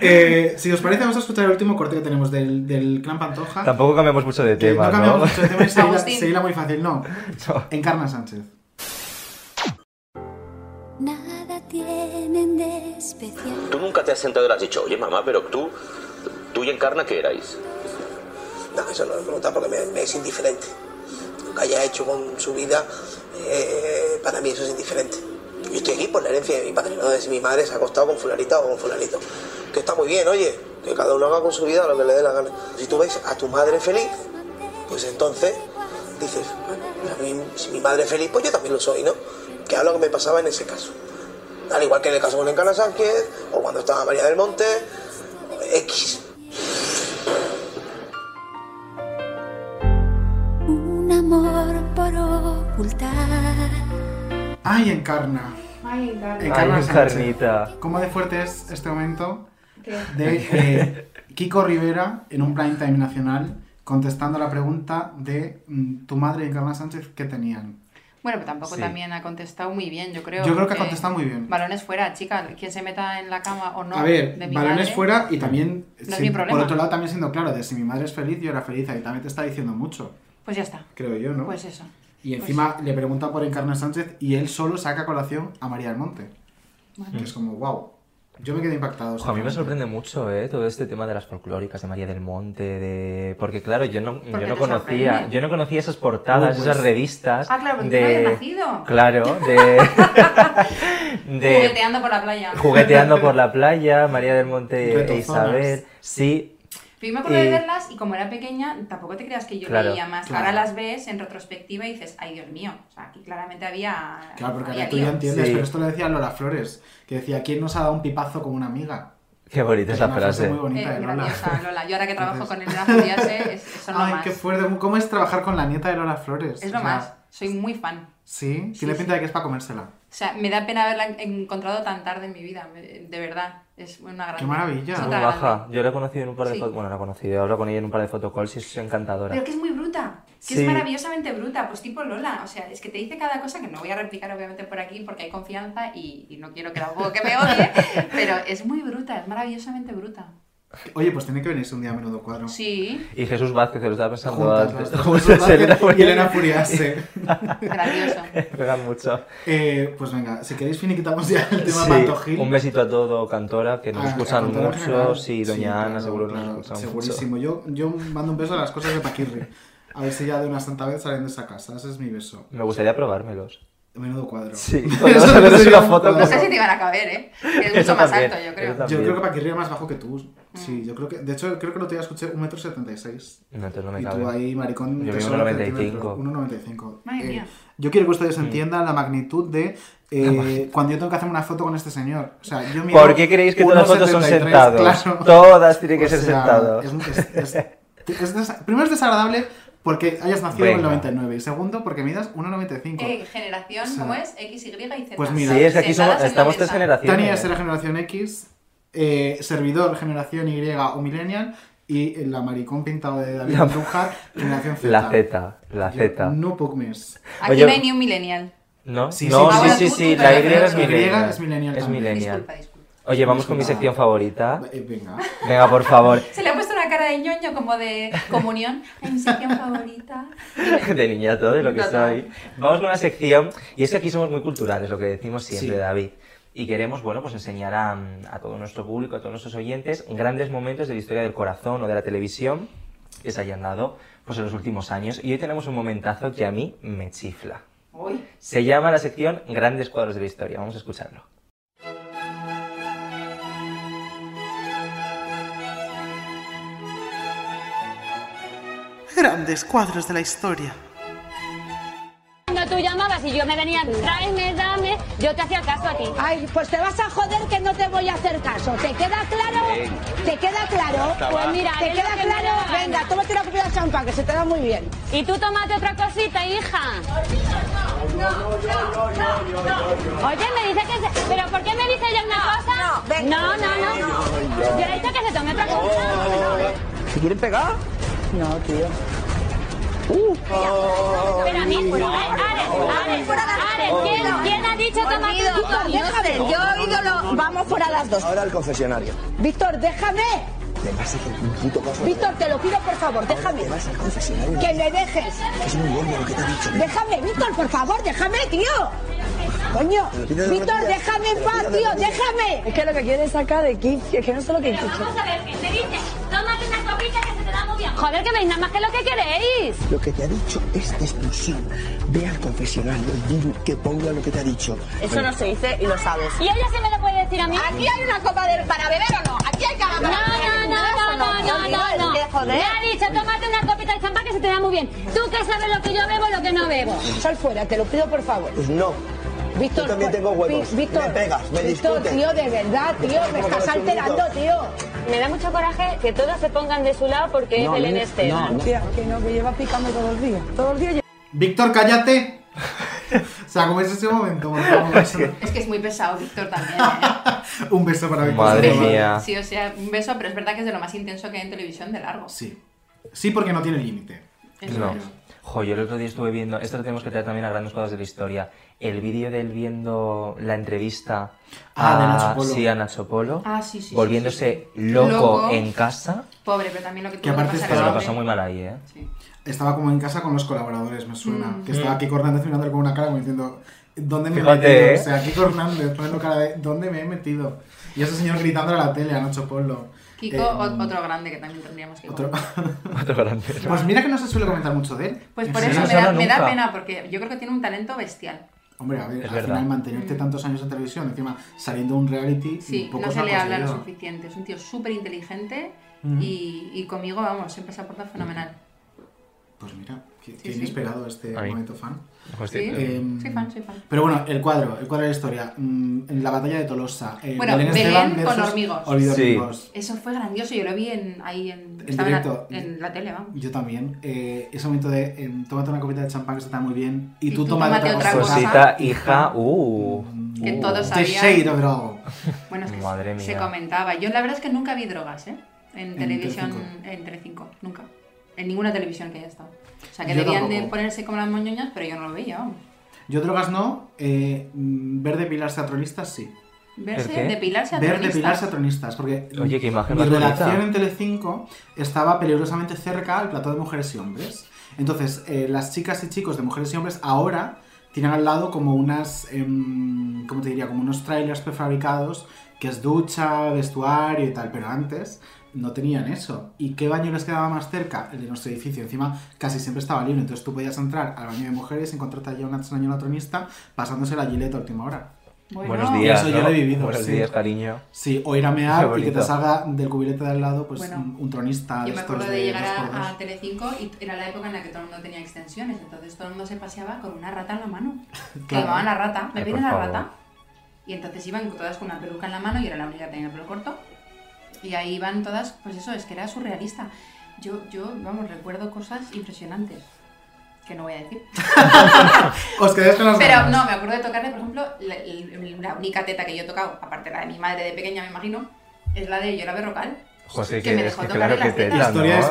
[SPEAKER 1] Eh, si os parece, vamos a escuchar el último corte que tenemos del, del Clan Pantoja.
[SPEAKER 2] Tampoco cambiamos mucho de
[SPEAKER 1] Que
[SPEAKER 2] tema,
[SPEAKER 1] no
[SPEAKER 2] ¿no?
[SPEAKER 1] cambiamos mucho de tema y se hila-
[SPEAKER 3] Agustín.
[SPEAKER 1] se hila muy fácil, no. Encarna Sánchez.
[SPEAKER 5] Nada tienen de especial.
[SPEAKER 14] Tú nunca te has sentado y le has dicho, oye mamá, pero tú, tú y Encarna, ¿qué erais?
[SPEAKER 15] No, eso no lo he preguntado porque me, me es indiferente. Lo que haya hecho con su vida, eh, para mí eso es indiferente. Yo estoy aquí por la herencia de mi padre, no de si mi madre se ha acostado con fulanita o con fulanito. Que está muy bien, oye, que cada uno haga con su vida lo que le dé la gana. Si tú ves a tu madre feliz, pues entonces dices, bueno, a mí, si mi madre es feliz, pues yo también lo soy, ¿no? Que era lo que me pasaba en ese caso. Al igual que en el caso con Encarna Sánchez, o cuando estaba María del Monte, X.
[SPEAKER 5] Un amor por ocultar.
[SPEAKER 1] Ay, Encarna.
[SPEAKER 3] Ay,
[SPEAKER 1] Encarna
[SPEAKER 2] Ay,
[SPEAKER 1] Sánchez.
[SPEAKER 2] Encarnita.
[SPEAKER 1] ¿Cómo de fuerte es este momento
[SPEAKER 3] ¿Qué?
[SPEAKER 1] de eh, Kiko Rivera en un prime time nacional contestando la pregunta de mm, tu madre y Encarna Sánchez qué tenían?
[SPEAKER 3] Bueno, pero tampoco
[SPEAKER 1] Sí.
[SPEAKER 3] también ha contestado muy bien, yo creo.
[SPEAKER 1] Yo creo que ha
[SPEAKER 3] porque
[SPEAKER 1] contestado muy bien.
[SPEAKER 3] Balones fuera, chica, quien se meta en la cama o no.
[SPEAKER 1] a ver,
[SPEAKER 3] de mi
[SPEAKER 1] balones
[SPEAKER 3] madre,
[SPEAKER 1] fuera y también,
[SPEAKER 3] No es
[SPEAKER 1] si-
[SPEAKER 3] mi
[SPEAKER 1] por
[SPEAKER 3] problema.
[SPEAKER 1] otro lado, también siendo claro, de si mi madre es feliz, yo era feliz, ahí también te está diciendo mucho,
[SPEAKER 3] Pues ya está.
[SPEAKER 1] creo yo, ¿no?
[SPEAKER 3] Pues eso.
[SPEAKER 1] y encima le pregunta por Encarna Sánchez y él solo saca a colación a María del Monte.
[SPEAKER 3] Bueno.
[SPEAKER 1] Que es como, wow. Yo me quedé impactado.
[SPEAKER 2] Ojo, a mí me
[SPEAKER 1] sinceramente.
[SPEAKER 2] sorprende mucho eh, todo este tema de las folclóricas, de María del Monte, de... porque claro, yo no, yo
[SPEAKER 3] Porque
[SPEAKER 2] no
[SPEAKER 3] te
[SPEAKER 2] conocía,
[SPEAKER 3] sorprende.
[SPEAKER 2] yo no conocía esas portadas,
[SPEAKER 1] Uh,
[SPEAKER 2] esas
[SPEAKER 1] pues.
[SPEAKER 2] revistas
[SPEAKER 3] Ah, claro, porque tú no
[SPEAKER 2] de...
[SPEAKER 3] habías nacido.
[SPEAKER 2] Claro, de... de...
[SPEAKER 3] Jugueteando por la playa.
[SPEAKER 2] Jugueteando por la playa, María del Monte e
[SPEAKER 1] Retozonas.
[SPEAKER 2] Isabel. Sí,
[SPEAKER 3] Pero yo me acuerdo de
[SPEAKER 2] Eh,
[SPEAKER 3] verlas y como era pequeña, tampoco te creas que yo
[SPEAKER 2] Claro,
[SPEAKER 3] leía más.
[SPEAKER 1] claro.
[SPEAKER 3] Ahora las ves en retrospectiva y dices, ay Dios mío, o sea, aquí claramente había.
[SPEAKER 1] Claro, porque
[SPEAKER 3] había
[SPEAKER 1] ahora tú ya
[SPEAKER 3] lío.
[SPEAKER 1] entiendes,
[SPEAKER 2] Sí.
[SPEAKER 1] pero esto lo decía Lola Flores, que decía, ¿quién nos ha dado un pipazo como una amiga?
[SPEAKER 2] qué bonita es
[SPEAKER 1] Es
[SPEAKER 2] la
[SPEAKER 1] una frase
[SPEAKER 2] frase.
[SPEAKER 1] muy bonita
[SPEAKER 3] Eh,
[SPEAKER 1] de Lola.
[SPEAKER 3] grandiosa, Lola. Yo ahora que trabajo con el
[SPEAKER 1] Entonces-
[SPEAKER 3] Rafa Díaz, eh, es- son lo
[SPEAKER 1] Ay,
[SPEAKER 3] más.
[SPEAKER 1] qué fuerte, ¿cómo es trabajar con la nieta de Lola Flores?
[SPEAKER 3] Es lo
[SPEAKER 1] O sea,
[SPEAKER 3] más. Soy muy fan.
[SPEAKER 1] Sí,
[SPEAKER 3] Sí,
[SPEAKER 1] tiene
[SPEAKER 3] sí.
[SPEAKER 1] pinta de que es para comérsela.
[SPEAKER 3] O sea, me da pena haberla encontrado tan tarde en mi vida, me- de verdad. Es una gran.
[SPEAKER 1] Qué maravilla.
[SPEAKER 3] Es
[SPEAKER 2] Muy
[SPEAKER 3] otra
[SPEAKER 2] baja.
[SPEAKER 3] grande.
[SPEAKER 2] Yo la he conocido en un par de
[SPEAKER 3] Sí.
[SPEAKER 2] fotos, bueno, la he conocido, hablo con ella en un par de fotocalls y es encantadora.
[SPEAKER 3] Pero que es muy bruta, que
[SPEAKER 2] Sí.
[SPEAKER 3] es maravillosamente bruta, pues tipo Lola. O sea, es que te dice cada cosa que no voy a replicar obviamente por aquí porque hay confianza y, y no quiero que tampoco que me odie, pero es muy bruta, es maravillosamente bruta.
[SPEAKER 1] Oye, pues tiene que venirse un día a menudo cuadro.
[SPEAKER 3] Sí,
[SPEAKER 2] Y Jesús Vázquez, que lo estaba pensando
[SPEAKER 1] Juntas,
[SPEAKER 2] antes.
[SPEAKER 1] las dos.
[SPEAKER 2] Juntas, Elena
[SPEAKER 1] y Elena
[SPEAKER 2] Furias.
[SPEAKER 1] Furiase.
[SPEAKER 3] grandioso.
[SPEAKER 2] Pega mucho.
[SPEAKER 1] Eh, pues venga, si queréis finiquitamos ya el tema
[SPEAKER 2] Sí,
[SPEAKER 1] Pantojil.
[SPEAKER 2] un besito a todo, Cantora, que nos
[SPEAKER 1] Ah,
[SPEAKER 2] escuchan
[SPEAKER 1] a Cantora en
[SPEAKER 2] mucho.
[SPEAKER 1] general.
[SPEAKER 2] Sí, doña
[SPEAKER 1] claro,
[SPEAKER 2] Ana, seguro que
[SPEAKER 1] claro,
[SPEAKER 2] nos escuchan mucho.
[SPEAKER 1] Segurísimo. Yo, yo mando un beso a las cosas de Paquirri. A ver si ya de una santa vez salen de esa casa. Ese es mi beso.
[SPEAKER 2] Me gustaría probármelos.
[SPEAKER 1] Menudo cuadro.
[SPEAKER 2] Sí,
[SPEAKER 1] Eso
[SPEAKER 2] podemos hacerles
[SPEAKER 1] sería
[SPEAKER 2] una
[SPEAKER 1] un
[SPEAKER 2] foto
[SPEAKER 1] cuadro.
[SPEAKER 3] No sé si te iban a caber, ¿eh? Es mucho
[SPEAKER 2] Eso
[SPEAKER 3] más
[SPEAKER 2] también,
[SPEAKER 3] alto, yo
[SPEAKER 2] eso
[SPEAKER 3] creo. Mm.
[SPEAKER 2] también.
[SPEAKER 1] Yo creo que Paquirri era más bajo que tú. Sí, yo creo que. De hecho, creo que el otro día escuché 1,76m.
[SPEAKER 2] No, entonces no me
[SPEAKER 1] Y
[SPEAKER 2] cabe.
[SPEAKER 1] tú ahí, maricón,
[SPEAKER 2] Yo
[SPEAKER 1] te
[SPEAKER 2] mido
[SPEAKER 1] sobra
[SPEAKER 2] 1,95.
[SPEAKER 1] 1,95.
[SPEAKER 3] Madre
[SPEAKER 1] Eh,
[SPEAKER 3] mía.
[SPEAKER 1] Yo quiero que
[SPEAKER 2] Mm.
[SPEAKER 1] ustedes entiendan la magnitud de eh, cuando yo tengo que hacer una foto con este señor. O sea, yo mido
[SPEAKER 2] ¿Por qué creéis que todas las fotos son
[SPEAKER 1] 1,73,
[SPEAKER 2] sentados?
[SPEAKER 1] claro.
[SPEAKER 2] Todas tienen que
[SPEAKER 1] O
[SPEAKER 2] ser
[SPEAKER 1] sea,
[SPEAKER 2] sentados.
[SPEAKER 1] es- es- es- es desa- primero es desagradable Porque hayas nacido en el
[SPEAKER 2] Venga.
[SPEAKER 1] 99. Y segundo, porque midas 1,95.
[SPEAKER 3] Eh, generación,
[SPEAKER 1] O sea,
[SPEAKER 3] ¿cómo es? X, Y y Z.
[SPEAKER 1] Pues mira,
[SPEAKER 2] Sí, es que aquí somos- estamos tres generaciones.
[SPEAKER 1] Tania es de la generación X, eh, servidor generación Y o millennial y la maricón pintado de David
[SPEAKER 2] La-
[SPEAKER 1] Andújar, generación Z.
[SPEAKER 2] La Z, la
[SPEAKER 1] Yo-
[SPEAKER 2] Z.
[SPEAKER 1] No poc més.
[SPEAKER 3] Aquí
[SPEAKER 2] Oye,
[SPEAKER 3] no hay ni un millennial.
[SPEAKER 2] ¿No?
[SPEAKER 1] Sí,
[SPEAKER 2] no,
[SPEAKER 1] sí,
[SPEAKER 2] sí, sí,
[SPEAKER 1] sí.
[SPEAKER 2] sí,
[SPEAKER 1] Ah, bueno,
[SPEAKER 2] la
[SPEAKER 1] tú,
[SPEAKER 2] Y
[SPEAKER 1] pero-
[SPEAKER 2] es
[SPEAKER 1] pero-
[SPEAKER 2] millennial.
[SPEAKER 1] es millennial
[SPEAKER 2] Es
[SPEAKER 1] también.
[SPEAKER 2] millennial.
[SPEAKER 3] Disculpa,
[SPEAKER 2] Oye, vamos con mi
[SPEAKER 1] Disculpa.
[SPEAKER 2] sección favorita.
[SPEAKER 1] Eh, venga.
[SPEAKER 2] Venga, por favor.
[SPEAKER 3] Se le ha puesto una cara de ñoño como de comunión. Ay, mi sección favorita.
[SPEAKER 2] De niñato, de lo que
[SPEAKER 3] Total.
[SPEAKER 2] soy. Vamos con una sección, y es que aquí somos muy culturales, lo que decimos
[SPEAKER 16] Sí.
[SPEAKER 2] siempre, David. Y queremos, bueno, pues enseñar a, a todo nuestro público, a todos nuestros oyentes, grandes momentos de la historia del corazón o de la televisión que se hayan dado pues, en los últimos años. Y hoy tenemos un momentazo que a mí me chifla.
[SPEAKER 3] Uy.
[SPEAKER 2] Se llama la sección Grandes cuadros de la historia. Vamos a escucharlo.
[SPEAKER 17] Grandes cuadros de la historia.
[SPEAKER 18] Cuando tú llamabas y yo me venía, tráeme, dame, yo te hacía caso a ti. Ay, pues te vas a joder que no te voy a hacer caso. ¿Te queda claro? ¿Te queda
[SPEAKER 5] claro?
[SPEAKER 18] Pues mira,
[SPEAKER 5] ¿Te
[SPEAKER 18] es
[SPEAKER 5] queda
[SPEAKER 18] lo que
[SPEAKER 5] claro?
[SPEAKER 18] me da la gana.
[SPEAKER 5] Venga, tómate una copita de champán, que se te da muy bien.
[SPEAKER 18] Y tú tomate otra cosita, hija. Oye, me dice que se... ¿Pero por qué me dice ella una cosa?
[SPEAKER 5] venga.
[SPEAKER 18] No, no, no. Yo le he dicho que se tome otra
[SPEAKER 15] Oh.
[SPEAKER 18] cosa.
[SPEAKER 5] ¿Se quieren pegar? No, tío.
[SPEAKER 18] Pero a mí, Ares,
[SPEAKER 5] eh,
[SPEAKER 18] Ares, Ares, ¿quién, quién ha dicho tomate
[SPEAKER 5] Olvido,
[SPEAKER 18] otra cosa?
[SPEAKER 5] déjame, yo he oído lo... Vamos fuera las dos.
[SPEAKER 15] Ahora el confesionario.
[SPEAKER 5] Víctor, déjame.
[SPEAKER 15] Me vas a hacer un puto caso.
[SPEAKER 5] Víctor, te lo pido, por favor, déjame.
[SPEAKER 15] Te vas al confesionario.
[SPEAKER 5] Que me dejes.
[SPEAKER 15] Es muy gordo lo que te he dicho.
[SPEAKER 5] Déjame, Víctor, por favor, déjame, tío. Coño,
[SPEAKER 15] Te lo pido de
[SPEAKER 5] Víctor,
[SPEAKER 15] rodillas.
[SPEAKER 5] déjame en
[SPEAKER 15] Te lo
[SPEAKER 5] paz,
[SPEAKER 15] pido de
[SPEAKER 5] tío,
[SPEAKER 15] rodillas.
[SPEAKER 5] déjame. Es que lo que quieres sacar de quicio, es que no sé lo que
[SPEAKER 18] Pero vamos a ver, que te dice, tómate una copita que se te da muy bien. Joder, que veis nada más que lo que queréis.
[SPEAKER 15] Lo que te ha dicho es expulsión. Ve al confesionario y dile que ponga lo que te ha dicho. Bueno,
[SPEAKER 5] se dice y lo sabes.
[SPEAKER 18] Y ella se me lo puede decir a mí.
[SPEAKER 5] Aquí hay una copa de, para beber o no. Aquí hay
[SPEAKER 18] No,
[SPEAKER 5] cama para
[SPEAKER 18] no,
[SPEAKER 5] beber.
[SPEAKER 18] no, no, no, no, no, no.
[SPEAKER 5] Es que, joder.
[SPEAKER 18] Le ha dicho, tómate una copita de champán que se te da muy bien. Tú que sabes lo que yo bebo y lo que no bebo.
[SPEAKER 5] Sal fuera, te lo pido por favor.
[SPEAKER 15] Pues no.
[SPEAKER 5] Víctor,
[SPEAKER 15] Yo también
[SPEAKER 5] por-
[SPEAKER 15] tengo huevos.
[SPEAKER 5] Vi- Víctor,
[SPEAKER 15] me pegas, me
[SPEAKER 5] Víctor,
[SPEAKER 15] discutes.
[SPEAKER 5] tío, de verdad, tío, me
[SPEAKER 15] Como
[SPEAKER 5] estás
[SPEAKER 15] que no es un
[SPEAKER 5] alterando, tío.
[SPEAKER 18] Me da mucho coraje que todas se pongan de su lado porque
[SPEAKER 15] No,
[SPEAKER 18] es Belén
[SPEAKER 15] no,
[SPEAKER 18] Esteban.
[SPEAKER 15] no,
[SPEAKER 5] Tía, que no, que lleva picando todos los días. Todos los días lleva-
[SPEAKER 1] Víctor, cállate. o sea, como es ese momento, por favor.
[SPEAKER 3] Es que es muy pesado, Víctor, también. ¿eh?
[SPEAKER 1] Un beso para Víctor.
[SPEAKER 2] Madre
[SPEAKER 1] Esteban.
[SPEAKER 2] mía.
[SPEAKER 3] Sí, o sea, un beso, pero es verdad que es de lo más intenso que hay en televisión de largo.
[SPEAKER 1] Sí. Sí, porque no tiene límite.
[SPEAKER 3] Eso
[SPEAKER 2] No.
[SPEAKER 3] es.
[SPEAKER 2] Jo, yo el otro día estuve viendo, esto lo tenemos que traer también a grandes cuadros de la historia, el vídeo de él viendo la entrevista
[SPEAKER 1] Ah, de
[SPEAKER 2] a,
[SPEAKER 1] Nacho Polo.
[SPEAKER 2] sí, a Nacho Polo,
[SPEAKER 3] Ah, sí, sí, sí,
[SPEAKER 2] volviéndose
[SPEAKER 3] sí, sí.
[SPEAKER 2] Loco,
[SPEAKER 3] Loco.
[SPEAKER 2] en casa,
[SPEAKER 3] Pobre, pero también lo que
[SPEAKER 1] Que
[SPEAKER 3] tuvo que
[SPEAKER 1] aparte
[SPEAKER 3] pasar
[SPEAKER 2] que se
[SPEAKER 1] Claro.
[SPEAKER 2] lo
[SPEAKER 3] el
[SPEAKER 2] pasó
[SPEAKER 3] hombre.
[SPEAKER 2] muy mal ahí, ¿eh?
[SPEAKER 1] Estaba como en casa con los colaboradores, me suena.
[SPEAKER 3] Mm.
[SPEAKER 1] Que estaba Kiko Hernández mirándole con una cara como diciendo, ¿dónde me
[SPEAKER 2] Fíjate,
[SPEAKER 1] he metido?
[SPEAKER 2] ¿eh?
[SPEAKER 1] O sea, Kiko Hernández poniendo cara de, ¿dónde me he metido? Y ese señor gritando a la tele, a Nacho Polo.
[SPEAKER 3] Kiko,
[SPEAKER 1] Eh,
[SPEAKER 3] o- otro grande que también tendríamos que
[SPEAKER 1] otro-
[SPEAKER 3] comentar.
[SPEAKER 2] Otro grande.
[SPEAKER 1] Pues mira que no se suele comentar mucho de él.
[SPEAKER 3] Pues
[SPEAKER 1] En
[SPEAKER 3] por
[SPEAKER 1] serio.
[SPEAKER 3] eso
[SPEAKER 2] no
[SPEAKER 3] me
[SPEAKER 2] se
[SPEAKER 3] da,
[SPEAKER 2] habla
[SPEAKER 3] me da
[SPEAKER 2] nunca.
[SPEAKER 3] pena, porque yo creo que tiene un talento bestial.
[SPEAKER 1] Hombre, a ver,
[SPEAKER 2] Es
[SPEAKER 1] al
[SPEAKER 2] verdad.
[SPEAKER 1] final mantenerte tantos años en televisión, encima saliendo de un reality,
[SPEAKER 3] Mm. Sí,
[SPEAKER 1] poco
[SPEAKER 3] no se le habla lo
[SPEAKER 1] conseguido.
[SPEAKER 3] suficiente. Es un tío súper inteligente
[SPEAKER 1] Ujú.
[SPEAKER 3] y, y conmigo, vamos, siempre se ha portado fenomenal.
[SPEAKER 1] Pues mira, qué, qué
[SPEAKER 3] sí.
[SPEAKER 1] inesperado este
[SPEAKER 2] Ahí.
[SPEAKER 1] momento fan.
[SPEAKER 2] Pues
[SPEAKER 3] Sí,
[SPEAKER 1] Eh,
[SPEAKER 3] soy fan, soy fan.
[SPEAKER 1] Pero bueno, el cuadro, el cuadro de la historia. mm, en la batalla de Tolosa. eh,
[SPEAKER 3] Bueno,
[SPEAKER 1] Esteban
[SPEAKER 3] Belén
[SPEAKER 1] versus
[SPEAKER 3] con hormigos.
[SPEAKER 1] Olvido
[SPEAKER 2] Sí.
[SPEAKER 1] Hormigos.
[SPEAKER 3] Eso fue grandioso, yo lo vi en, ahí en,
[SPEAKER 1] En
[SPEAKER 3] estaba en la-
[SPEAKER 1] directo.
[SPEAKER 3] en, la, tele, vamos.
[SPEAKER 1] Yo también. eh, ese momento de em, tómate una copita de champán que está muy bien y,
[SPEAKER 3] Y
[SPEAKER 1] tú,
[SPEAKER 3] tú
[SPEAKER 1] tómate,
[SPEAKER 3] tómate
[SPEAKER 1] otra
[SPEAKER 3] otra
[SPEAKER 1] cosa.
[SPEAKER 2] Cosita, hija, uh.
[SPEAKER 3] Que
[SPEAKER 2] uh.
[SPEAKER 3] todos
[SPEAKER 1] The
[SPEAKER 3] sabían.
[SPEAKER 1] shade of it all.
[SPEAKER 3] Bueno, es que
[SPEAKER 2] Madre
[SPEAKER 3] se-
[SPEAKER 2] mía.
[SPEAKER 3] se comentaba. Yo la verdad es que nunca vi drogas, ¿eh? En,
[SPEAKER 1] En
[SPEAKER 3] televisión,
[SPEAKER 1] Telecinco.
[SPEAKER 3] en Telecinco, nunca. En ninguna televisión que haya estado. O sea, que
[SPEAKER 1] Yo
[SPEAKER 3] debían de
[SPEAKER 1] tampoco.
[SPEAKER 3] ponerse como las moñoñas, pero yo no lo veía, vamos.
[SPEAKER 1] Yo drogas no, eh, mm, ver depilarse a tronistas sí.
[SPEAKER 3] Verse,
[SPEAKER 2] qué?
[SPEAKER 3] depilarse a
[SPEAKER 1] Ver
[SPEAKER 3] tronistas.
[SPEAKER 1] depilarse a tronistas, porque
[SPEAKER 2] Oye, qué imagen
[SPEAKER 1] mi
[SPEAKER 2] más bonita.
[SPEAKER 1] redacción en Telecinco estaba peligrosamente cerca al plató de mujeres y hombres. Entonces, eh, las chicas y chicos de mujeres y hombres ahora tienen al lado como unas, em, ¿cómo te diría? Como unos trailers prefabricados, que es ducha, vestuario y tal, pero antes no tenían eso. ¿Y qué baño les quedaba más cerca? El de nuestro edificio. Encima casi siempre estaba libre, entonces tú podías entrar al baño de mujeres, encontrarte allí a una señora tronista, pasándose la gilet a última hora.
[SPEAKER 3] Bueno,
[SPEAKER 2] Buenos días.
[SPEAKER 1] Eso yo
[SPEAKER 2] ¿no?
[SPEAKER 1] lo he vivido,
[SPEAKER 2] Buenos
[SPEAKER 1] sí.
[SPEAKER 2] días, cariño.
[SPEAKER 1] Sí, o ir a
[SPEAKER 2] Qué
[SPEAKER 1] mear y
[SPEAKER 2] bonito.
[SPEAKER 1] que te salga del cubilete de al lado pues
[SPEAKER 3] Bueno,
[SPEAKER 1] un- un tronista de
[SPEAKER 3] Yo me
[SPEAKER 1] estos
[SPEAKER 3] acuerdo
[SPEAKER 1] de,
[SPEAKER 3] de llegar
[SPEAKER 1] dos por
[SPEAKER 3] a,
[SPEAKER 1] dos.
[SPEAKER 3] a Telecinco y era la época en la que todo el mundo tenía extensiones, entonces todo el mundo se paseaba con una rata en la mano. Que
[SPEAKER 1] Claro. Eh,
[SPEAKER 3] llevaban la rata, me
[SPEAKER 2] Ay,
[SPEAKER 3] piden
[SPEAKER 2] por
[SPEAKER 3] la
[SPEAKER 2] favor.
[SPEAKER 3] rata. Y entonces iban todas con una peluca en la mano, y era la única que tenía el pelo corto. Y ahí iban todas, pues eso, es que era surrealista. Yo, yo, vamos, recuerdo cosas impresionantes que no voy a decir.
[SPEAKER 1] Os quedáis con las
[SPEAKER 3] Pero
[SPEAKER 1] ganas.
[SPEAKER 3] no, me acuerdo de tocarle, por ejemplo, la, el- la única teta que yo he tocado, aparte la de mi madre de pequeña, me imagino, es la de Yola Berrocal.
[SPEAKER 2] José,
[SPEAKER 3] que me dejó tocar
[SPEAKER 2] claro
[SPEAKER 3] las
[SPEAKER 2] que te
[SPEAKER 3] tetas.
[SPEAKER 2] la Es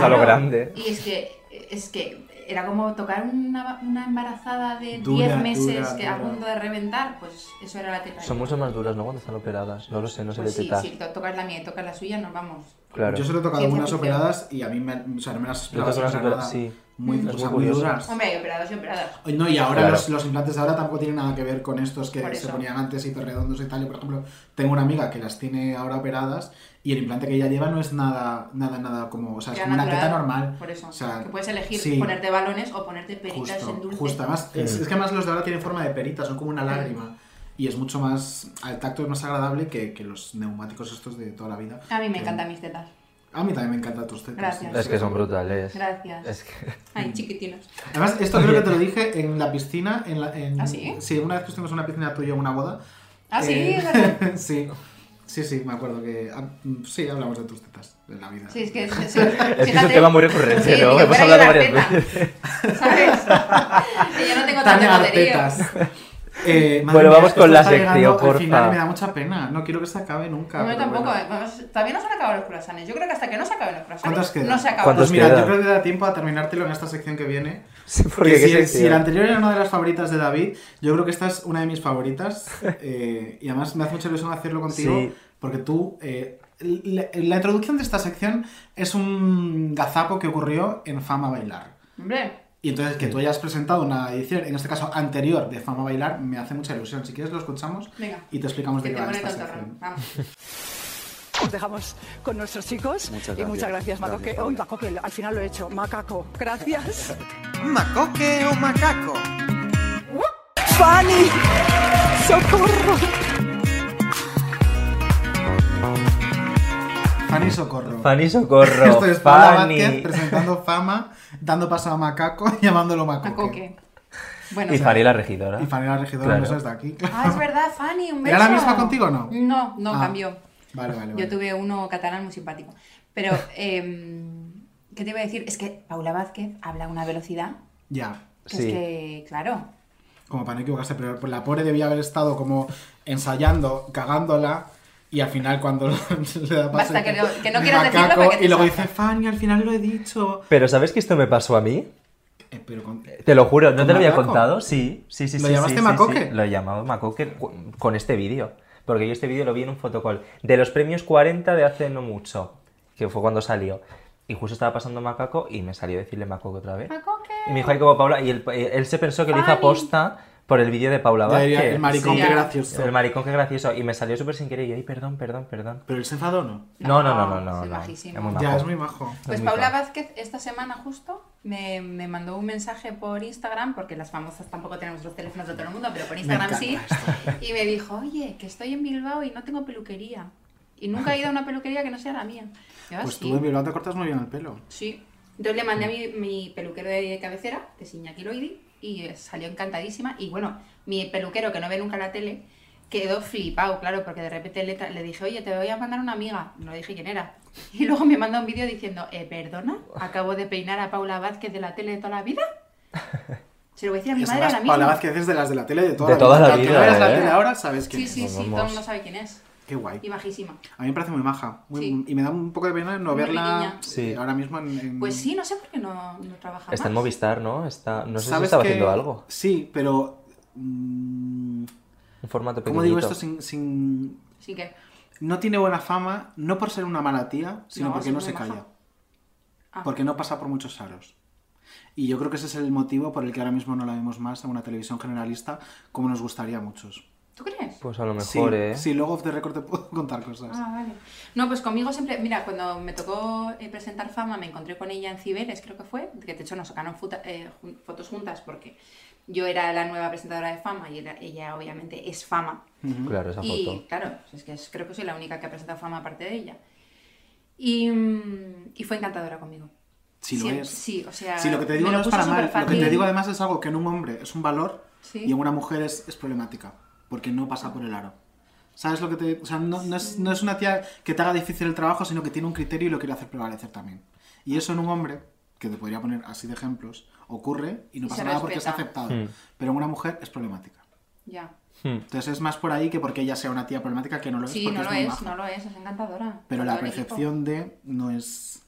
[SPEAKER 2] a lo grande.
[SPEAKER 3] Y es que, es que era como tocar una, una embarazada de
[SPEAKER 2] Dura,
[SPEAKER 3] 10 meses
[SPEAKER 2] dura,
[SPEAKER 3] que a
[SPEAKER 2] dura.
[SPEAKER 3] punto de reventar, pues eso era la teta.
[SPEAKER 2] Son mucho más duras, ¿no? Cuando están operadas. No lo sé, no sé
[SPEAKER 3] Pues
[SPEAKER 2] de
[SPEAKER 3] sí,
[SPEAKER 2] tetas.
[SPEAKER 3] si to- tocas la mía y tocas la suya, nos vamos.
[SPEAKER 2] Claro.
[SPEAKER 1] Yo solo he tocado
[SPEAKER 3] Ciencia
[SPEAKER 1] unas
[SPEAKER 3] ficción.
[SPEAKER 1] operadas y a mí me, o sea, no me las
[SPEAKER 2] Yo
[SPEAKER 1] esperaba.
[SPEAKER 2] toco unas
[SPEAKER 1] para
[SPEAKER 2] operadas,
[SPEAKER 1] nada.
[SPEAKER 2] sí.
[SPEAKER 1] Muy,
[SPEAKER 2] Mm.
[SPEAKER 1] o
[SPEAKER 2] Es
[SPEAKER 1] sea,
[SPEAKER 2] muy
[SPEAKER 1] muy
[SPEAKER 2] curioso.
[SPEAKER 1] duras.
[SPEAKER 3] Hombre, hay operados y operados.
[SPEAKER 1] Ay, No, y ahora
[SPEAKER 2] Claro.
[SPEAKER 1] los, los implantes de ahora tampoco tienen nada que ver con estos que
[SPEAKER 3] Por
[SPEAKER 1] se
[SPEAKER 3] eso.
[SPEAKER 1] ponían antes hiperredondos y tal. Yo, por ejemplo, tengo una amiga que las tiene ahora operadas y el implante que ella lleva no es nada, nada, nada como, o sea, es
[SPEAKER 3] Era
[SPEAKER 1] como una
[SPEAKER 3] natural,
[SPEAKER 1] teta normal.
[SPEAKER 3] Por eso.
[SPEAKER 1] O sea,
[SPEAKER 3] que puedes elegir
[SPEAKER 1] sí,
[SPEAKER 3] ponerte balones o ponerte peritas en dulce.
[SPEAKER 1] Justo, además, es,
[SPEAKER 2] Mm.
[SPEAKER 1] es que además los de ahora tienen forma de perita, son como una lágrima. Y es mucho más, al tacto es más agradable que, que los neumáticos estos de toda la vida.
[SPEAKER 3] A mí me
[SPEAKER 1] Que-
[SPEAKER 3] encantan mis tetas.
[SPEAKER 1] A mí también me encantan tus tetas.
[SPEAKER 3] Gracias.
[SPEAKER 2] Es que son brutales.
[SPEAKER 3] Gracias.
[SPEAKER 2] Es que...
[SPEAKER 3] Ay, chiquitinos.
[SPEAKER 1] Mm. Además, esto creo que te lo dije en la piscina. En la, en-
[SPEAKER 3] ¿Ah, sí?
[SPEAKER 1] una vez que estuvimos en una piscina tuya en una boda.
[SPEAKER 3] Ah, sí,
[SPEAKER 1] Eh,
[SPEAKER 3] es verdad.
[SPEAKER 1] sí. Sí, sí, me acuerdo que. ah, mm, Sí, hablamos de tus tetas en la vida.
[SPEAKER 3] Sí, es que es, es,
[SPEAKER 2] es un tema muy recurrente, ¿no? Hemos hablado varias veces.
[SPEAKER 3] ¿Sabes? Que yo no tengo
[SPEAKER 1] Tan
[SPEAKER 3] tanto poderío.
[SPEAKER 1] hartetas. Eh, madre
[SPEAKER 2] Bueno, vamos
[SPEAKER 1] esto
[SPEAKER 2] con la
[SPEAKER 1] está llegando
[SPEAKER 2] sección,
[SPEAKER 1] al
[SPEAKER 2] porfa.
[SPEAKER 1] final y me da mucha pena. No quiero que se acabe nunca.
[SPEAKER 3] No, yo
[SPEAKER 1] pero
[SPEAKER 3] tampoco.
[SPEAKER 1] bueno.
[SPEAKER 3] eh, vamos, todavía no se han acabado los croissants. ¿eh? Yo creo que hasta que no se acaben los
[SPEAKER 1] ¿Cuántos
[SPEAKER 3] croissants,
[SPEAKER 1] quedan?
[SPEAKER 3] no se acaban.
[SPEAKER 2] ¿Cuántos
[SPEAKER 1] pues mira,
[SPEAKER 2] quedan?
[SPEAKER 1] yo creo que da tiempo a terminártelo en esta sección que viene.
[SPEAKER 2] porque
[SPEAKER 1] Que
[SPEAKER 2] qué
[SPEAKER 1] si, el-
[SPEAKER 2] sección.
[SPEAKER 1] si la anterior era una de las favoritas de David, yo creo que esta es una de mis favoritas. eh, y además me hace mucha ilusión hacerlo contigo,
[SPEAKER 2] Sí.
[SPEAKER 1] porque tú... eh, la, la introducción de esta sección es un gazapo que ocurrió en Fama Bailar.
[SPEAKER 3] Hombre,
[SPEAKER 1] Y entonces que tú hayas presentado una edición, en este caso anterior, de Fama Bailar, me hace mucha ilusión. Si quieres lo escuchamos
[SPEAKER 3] Venga.
[SPEAKER 1] y te explicamos
[SPEAKER 3] que
[SPEAKER 1] de
[SPEAKER 3] te
[SPEAKER 1] qué va
[SPEAKER 3] pone
[SPEAKER 1] esta
[SPEAKER 3] tontorrón.
[SPEAKER 1] sección.
[SPEAKER 3] Vamos.
[SPEAKER 19] Os dejamos con nuestros chicos.
[SPEAKER 1] Muchas
[SPEAKER 19] Y muchas
[SPEAKER 1] gracias.
[SPEAKER 19] gracias, Macoque.
[SPEAKER 1] Gracias,
[SPEAKER 19] Uy, Macoque, al final lo he hecho. Macaco. Gracias.
[SPEAKER 10] ¿Macoque o macaco?
[SPEAKER 19] ¡Fanny! ¡Socorro!
[SPEAKER 1] Fanny Socorro.
[SPEAKER 2] Fanny Socorro.
[SPEAKER 1] Esto es Paula Vázquez
[SPEAKER 2] Fanny.
[SPEAKER 1] presentando fama, dando paso a Macaco, llamándolo Macoque.
[SPEAKER 3] Coque. Bueno,
[SPEAKER 2] Y
[SPEAKER 3] o sea,
[SPEAKER 2] Fanny la regidora.
[SPEAKER 1] Y Fanny la regidora,
[SPEAKER 2] Claro.
[SPEAKER 1] no sabes de aquí. claro.
[SPEAKER 3] Ah, es verdad, Fanny, un beso.
[SPEAKER 1] ¿Era la misma contigo o no?
[SPEAKER 3] No, no,
[SPEAKER 1] Ah,
[SPEAKER 3] cambió.
[SPEAKER 1] Vale, vale,
[SPEAKER 3] Yo
[SPEAKER 1] vale.
[SPEAKER 3] tuve uno catalán muy simpático. Pero, em, ¿qué te iba a decir? Es que Paula Vázquez habla a una velocidad
[SPEAKER 1] Ya.
[SPEAKER 3] que es que, claro,
[SPEAKER 1] Como para no equivocarse, pero la pobre debía haber estado como ensayando, cagándola, y al final cuando le da paso...
[SPEAKER 3] Basta, que no- que no
[SPEAKER 1] de
[SPEAKER 3] quieras decirlo
[SPEAKER 1] Macaco,
[SPEAKER 3] para que te
[SPEAKER 1] Y luego
[SPEAKER 3] salga.
[SPEAKER 1] dice, Fanny, al final lo he dicho.
[SPEAKER 2] Pero ¿sabes que esto me pasó a mí?
[SPEAKER 1] Eh, pero con-
[SPEAKER 2] Te lo juro, ¿no
[SPEAKER 1] ¿Con
[SPEAKER 2] te lo había
[SPEAKER 1] Macaco?
[SPEAKER 2] contado? Sí, sí, sí.
[SPEAKER 1] ¿Lo
[SPEAKER 2] sí,
[SPEAKER 1] llamaste
[SPEAKER 2] sí, sí,
[SPEAKER 1] Macoque?
[SPEAKER 2] sí. Lo he llamado Macoque cu- con este vídeo. Porque yo este vídeo lo vi en un fotocall de los premios 40 de hace no mucho, que fue cuando salió. Y justo estaba pasando Macaco y me salió decirle Macoque otra vez.
[SPEAKER 3] Macoque.
[SPEAKER 2] Y me dijo, ay, como Paula. Y él, eh, él se pensó que lo hizo
[SPEAKER 3] Fanny.
[SPEAKER 2] aposta por el vídeo de Paula
[SPEAKER 1] Ya diría,
[SPEAKER 2] Vázquez.
[SPEAKER 1] el maricón, qué gracioso.
[SPEAKER 2] El maricón, qué gracioso. Y me salió súper sin querer. Y yo, ay, perdón, perdón, perdón.
[SPEAKER 1] ¿Pero él se enfadó o no?
[SPEAKER 2] No, no, no, no.
[SPEAKER 3] No,
[SPEAKER 2] no,
[SPEAKER 3] es
[SPEAKER 2] no.
[SPEAKER 3] Ah, majísimo.
[SPEAKER 2] muy
[SPEAKER 1] Ya,
[SPEAKER 2] majo.
[SPEAKER 1] es muy majo.
[SPEAKER 3] Pues
[SPEAKER 2] Es muy
[SPEAKER 3] Paula
[SPEAKER 2] majo.
[SPEAKER 3] Vázquez esta semana justo me, me mandó un mensaje por Instagram, porque las famosas tampoco tenemos los teléfonos de todo el mundo, pero por Instagram
[SPEAKER 1] encanta
[SPEAKER 3] sí. Y me dijo, oye, que estoy en Bilbao y no tengo peluquería. Y nunca he ido a una peluquería que no sea la mía. Y yo, "Ah,
[SPEAKER 1] Pues
[SPEAKER 3] sí".
[SPEAKER 1] tú en Bilbao te cortas muy bien el pelo.
[SPEAKER 3] Sí. Entonces le mandé a mi,
[SPEAKER 1] Mm.
[SPEAKER 3] mi peluquero de cabecera, que es Iñaki Loidi, y eh, salió encantadísima. Y bueno, mi peluquero, que no ve nunca la tele, quedó flipado, claro, porque de repente le, tra- le dije, oye, te voy a mandar una amiga. No le dije quién era. Y luego me manda un vídeo diciendo, eh, perdona, acabo de peinar a Paula Vázquez de la tele de toda la vida. Se lo voy a decir a mi
[SPEAKER 1] Es
[SPEAKER 3] madre
[SPEAKER 1] además
[SPEAKER 3] ahora mismo.
[SPEAKER 1] Paula Vázquez es de las de la tele de toda
[SPEAKER 2] De
[SPEAKER 1] la
[SPEAKER 2] toda
[SPEAKER 1] vida.
[SPEAKER 2] la
[SPEAKER 1] Aunque
[SPEAKER 2] vida,
[SPEAKER 1] no veas la
[SPEAKER 2] ¿eh?
[SPEAKER 1] tele ahora, sabes quién
[SPEAKER 3] Sí,
[SPEAKER 1] es.
[SPEAKER 3] sí, sí, todo el mundo sabe quién es.
[SPEAKER 1] Qué guay.
[SPEAKER 3] Y majísima.
[SPEAKER 1] A mí me parece muy maja. muy-
[SPEAKER 3] Sí.
[SPEAKER 1] Y me da un poco de pena no
[SPEAKER 3] Muy
[SPEAKER 1] verla
[SPEAKER 3] niña.
[SPEAKER 2] Sí.
[SPEAKER 1] eh, ahora mismo en, en-
[SPEAKER 3] Pues sí, no sé por qué no, no trabaja
[SPEAKER 2] Está en
[SPEAKER 3] más.
[SPEAKER 2] Movistar, ¿no? Está... No sé si
[SPEAKER 1] ¿Sabes
[SPEAKER 2] estaba
[SPEAKER 1] que-
[SPEAKER 2] haciendo algo.
[SPEAKER 1] Sí, pero. mm,
[SPEAKER 2] Un formato pequeñito.
[SPEAKER 1] ¿Cómo digo esto sin, sin-
[SPEAKER 3] Así que,
[SPEAKER 1] No tiene buena fama, no por ser una mala tía, sino
[SPEAKER 3] No,
[SPEAKER 1] porque
[SPEAKER 3] es
[SPEAKER 1] no
[SPEAKER 3] muy
[SPEAKER 1] se
[SPEAKER 3] maja.
[SPEAKER 1] calla.
[SPEAKER 3] Ah.
[SPEAKER 1] Porque no pasa por muchos aros. Y yo creo que ese es el motivo por el que ahora mismo no la vemos más en una televisión generalista como nos gustaría a muchos.
[SPEAKER 3] ¿tú crees?
[SPEAKER 2] Pues a lo
[SPEAKER 1] Sí,
[SPEAKER 2] mejor, ¿eh?
[SPEAKER 1] Sí, luego off the record te puedo contar cosas.
[SPEAKER 3] Ah, vale. No, pues conmigo siempre, mira, cuando me tocó eh, presentar fama, me encontré con ella en Ciberes, creo que fue, que de hecho nos sacaron futa- eh, jun- fotos juntas porque yo era la nueva presentadora de fama y era- ella obviamente es fama.
[SPEAKER 2] Ujú. Claro, esa
[SPEAKER 3] Y
[SPEAKER 2] foto.
[SPEAKER 3] claro, pues es que es- creo que soy la única que ha presentado fama aparte de ella. Y, mm, y fue encantadora conmigo.
[SPEAKER 1] Si lo
[SPEAKER 3] Siem-
[SPEAKER 1] es.
[SPEAKER 3] Sí, o sea,
[SPEAKER 1] Sí, lo que te digo
[SPEAKER 3] me
[SPEAKER 1] no es para
[SPEAKER 3] puso
[SPEAKER 1] mal. Lo que te
[SPEAKER 3] superfácil.
[SPEAKER 1] digo además es algo que en un hombre es un valor
[SPEAKER 3] Sí.
[SPEAKER 1] y en una mujer es, es problemática. Porque no pasa por el aro. ¿Sabes lo que te.? O sea, no, no es, no es una tía que te haga difícil el trabajo, sino que tiene un criterio y lo quiere hacer prevalecer también. Y eso en un hombre, que te podría poner así de ejemplos, ocurre y no
[SPEAKER 3] Y se
[SPEAKER 1] pasa nada porque es
[SPEAKER 3] respeta.
[SPEAKER 1] aceptado.
[SPEAKER 2] Mm.
[SPEAKER 1] Pero en una mujer es problemática.
[SPEAKER 3] Ya.
[SPEAKER 1] Entonces es más por ahí que porque ella sea una tía problemática que no lo es.
[SPEAKER 3] Sí,
[SPEAKER 1] porque
[SPEAKER 3] no lo
[SPEAKER 1] muy
[SPEAKER 3] es,
[SPEAKER 1] maja.
[SPEAKER 3] no lo es, es encantadora.
[SPEAKER 1] Pero la
[SPEAKER 3] Todo el equipo.
[SPEAKER 1] percepción de no es...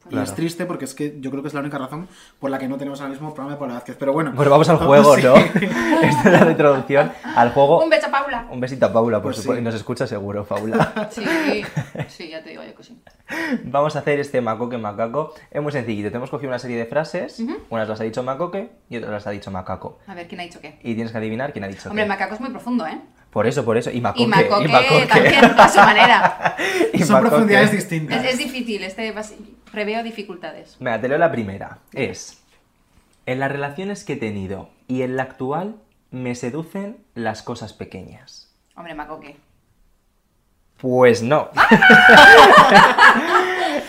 [SPEAKER 1] Y
[SPEAKER 2] Claro.
[SPEAKER 1] es triste porque es que yo creo que es la única razón por la que no tenemos ahora mismo un programa de Paula Vázquez. Pero bueno.
[SPEAKER 2] Bueno, Pues vamos al juego,
[SPEAKER 1] Ah, Sí.
[SPEAKER 2] ¿no? Esta es la introducción al juego.
[SPEAKER 3] Un beso a Paula.
[SPEAKER 2] Un besito a Paula, por
[SPEAKER 1] Pues
[SPEAKER 2] supuesto.
[SPEAKER 1] sí.
[SPEAKER 2] Y nos escucha seguro, Paula.
[SPEAKER 3] Sí, sí, sí, ya te digo yo que sí.
[SPEAKER 2] Vamos a hacer este macoque macaco. Es muy sencillito. Te hemos cogido una serie de frases.
[SPEAKER 3] Ujú.
[SPEAKER 2] Unas las ha dicho macoque y otras las ha dicho macaco.
[SPEAKER 3] A ver, ¿quién ha dicho qué?
[SPEAKER 2] Y tienes que adivinar quién ha dicho
[SPEAKER 3] Hombre,
[SPEAKER 2] qué.
[SPEAKER 3] macaco es muy profundo, ¿eh?
[SPEAKER 2] Por eso, por eso. Y macoque.
[SPEAKER 3] Y macoque,
[SPEAKER 2] macoque.
[SPEAKER 3] también, a su manera.
[SPEAKER 2] Y
[SPEAKER 1] Son
[SPEAKER 2] macoque.
[SPEAKER 1] profundidades distintas.
[SPEAKER 3] Es, es difícil, este va a ser- preveo dificultades.
[SPEAKER 2] Venga, te leo la primera. Es. En las relaciones que he tenido y en la actual me seducen las cosas pequeñas.
[SPEAKER 3] Hombre, macoque.
[SPEAKER 2] Pues no.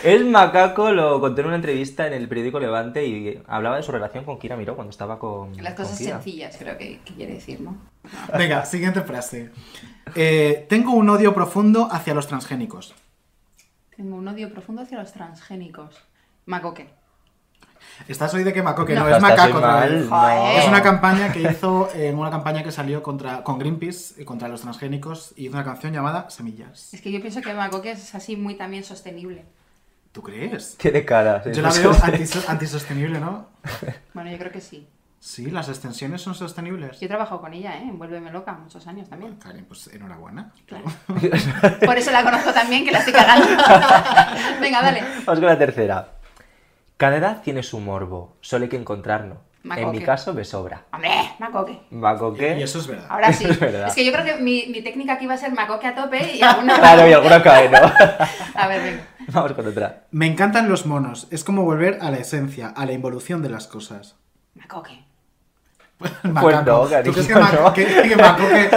[SPEAKER 2] es macaco, lo conté en una entrevista en el periódico Levante y hablaba de su relación con Kira Miró cuando estaba con.
[SPEAKER 3] Las
[SPEAKER 2] con
[SPEAKER 3] cosas
[SPEAKER 2] Kira.
[SPEAKER 3] sencillas, creo que, que quiere decir, ¿no?
[SPEAKER 1] Venga, siguiente frase. Eh, tengo un odio profundo hacia los transgénicos.
[SPEAKER 3] Tengo un odio profundo hacia los transgénicos. Macoque.
[SPEAKER 1] Estás hoy de que macoque, no,
[SPEAKER 2] No,
[SPEAKER 1] es
[SPEAKER 2] estás
[SPEAKER 1] macaco.
[SPEAKER 2] hoy
[SPEAKER 1] otra
[SPEAKER 2] mal,
[SPEAKER 1] vez.
[SPEAKER 2] no.
[SPEAKER 1] Es una campaña que hizo, en una campaña que salió contra, con Greenpeace, eh, contra los transgénicos, y hizo una canción llamada Semillas.
[SPEAKER 3] Es que yo pienso que macoque es así muy también sostenible.
[SPEAKER 1] ¿Tú crees?
[SPEAKER 2] Qué de cara. sí.
[SPEAKER 1] Yo la veo antiso- antisostenible, ¿no?
[SPEAKER 3] Bueno, yo creo que sí.
[SPEAKER 1] Sí, las extensiones son sostenibles.
[SPEAKER 3] Yo he trabajado con ella, ¿eh? En Vuélveme loca, muchos años también.
[SPEAKER 1] Karen, pues enhorabuena.
[SPEAKER 3] Claro. Por eso la conozco también, que la estoy cagando. Venga, dale.
[SPEAKER 2] Vamos con la tercera. Cada edad tiene su morbo, solo hay que encontrarlo. En
[SPEAKER 3] Macoque.
[SPEAKER 2] mi caso me sobra.
[SPEAKER 3] Hombre, macoque.
[SPEAKER 2] Macoque.
[SPEAKER 1] Y eso es verdad.
[SPEAKER 3] Ahora sí.
[SPEAKER 2] Es verdad.
[SPEAKER 3] Es que yo creo que mi, mi técnica aquí va a ser macoque a tope y alguna.
[SPEAKER 2] Claro, y alguna cae, ¿no?
[SPEAKER 3] A ver, venga.
[SPEAKER 2] Vamos con otra.
[SPEAKER 1] Me encantan los monos. Es como volver a la esencia, a la involución de las cosas.
[SPEAKER 3] Macoque.
[SPEAKER 2] Pues no,
[SPEAKER 1] Macaco. ¿Tú crees que,
[SPEAKER 2] cariño,
[SPEAKER 1] ma-
[SPEAKER 2] no.
[SPEAKER 1] que, que Macoque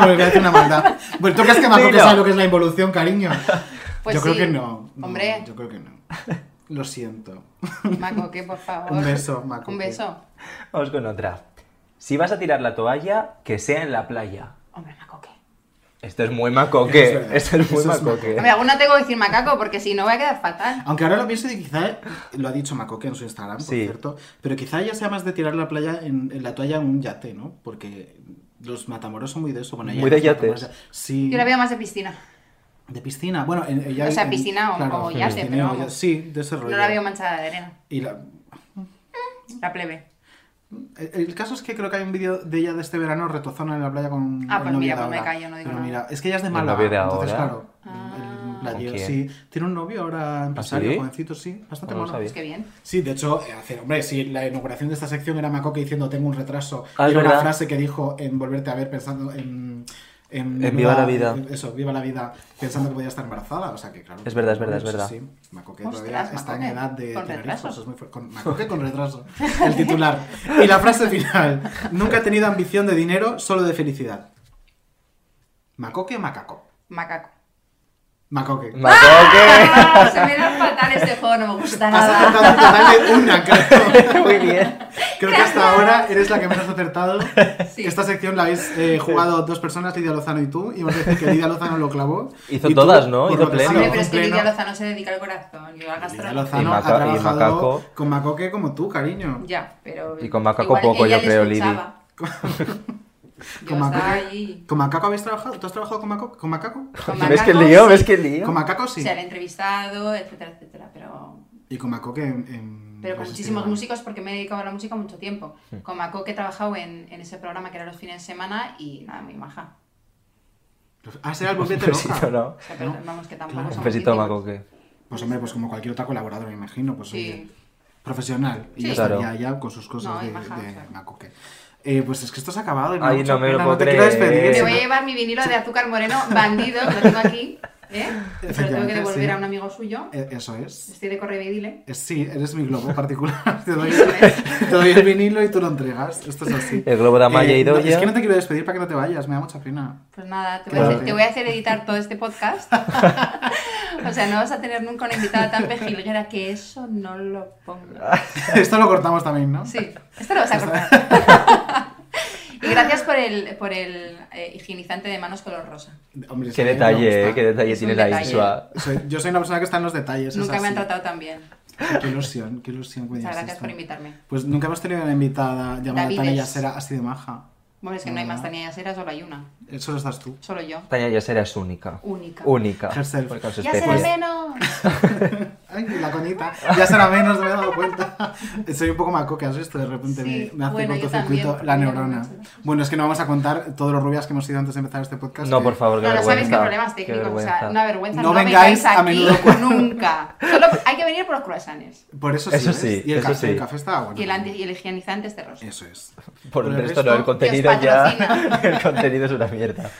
[SPEAKER 1] volvió a hacer una maldad? Bueno, ¿tú crees que Macoque
[SPEAKER 2] Sí, no.
[SPEAKER 1] sabe lo que es la involución, cariño?
[SPEAKER 3] Pues
[SPEAKER 1] yo creo
[SPEAKER 3] sí.
[SPEAKER 1] que no. No,
[SPEAKER 3] Hombre.
[SPEAKER 1] Yo creo que no. Lo siento.
[SPEAKER 3] Macoque, por favor.
[SPEAKER 1] Un beso, Macoque.
[SPEAKER 3] Un beso.
[SPEAKER 2] Vamos con otra. Si vas a tirar la toalla, que sea en la playa.
[SPEAKER 3] Hombre, macoque.
[SPEAKER 2] Esto es muy macoque.
[SPEAKER 1] Eso es verdad.
[SPEAKER 2] Esto es muy
[SPEAKER 1] Eso es
[SPEAKER 2] macoque.
[SPEAKER 3] Hombre, alguna tengo que decir macaco porque si no voy a quedar fatal.
[SPEAKER 1] Aunque ahora lo pienso y quizá lo ha dicho Macoque en su Instagram, por
[SPEAKER 2] Sí.
[SPEAKER 1] cierto. Pero quizá ya sea más de tirar la playa en, en la toalla en un yate, ¿no? Porque los matamoros son muy de eso. Bueno, ella
[SPEAKER 2] Muy de
[SPEAKER 1] los
[SPEAKER 2] yates.
[SPEAKER 1] matamoros ya- Sí.
[SPEAKER 3] Yo la veo más de piscina.
[SPEAKER 1] De piscina. Bueno, en, ella-
[SPEAKER 3] O sea,
[SPEAKER 1] en-
[SPEAKER 3] piscina o- o yate,
[SPEAKER 1] piscineo,
[SPEAKER 3] pero vamos.
[SPEAKER 1] ya- Sí, de ese rollo.
[SPEAKER 3] No la veo manchada de arena.
[SPEAKER 1] Y la-
[SPEAKER 3] La plebe.
[SPEAKER 1] El, el caso es que creo que hay un vídeo de ella de este verano retozona en la playa con
[SPEAKER 3] Ah,
[SPEAKER 1] el
[SPEAKER 3] pues
[SPEAKER 1] novio
[SPEAKER 3] mira,
[SPEAKER 1] de
[SPEAKER 3] pues me
[SPEAKER 1] ahora.
[SPEAKER 3] callo, no digo
[SPEAKER 1] Pero
[SPEAKER 3] nada.
[SPEAKER 1] mira, es que ella es de
[SPEAKER 2] ¿El
[SPEAKER 1] Málaga,
[SPEAKER 2] novio de
[SPEAKER 1] entonces
[SPEAKER 2] ahora?
[SPEAKER 1] claro.
[SPEAKER 3] Ah.
[SPEAKER 1] el playero,
[SPEAKER 2] ¿Con quién? ¿Ah,
[SPEAKER 1] sí. Tiene un novio ahora empresario,
[SPEAKER 2] sí?
[SPEAKER 1] jovencito, sí, bastante
[SPEAKER 2] No lo
[SPEAKER 1] mono.
[SPEAKER 2] sabía.
[SPEAKER 3] Pues qué bien.
[SPEAKER 1] Sí, de hecho, eh, hace, hombre, sí, la inauguración de esta sección era Macoque diciendo tengo un retraso.
[SPEAKER 2] Ah, es
[SPEAKER 1] era una
[SPEAKER 2] verdad.
[SPEAKER 1] frase que dijo en volverte a ver pensando en. En,
[SPEAKER 2] En Viva la Vida.
[SPEAKER 1] en- Eso, viva la vida, pensando que podía estar embarazada. O sea que, claro.
[SPEAKER 2] Es verdad, es verdad, es
[SPEAKER 1] sí,
[SPEAKER 2] verdad.
[SPEAKER 1] Sí, Macoque
[SPEAKER 3] Ostras,
[SPEAKER 1] todavía está en
[SPEAKER 3] Macoque,
[SPEAKER 1] edad de
[SPEAKER 3] con
[SPEAKER 1] tener hijos,
[SPEAKER 3] retraso.
[SPEAKER 1] es muy fuerte. Con, Macoque con retraso. El titular. Y la frase final. Nunca he tenido ambición de dinero, solo de felicidad. Macoque o macaco.
[SPEAKER 3] Macaco.
[SPEAKER 1] Macoque.
[SPEAKER 2] Macoque.
[SPEAKER 3] Ah, se me da fatal este juego, no me gusta
[SPEAKER 1] Has
[SPEAKER 3] nada.
[SPEAKER 1] acertado en total de una, creo.
[SPEAKER 2] muy bien.
[SPEAKER 1] Creo que hasta ahora eres la que menos ha acertado. Esta sección la habéis eh, jugado dos personas, Lidia Lozano y tú. Y vamos a decir que Lidia Lozano lo clavó.
[SPEAKER 2] Hizo
[SPEAKER 1] Y tú,
[SPEAKER 2] todas, ¿no?
[SPEAKER 1] por
[SPEAKER 2] Hizo
[SPEAKER 1] lo que
[SPEAKER 2] pleno.
[SPEAKER 1] sea,
[SPEAKER 3] Hombre, pero es que
[SPEAKER 1] hizo
[SPEAKER 3] Lidia
[SPEAKER 1] pleno.
[SPEAKER 3] Lozano se dedica al corazón. Yo al
[SPEAKER 1] Lidia
[SPEAKER 3] gastro.
[SPEAKER 1] Lozano
[SPEAKER 2] Y
[SPEAKER 1] ha
[SPEAKER 2] Maca- y
[SPEAKER 1] trabajado
[SPEAKER 2] Macaco.
[SPEAKER 1] con Macoque como tú, cariño.
[SPEAKER 3] Ya, pero.
[SPEAKER 2] Y con macaco poco,
[SPEAKER 3] ella
[SPEAKER 2] yo
[SPEAKER 3] le
[SPEAKER 2] creo,
[SPEAKER 3] escuchaba. Yo
[SPEAKER 1] Con
[SPEAKER 3] estaba
[SPEAKER 1] Macoque.
[SPEAKER 3] ahí.
[SPEAKER 1] ¿Con Macaco habéis trabajado? ¿Tú has trabajado con Macaco? ¿Con Macaco?
[SPEAKER 3] Con
[SPEAKER 2] ¿Ves
[SPEAKER 3] Macaco,
[SPEAKER 2] qué lío?
[SPEAKER 3] sí.
[SPEAKER 2] ¿Ves qué lío?
[SPEAKER 1] Con Macaco sí.
[SPEAKER 3] O sea, le he entrevistado, etcétera, etcétera. Pero,
[SPEAKER 1] Y con Macoque en... en-
[SPEAKER 3] pero con
[SPEAKER 1] pues,
[SPEAKER 3] muchísimos
[SPEAKER 1] sí,
[SPEAKER 3] músicos porque me he dedicado a la música mucho tiempo. Con Macoque he trabajado en, en ese programa que era los fines de semana y nada, muy maja.
[SPEAKER 1] Ah, será el
[SPEAKER 2] Un
[SPEAKER 1] boquete
[SPEAKER 2] besito,
[SPEAKER 1] loca.
[SPEAKER 2] Pues ¿no?
[SPEAKER 3] O sea, pero vamos, que tampoco
[SPEAKER 2] Un
[SPEAKER 3] somos
[SPEAKER 2] besito,
[SPEAKER 3] íntimos.
[SPEAKER 2] macoque.
[SPEAKER 1] Pues hombre, pues como cualquier otra colaboradora, me imagino. Pues oye,
[SPEAKER 3] Sí.
[SPEAKER 1] profesional. Y
[SPEAKER 3] Sí.
[SPEAKER 1] ya
[SPEAKER 2] Claro.
[SPEAKER 1] estaría ya con sus cosas
[SPEAKER 3] No, y
[SPEAKER 1] de,
[SPEAKER 3] maja,
[SPEAKER 1] de
[SPEAKER 3] o sea.
[SPEAKER 1] Macoque. Eh, pues es que esto se ha acabado. y me da
[SPEAKER 2] Ay,
[SPEAKER 1] mucha
[SPEAKER 2] no me lo
[SPEAKER 1] pena,
[SPEAKER 2] puedo
[SPEAKER 1] te quiero
[SPEAKER 2] creer.
[SPEAKER 1] despedir,
[SPEAKER 3] Me
[SPEAKER 2] Sí,
[SPEAKER 3] voy a
[SPEAKER 1] sino-
[SPEAKER 3] llevar mi vinilo de azúcar moreno, bandido, lo tengo aquí. ¿eh? Se lo tengo
[SPEAKER 1] Efectivamente,
[SPEAKER 3] que devolver
[SPEAKER 1] sí.
[SPEAKER 3] a un amigo suyo.
[SPEAKER 1] Eh, Eso es.
[SPEAKER 3] Estoy de correvedile.
[SPEAKER 1] Es- Eh, Sí, eres mi globo particular. Te doy, te doy el vinilo y tú lo entregas. Esto es así. Eh,
[SPEAKER 2] El globo de Amaya y
[SPEAKER 1] no,
[SPEAKER 2] Doya.
[SPEAKER 1] Es que no te quiero despedir para que no te vayas. Me da mucha pena.
[SPEAKER 3] Pues nada, te voy, a
[SPEAKER 1] Claro.
[SPEAKER 3] hacer, te voy a hacer editar todo este podcast. o sea, no vas a tener nunca una invitada tan pejilguera que eso no lo ponga.
[SPEAKER 1] Esto lo cortamos también, ¿no?
[SPEAKER 3] Sí, esto lo vas a cortar. y gracias por el, por el eh, higienizante de manos color rosa.
[SPEAKER 1] Hombre, es
[SPEAKER 2] Qué
[SPEAKER 1] que me
[SPEAKER 2] detalle,
[SPEAKER 1] gusta.
[SPEAKER 2] eh, qué detalle
[SPEAKER 3] Es un
[SPEAKER 2] tiene la
[SPEAKER 3] detalle.
[SPEAKER 2] Isua.
[SPEAKER 1] Soy- yo soy una persona que está en los detalles. es
[SPEAKER 3] Nunca me han
[SPEAKER 1] así.
[SPEAKER 3] tratado tan bien.
[SPEAKER 1] Qué ilusión, qué ilusión. que me
[SPEAKER 3] Muchas
[SPEAKER 1] digas
[SPEAKER 3] gracias
[SPEAKER 1] esto.
[SPEAKER 3] por invitarme.
[SPEAKER 1] Pues nunca hemos tenido una invitada llamada
[SPEAKER 3] Davides.
[SPEAKER 1] Tania Yasera así de maja.
[SPEAKER 3] Bueno, es que no hay más Tania Yasera, solo hay una.
[SPEAKER 1] Solo estás tú.
[SPEAKER 3] Solo yo.
[SPEAKER 2] Tania Yasera es única.
[SPEAKER 3] Única.
[SPEAKER 2] Única.
[SPEAKER 1] Herself.
[SPEAKER 2] Porque os
[SPEAKER 3] ¡Ya
[SPEAKER 2] estéis-
[SPEAKER 3] será menos!
[SPEAKER 1] Ay, la coñita. Ya será menos, no me he dado cuenta. Soy un poco maco que has visto, de repente me-
[SPEAKER 3] Sí,
[SPEAKER 1] me, hace
[SPEAKER 3] bueno, yo
[SPEAKER 1] cortocircuito
[SPEAKER 3] también,
[SPEAKER 1] la
[SPEAKER 3] porque
[SPEAKER 1] neurona. Bueno, es que no vamos a contar todos los rubias que hemos sido antes de empezar este podcast.
[SPEAKER 2] No, por favor, qué
[SPEAKER 3] No, no sabéis qué
[SPEAKER 2] vergüenza,
[SPEAKER 3] problemas
[SPEAKER 2] qué
[SPEAKER 3] técnicos, o sea,
[SPEAKER 2] vergüenza.
[SPEAKER 3] una vergüenza.
[SPEAKER 1] No
[SPEAKER 3] No,
[SPEAKER 1] vengáis
[SPEAKER 3] vengáis
[SPEAKER 1] a
[SPEAKER 3] aquí
[SPEAKER 1] menudo cu-
[SPEAKER 3] nunca. Solo hay que venir por los croissants.
[SPEAKER 1] Por eso sí.
[SPEAKER 2] Eso
[SPEAKER 1] ¿ves?
[SPEAKER 2] sí,
[SPEAKER 1] Y el
[SPEAKER 2] eso
[SPEAKER 1] café,
[SPEAKER 2] sí.
[SPEAKER 1] el café está bueno.
[SPEAKER 3] Y el, anti- y el higienizante este rosa.
[SPEAKER 1] Eso es.
[SPEAKER 2] Por
[SPEAKER 1] Por
[SPEAKER 2] el
[SPEAKER 1] el
[SPEAKER 2] resto no, el
[SPEAKER 1] resto,
[SPEAKER 2] contenido
[SPEAKER 3] que os
[SPEAKER 2] ya.
[SPEAKER 3] patrocina.
[SPEAKER 2] El contenido es una mierda.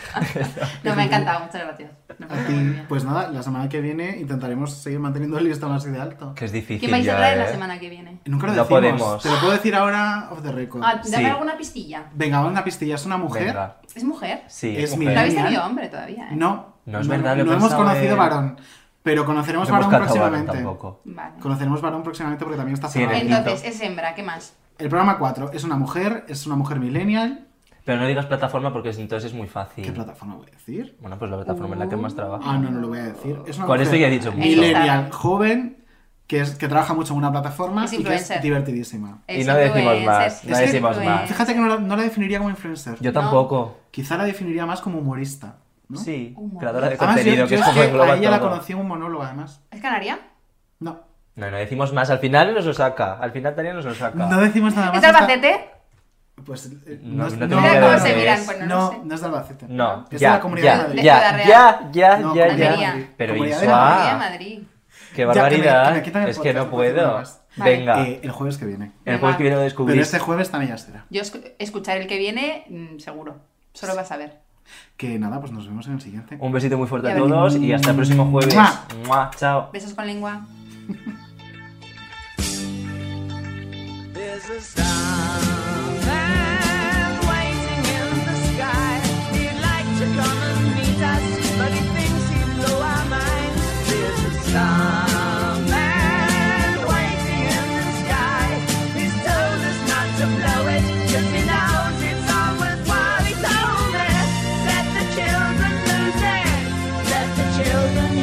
[SPEAKER 3] No, me ha encantado, muchas gracias. No,
[SPEAKER 1] A ti, pues nada, la semana que viene intentaremos seguir manteniendo el listón así de alto.
[SPEAKER 2] Que es difícil.
[SPEAKER 3] ¿Quién vais a
[SPEAKER 2] ya,
[SPEAKER 3] traer la
[SPEAKER 2] ¿eh?
[SPEAKER 3] semana que viene?
[SPEAKER 1] Nunca lo
[SPEAKER 2] No
[SPEAKER 1] decimos.
[SPEAKER 2] podemos.
[SPEAKER 1] Te lo puedo decir ahora off the record.
[SPEAKER 3] Ah, dame alguna pistilla.
[SPEAKER 1] Venga, va una pistilla. Es una mujer.
[SPEAKER 2] Venga.
[SPEAKER 3] ¿Es mujer?
[SPEAKER 2] Sí,
[SPEAKER 1] Es
[SPEAKER 2] es
[SPEAKER 3] No habéis
[SPEAKER 1] millennial.
[SPEAKER 3] tenido hombre todavía, ¿eh?
[SPEAKER 1] No.
[SPEAKER 2] No, es verdad, lo he
[SPEAKER 1] no hemos
[SPEAKER 2] pensado,
[SPEAKER 1] conocido
[SPEAKER 2] eh.
[SPEAKER 1] varón. Pero conoceremos
[SPEAKER 2] No hemos
[SPEAKER 1] varón
[SPEAKER 2] cazado varón
[SPEAKER 1] próximamente.
[SPEAKER 2] tampoco.
[SPEAKER 3] Vale.
[SPEAKER 1] Conoceremos varón próximamente porque también está
[SPEAKER 2] Sí,
[SPEAKER 1] cerrado.
[SPEAKER 2] en el-
[SPEAKER 3] Entonces, es hembra, ¿qué más?
[SPEAKER 1] El programa 4 es una mujer, es una mujer millennial.
[SPEAKER 2] Pero no digas plataforma porque entonces es muy fácil. ¿Qué
[SPEAKER 1] plataforma voy a decir?
[SPEAKER 2] Bueno, pues la plataforma en
[SPEAKER 3] Uh.
[SPEAKER 2] la que más trabajo.
[SPEAKER 1] Ah, no, no lo voy a decir. Es una
[SPEAKER 2] Con
[SPEAKER 1] mujer
[SPEAKER 2] esto ya he dicho mucho.
[SPEAKER 1] Millennial, joven, que, es, que trabaja mucho en una plataforma
[SPEAKER 3] Es
[SPEAKER 1] y que es
[SPEAKER 3] influencer.
[SPEAKER 1] divertidísima.
[SPEAKER 2] Y no decimos más,
[SPEAKER 3] Es
[SPEAKER 2] no decimos
[SPEAKER 3] que-
[SPEAKER 2] más.
[SPEAKER 1] Fíjate que no la, no la definiría como influencer.
[SPEAKER 2] Yo tampoco.
[SPEAKER 1] Quizá la definiría más como humorista. ¿no?
[SPEAKER 2] Sí,
[SPEAKER 3] Humor.
[SPEAKER 2] creadora de
[SPEAKER 1] Además, yo-
[SPEAKER 2] contenido,
[SPEAKER 1] yo
[SPEAKER 2] que es
[SPEAKER 1] es
[SPEAKER 2] como
[SPEAKER 1] que
[SPEAKER 2] engloba
[SPEAKER 1] a ella la
[SPEAKER 2] todo.
[SPEAKER 1] conocí en un monólogo, además.
[SPEAKER 3] ¿Es canaria?
[SPEAKER 1] No.
[SPEAKER 2] No, no decimos más. Al final nos lo saca. Al final Tania nos lo saca.
[SPEAKER 1] No decimos nada más.
[SPEAKER 3] ¿Es
[SPEAKER 1] hasta-
[SPEAKER 3] albacete?
[SPEAKER 1] Pues eh,
[SPEAKER 2] No,
[SPEAKER 1] es-
[SPEAKER 2] no tengo Mira idea de cómo se dónde miran, es.
[SPEAKER 3] bueno, no
[SPEAKER 1] no,
[SPEAKER 3] sé.
[SPEAKER 1] no es de Albacete.
[SPEAKER 2] No,
[SPEAKER 1] es
[SPEAKER 2] ya,
[SPEAKER 1] de la comunidad
[SPEAKER 2] ya,
[SPEAKER 1] de Madrid.
[SPEAKER 2] ya,
[SPEAKER 3] De
[SPEAKER 2] ya,
[SPEAKER 3] Ciudad Real.
[SPEAKER 2] ya,
[SPEAKER 1] No,
[SPEAKER 2] ya,
[SPEAKER 3] Comunidad
[SPEAKER 2] ya.
[SPEAKER 3] de Madrid.
[SPEAKER 2] Pero
[SPEAKER 1] Comunidad de
[SPEAKER 3] Madrid,
[SPEAKER 2] Isua, qué
[SPEAKER 3] Madrid.
[SPEAKER 1] Ya, que me-
[SPEAKER 2] barbaridad.
[SPEAKER 1] que me quitan el
[SPEAKER 2] es que
[SPEAKER 1] podcast,
[SPEAKER 2] no
[SPEAKER 1] no puedo decir
[SPEAKER 2] puedo.
[SPEAKER 1] nada más.
[SPEAKER 3] Vale.
[SPEAKER 2] Venga,
[SPEAKER 1] Eh, el jueves que viene.
[SPEAKER 2] el jueves que viene lo descubrís.
[SPEAKER 1] Pero este jueves también ya será.
[SPEAKER 3] Yo escu- escuchar el que viene, mm, seguro. Solo vas a ver.
[SPEAKER 1] Que nada, pues nos vemos en el siguiente.
[SPEAKER 2] Un besito muy fuerte
[SPEAKER 3] Ya
[SPEAKER 2] a todos y hasta el próximo jueves.
[SPEAKER 1] ¡Mua!
[SPEAKER 2] ¡Mua! Chao.
[SPEAKER 3] Besos con lengua.
[SPEAKER 5] There's a starman waiting in the sky. He'd like to come and meet us, but he thinks he'd blow our minds. There's a starman waiting in the sky. He's told us not to blow it, 'cause he knows it's all worthwhile. He told us, let the children lose it, let the children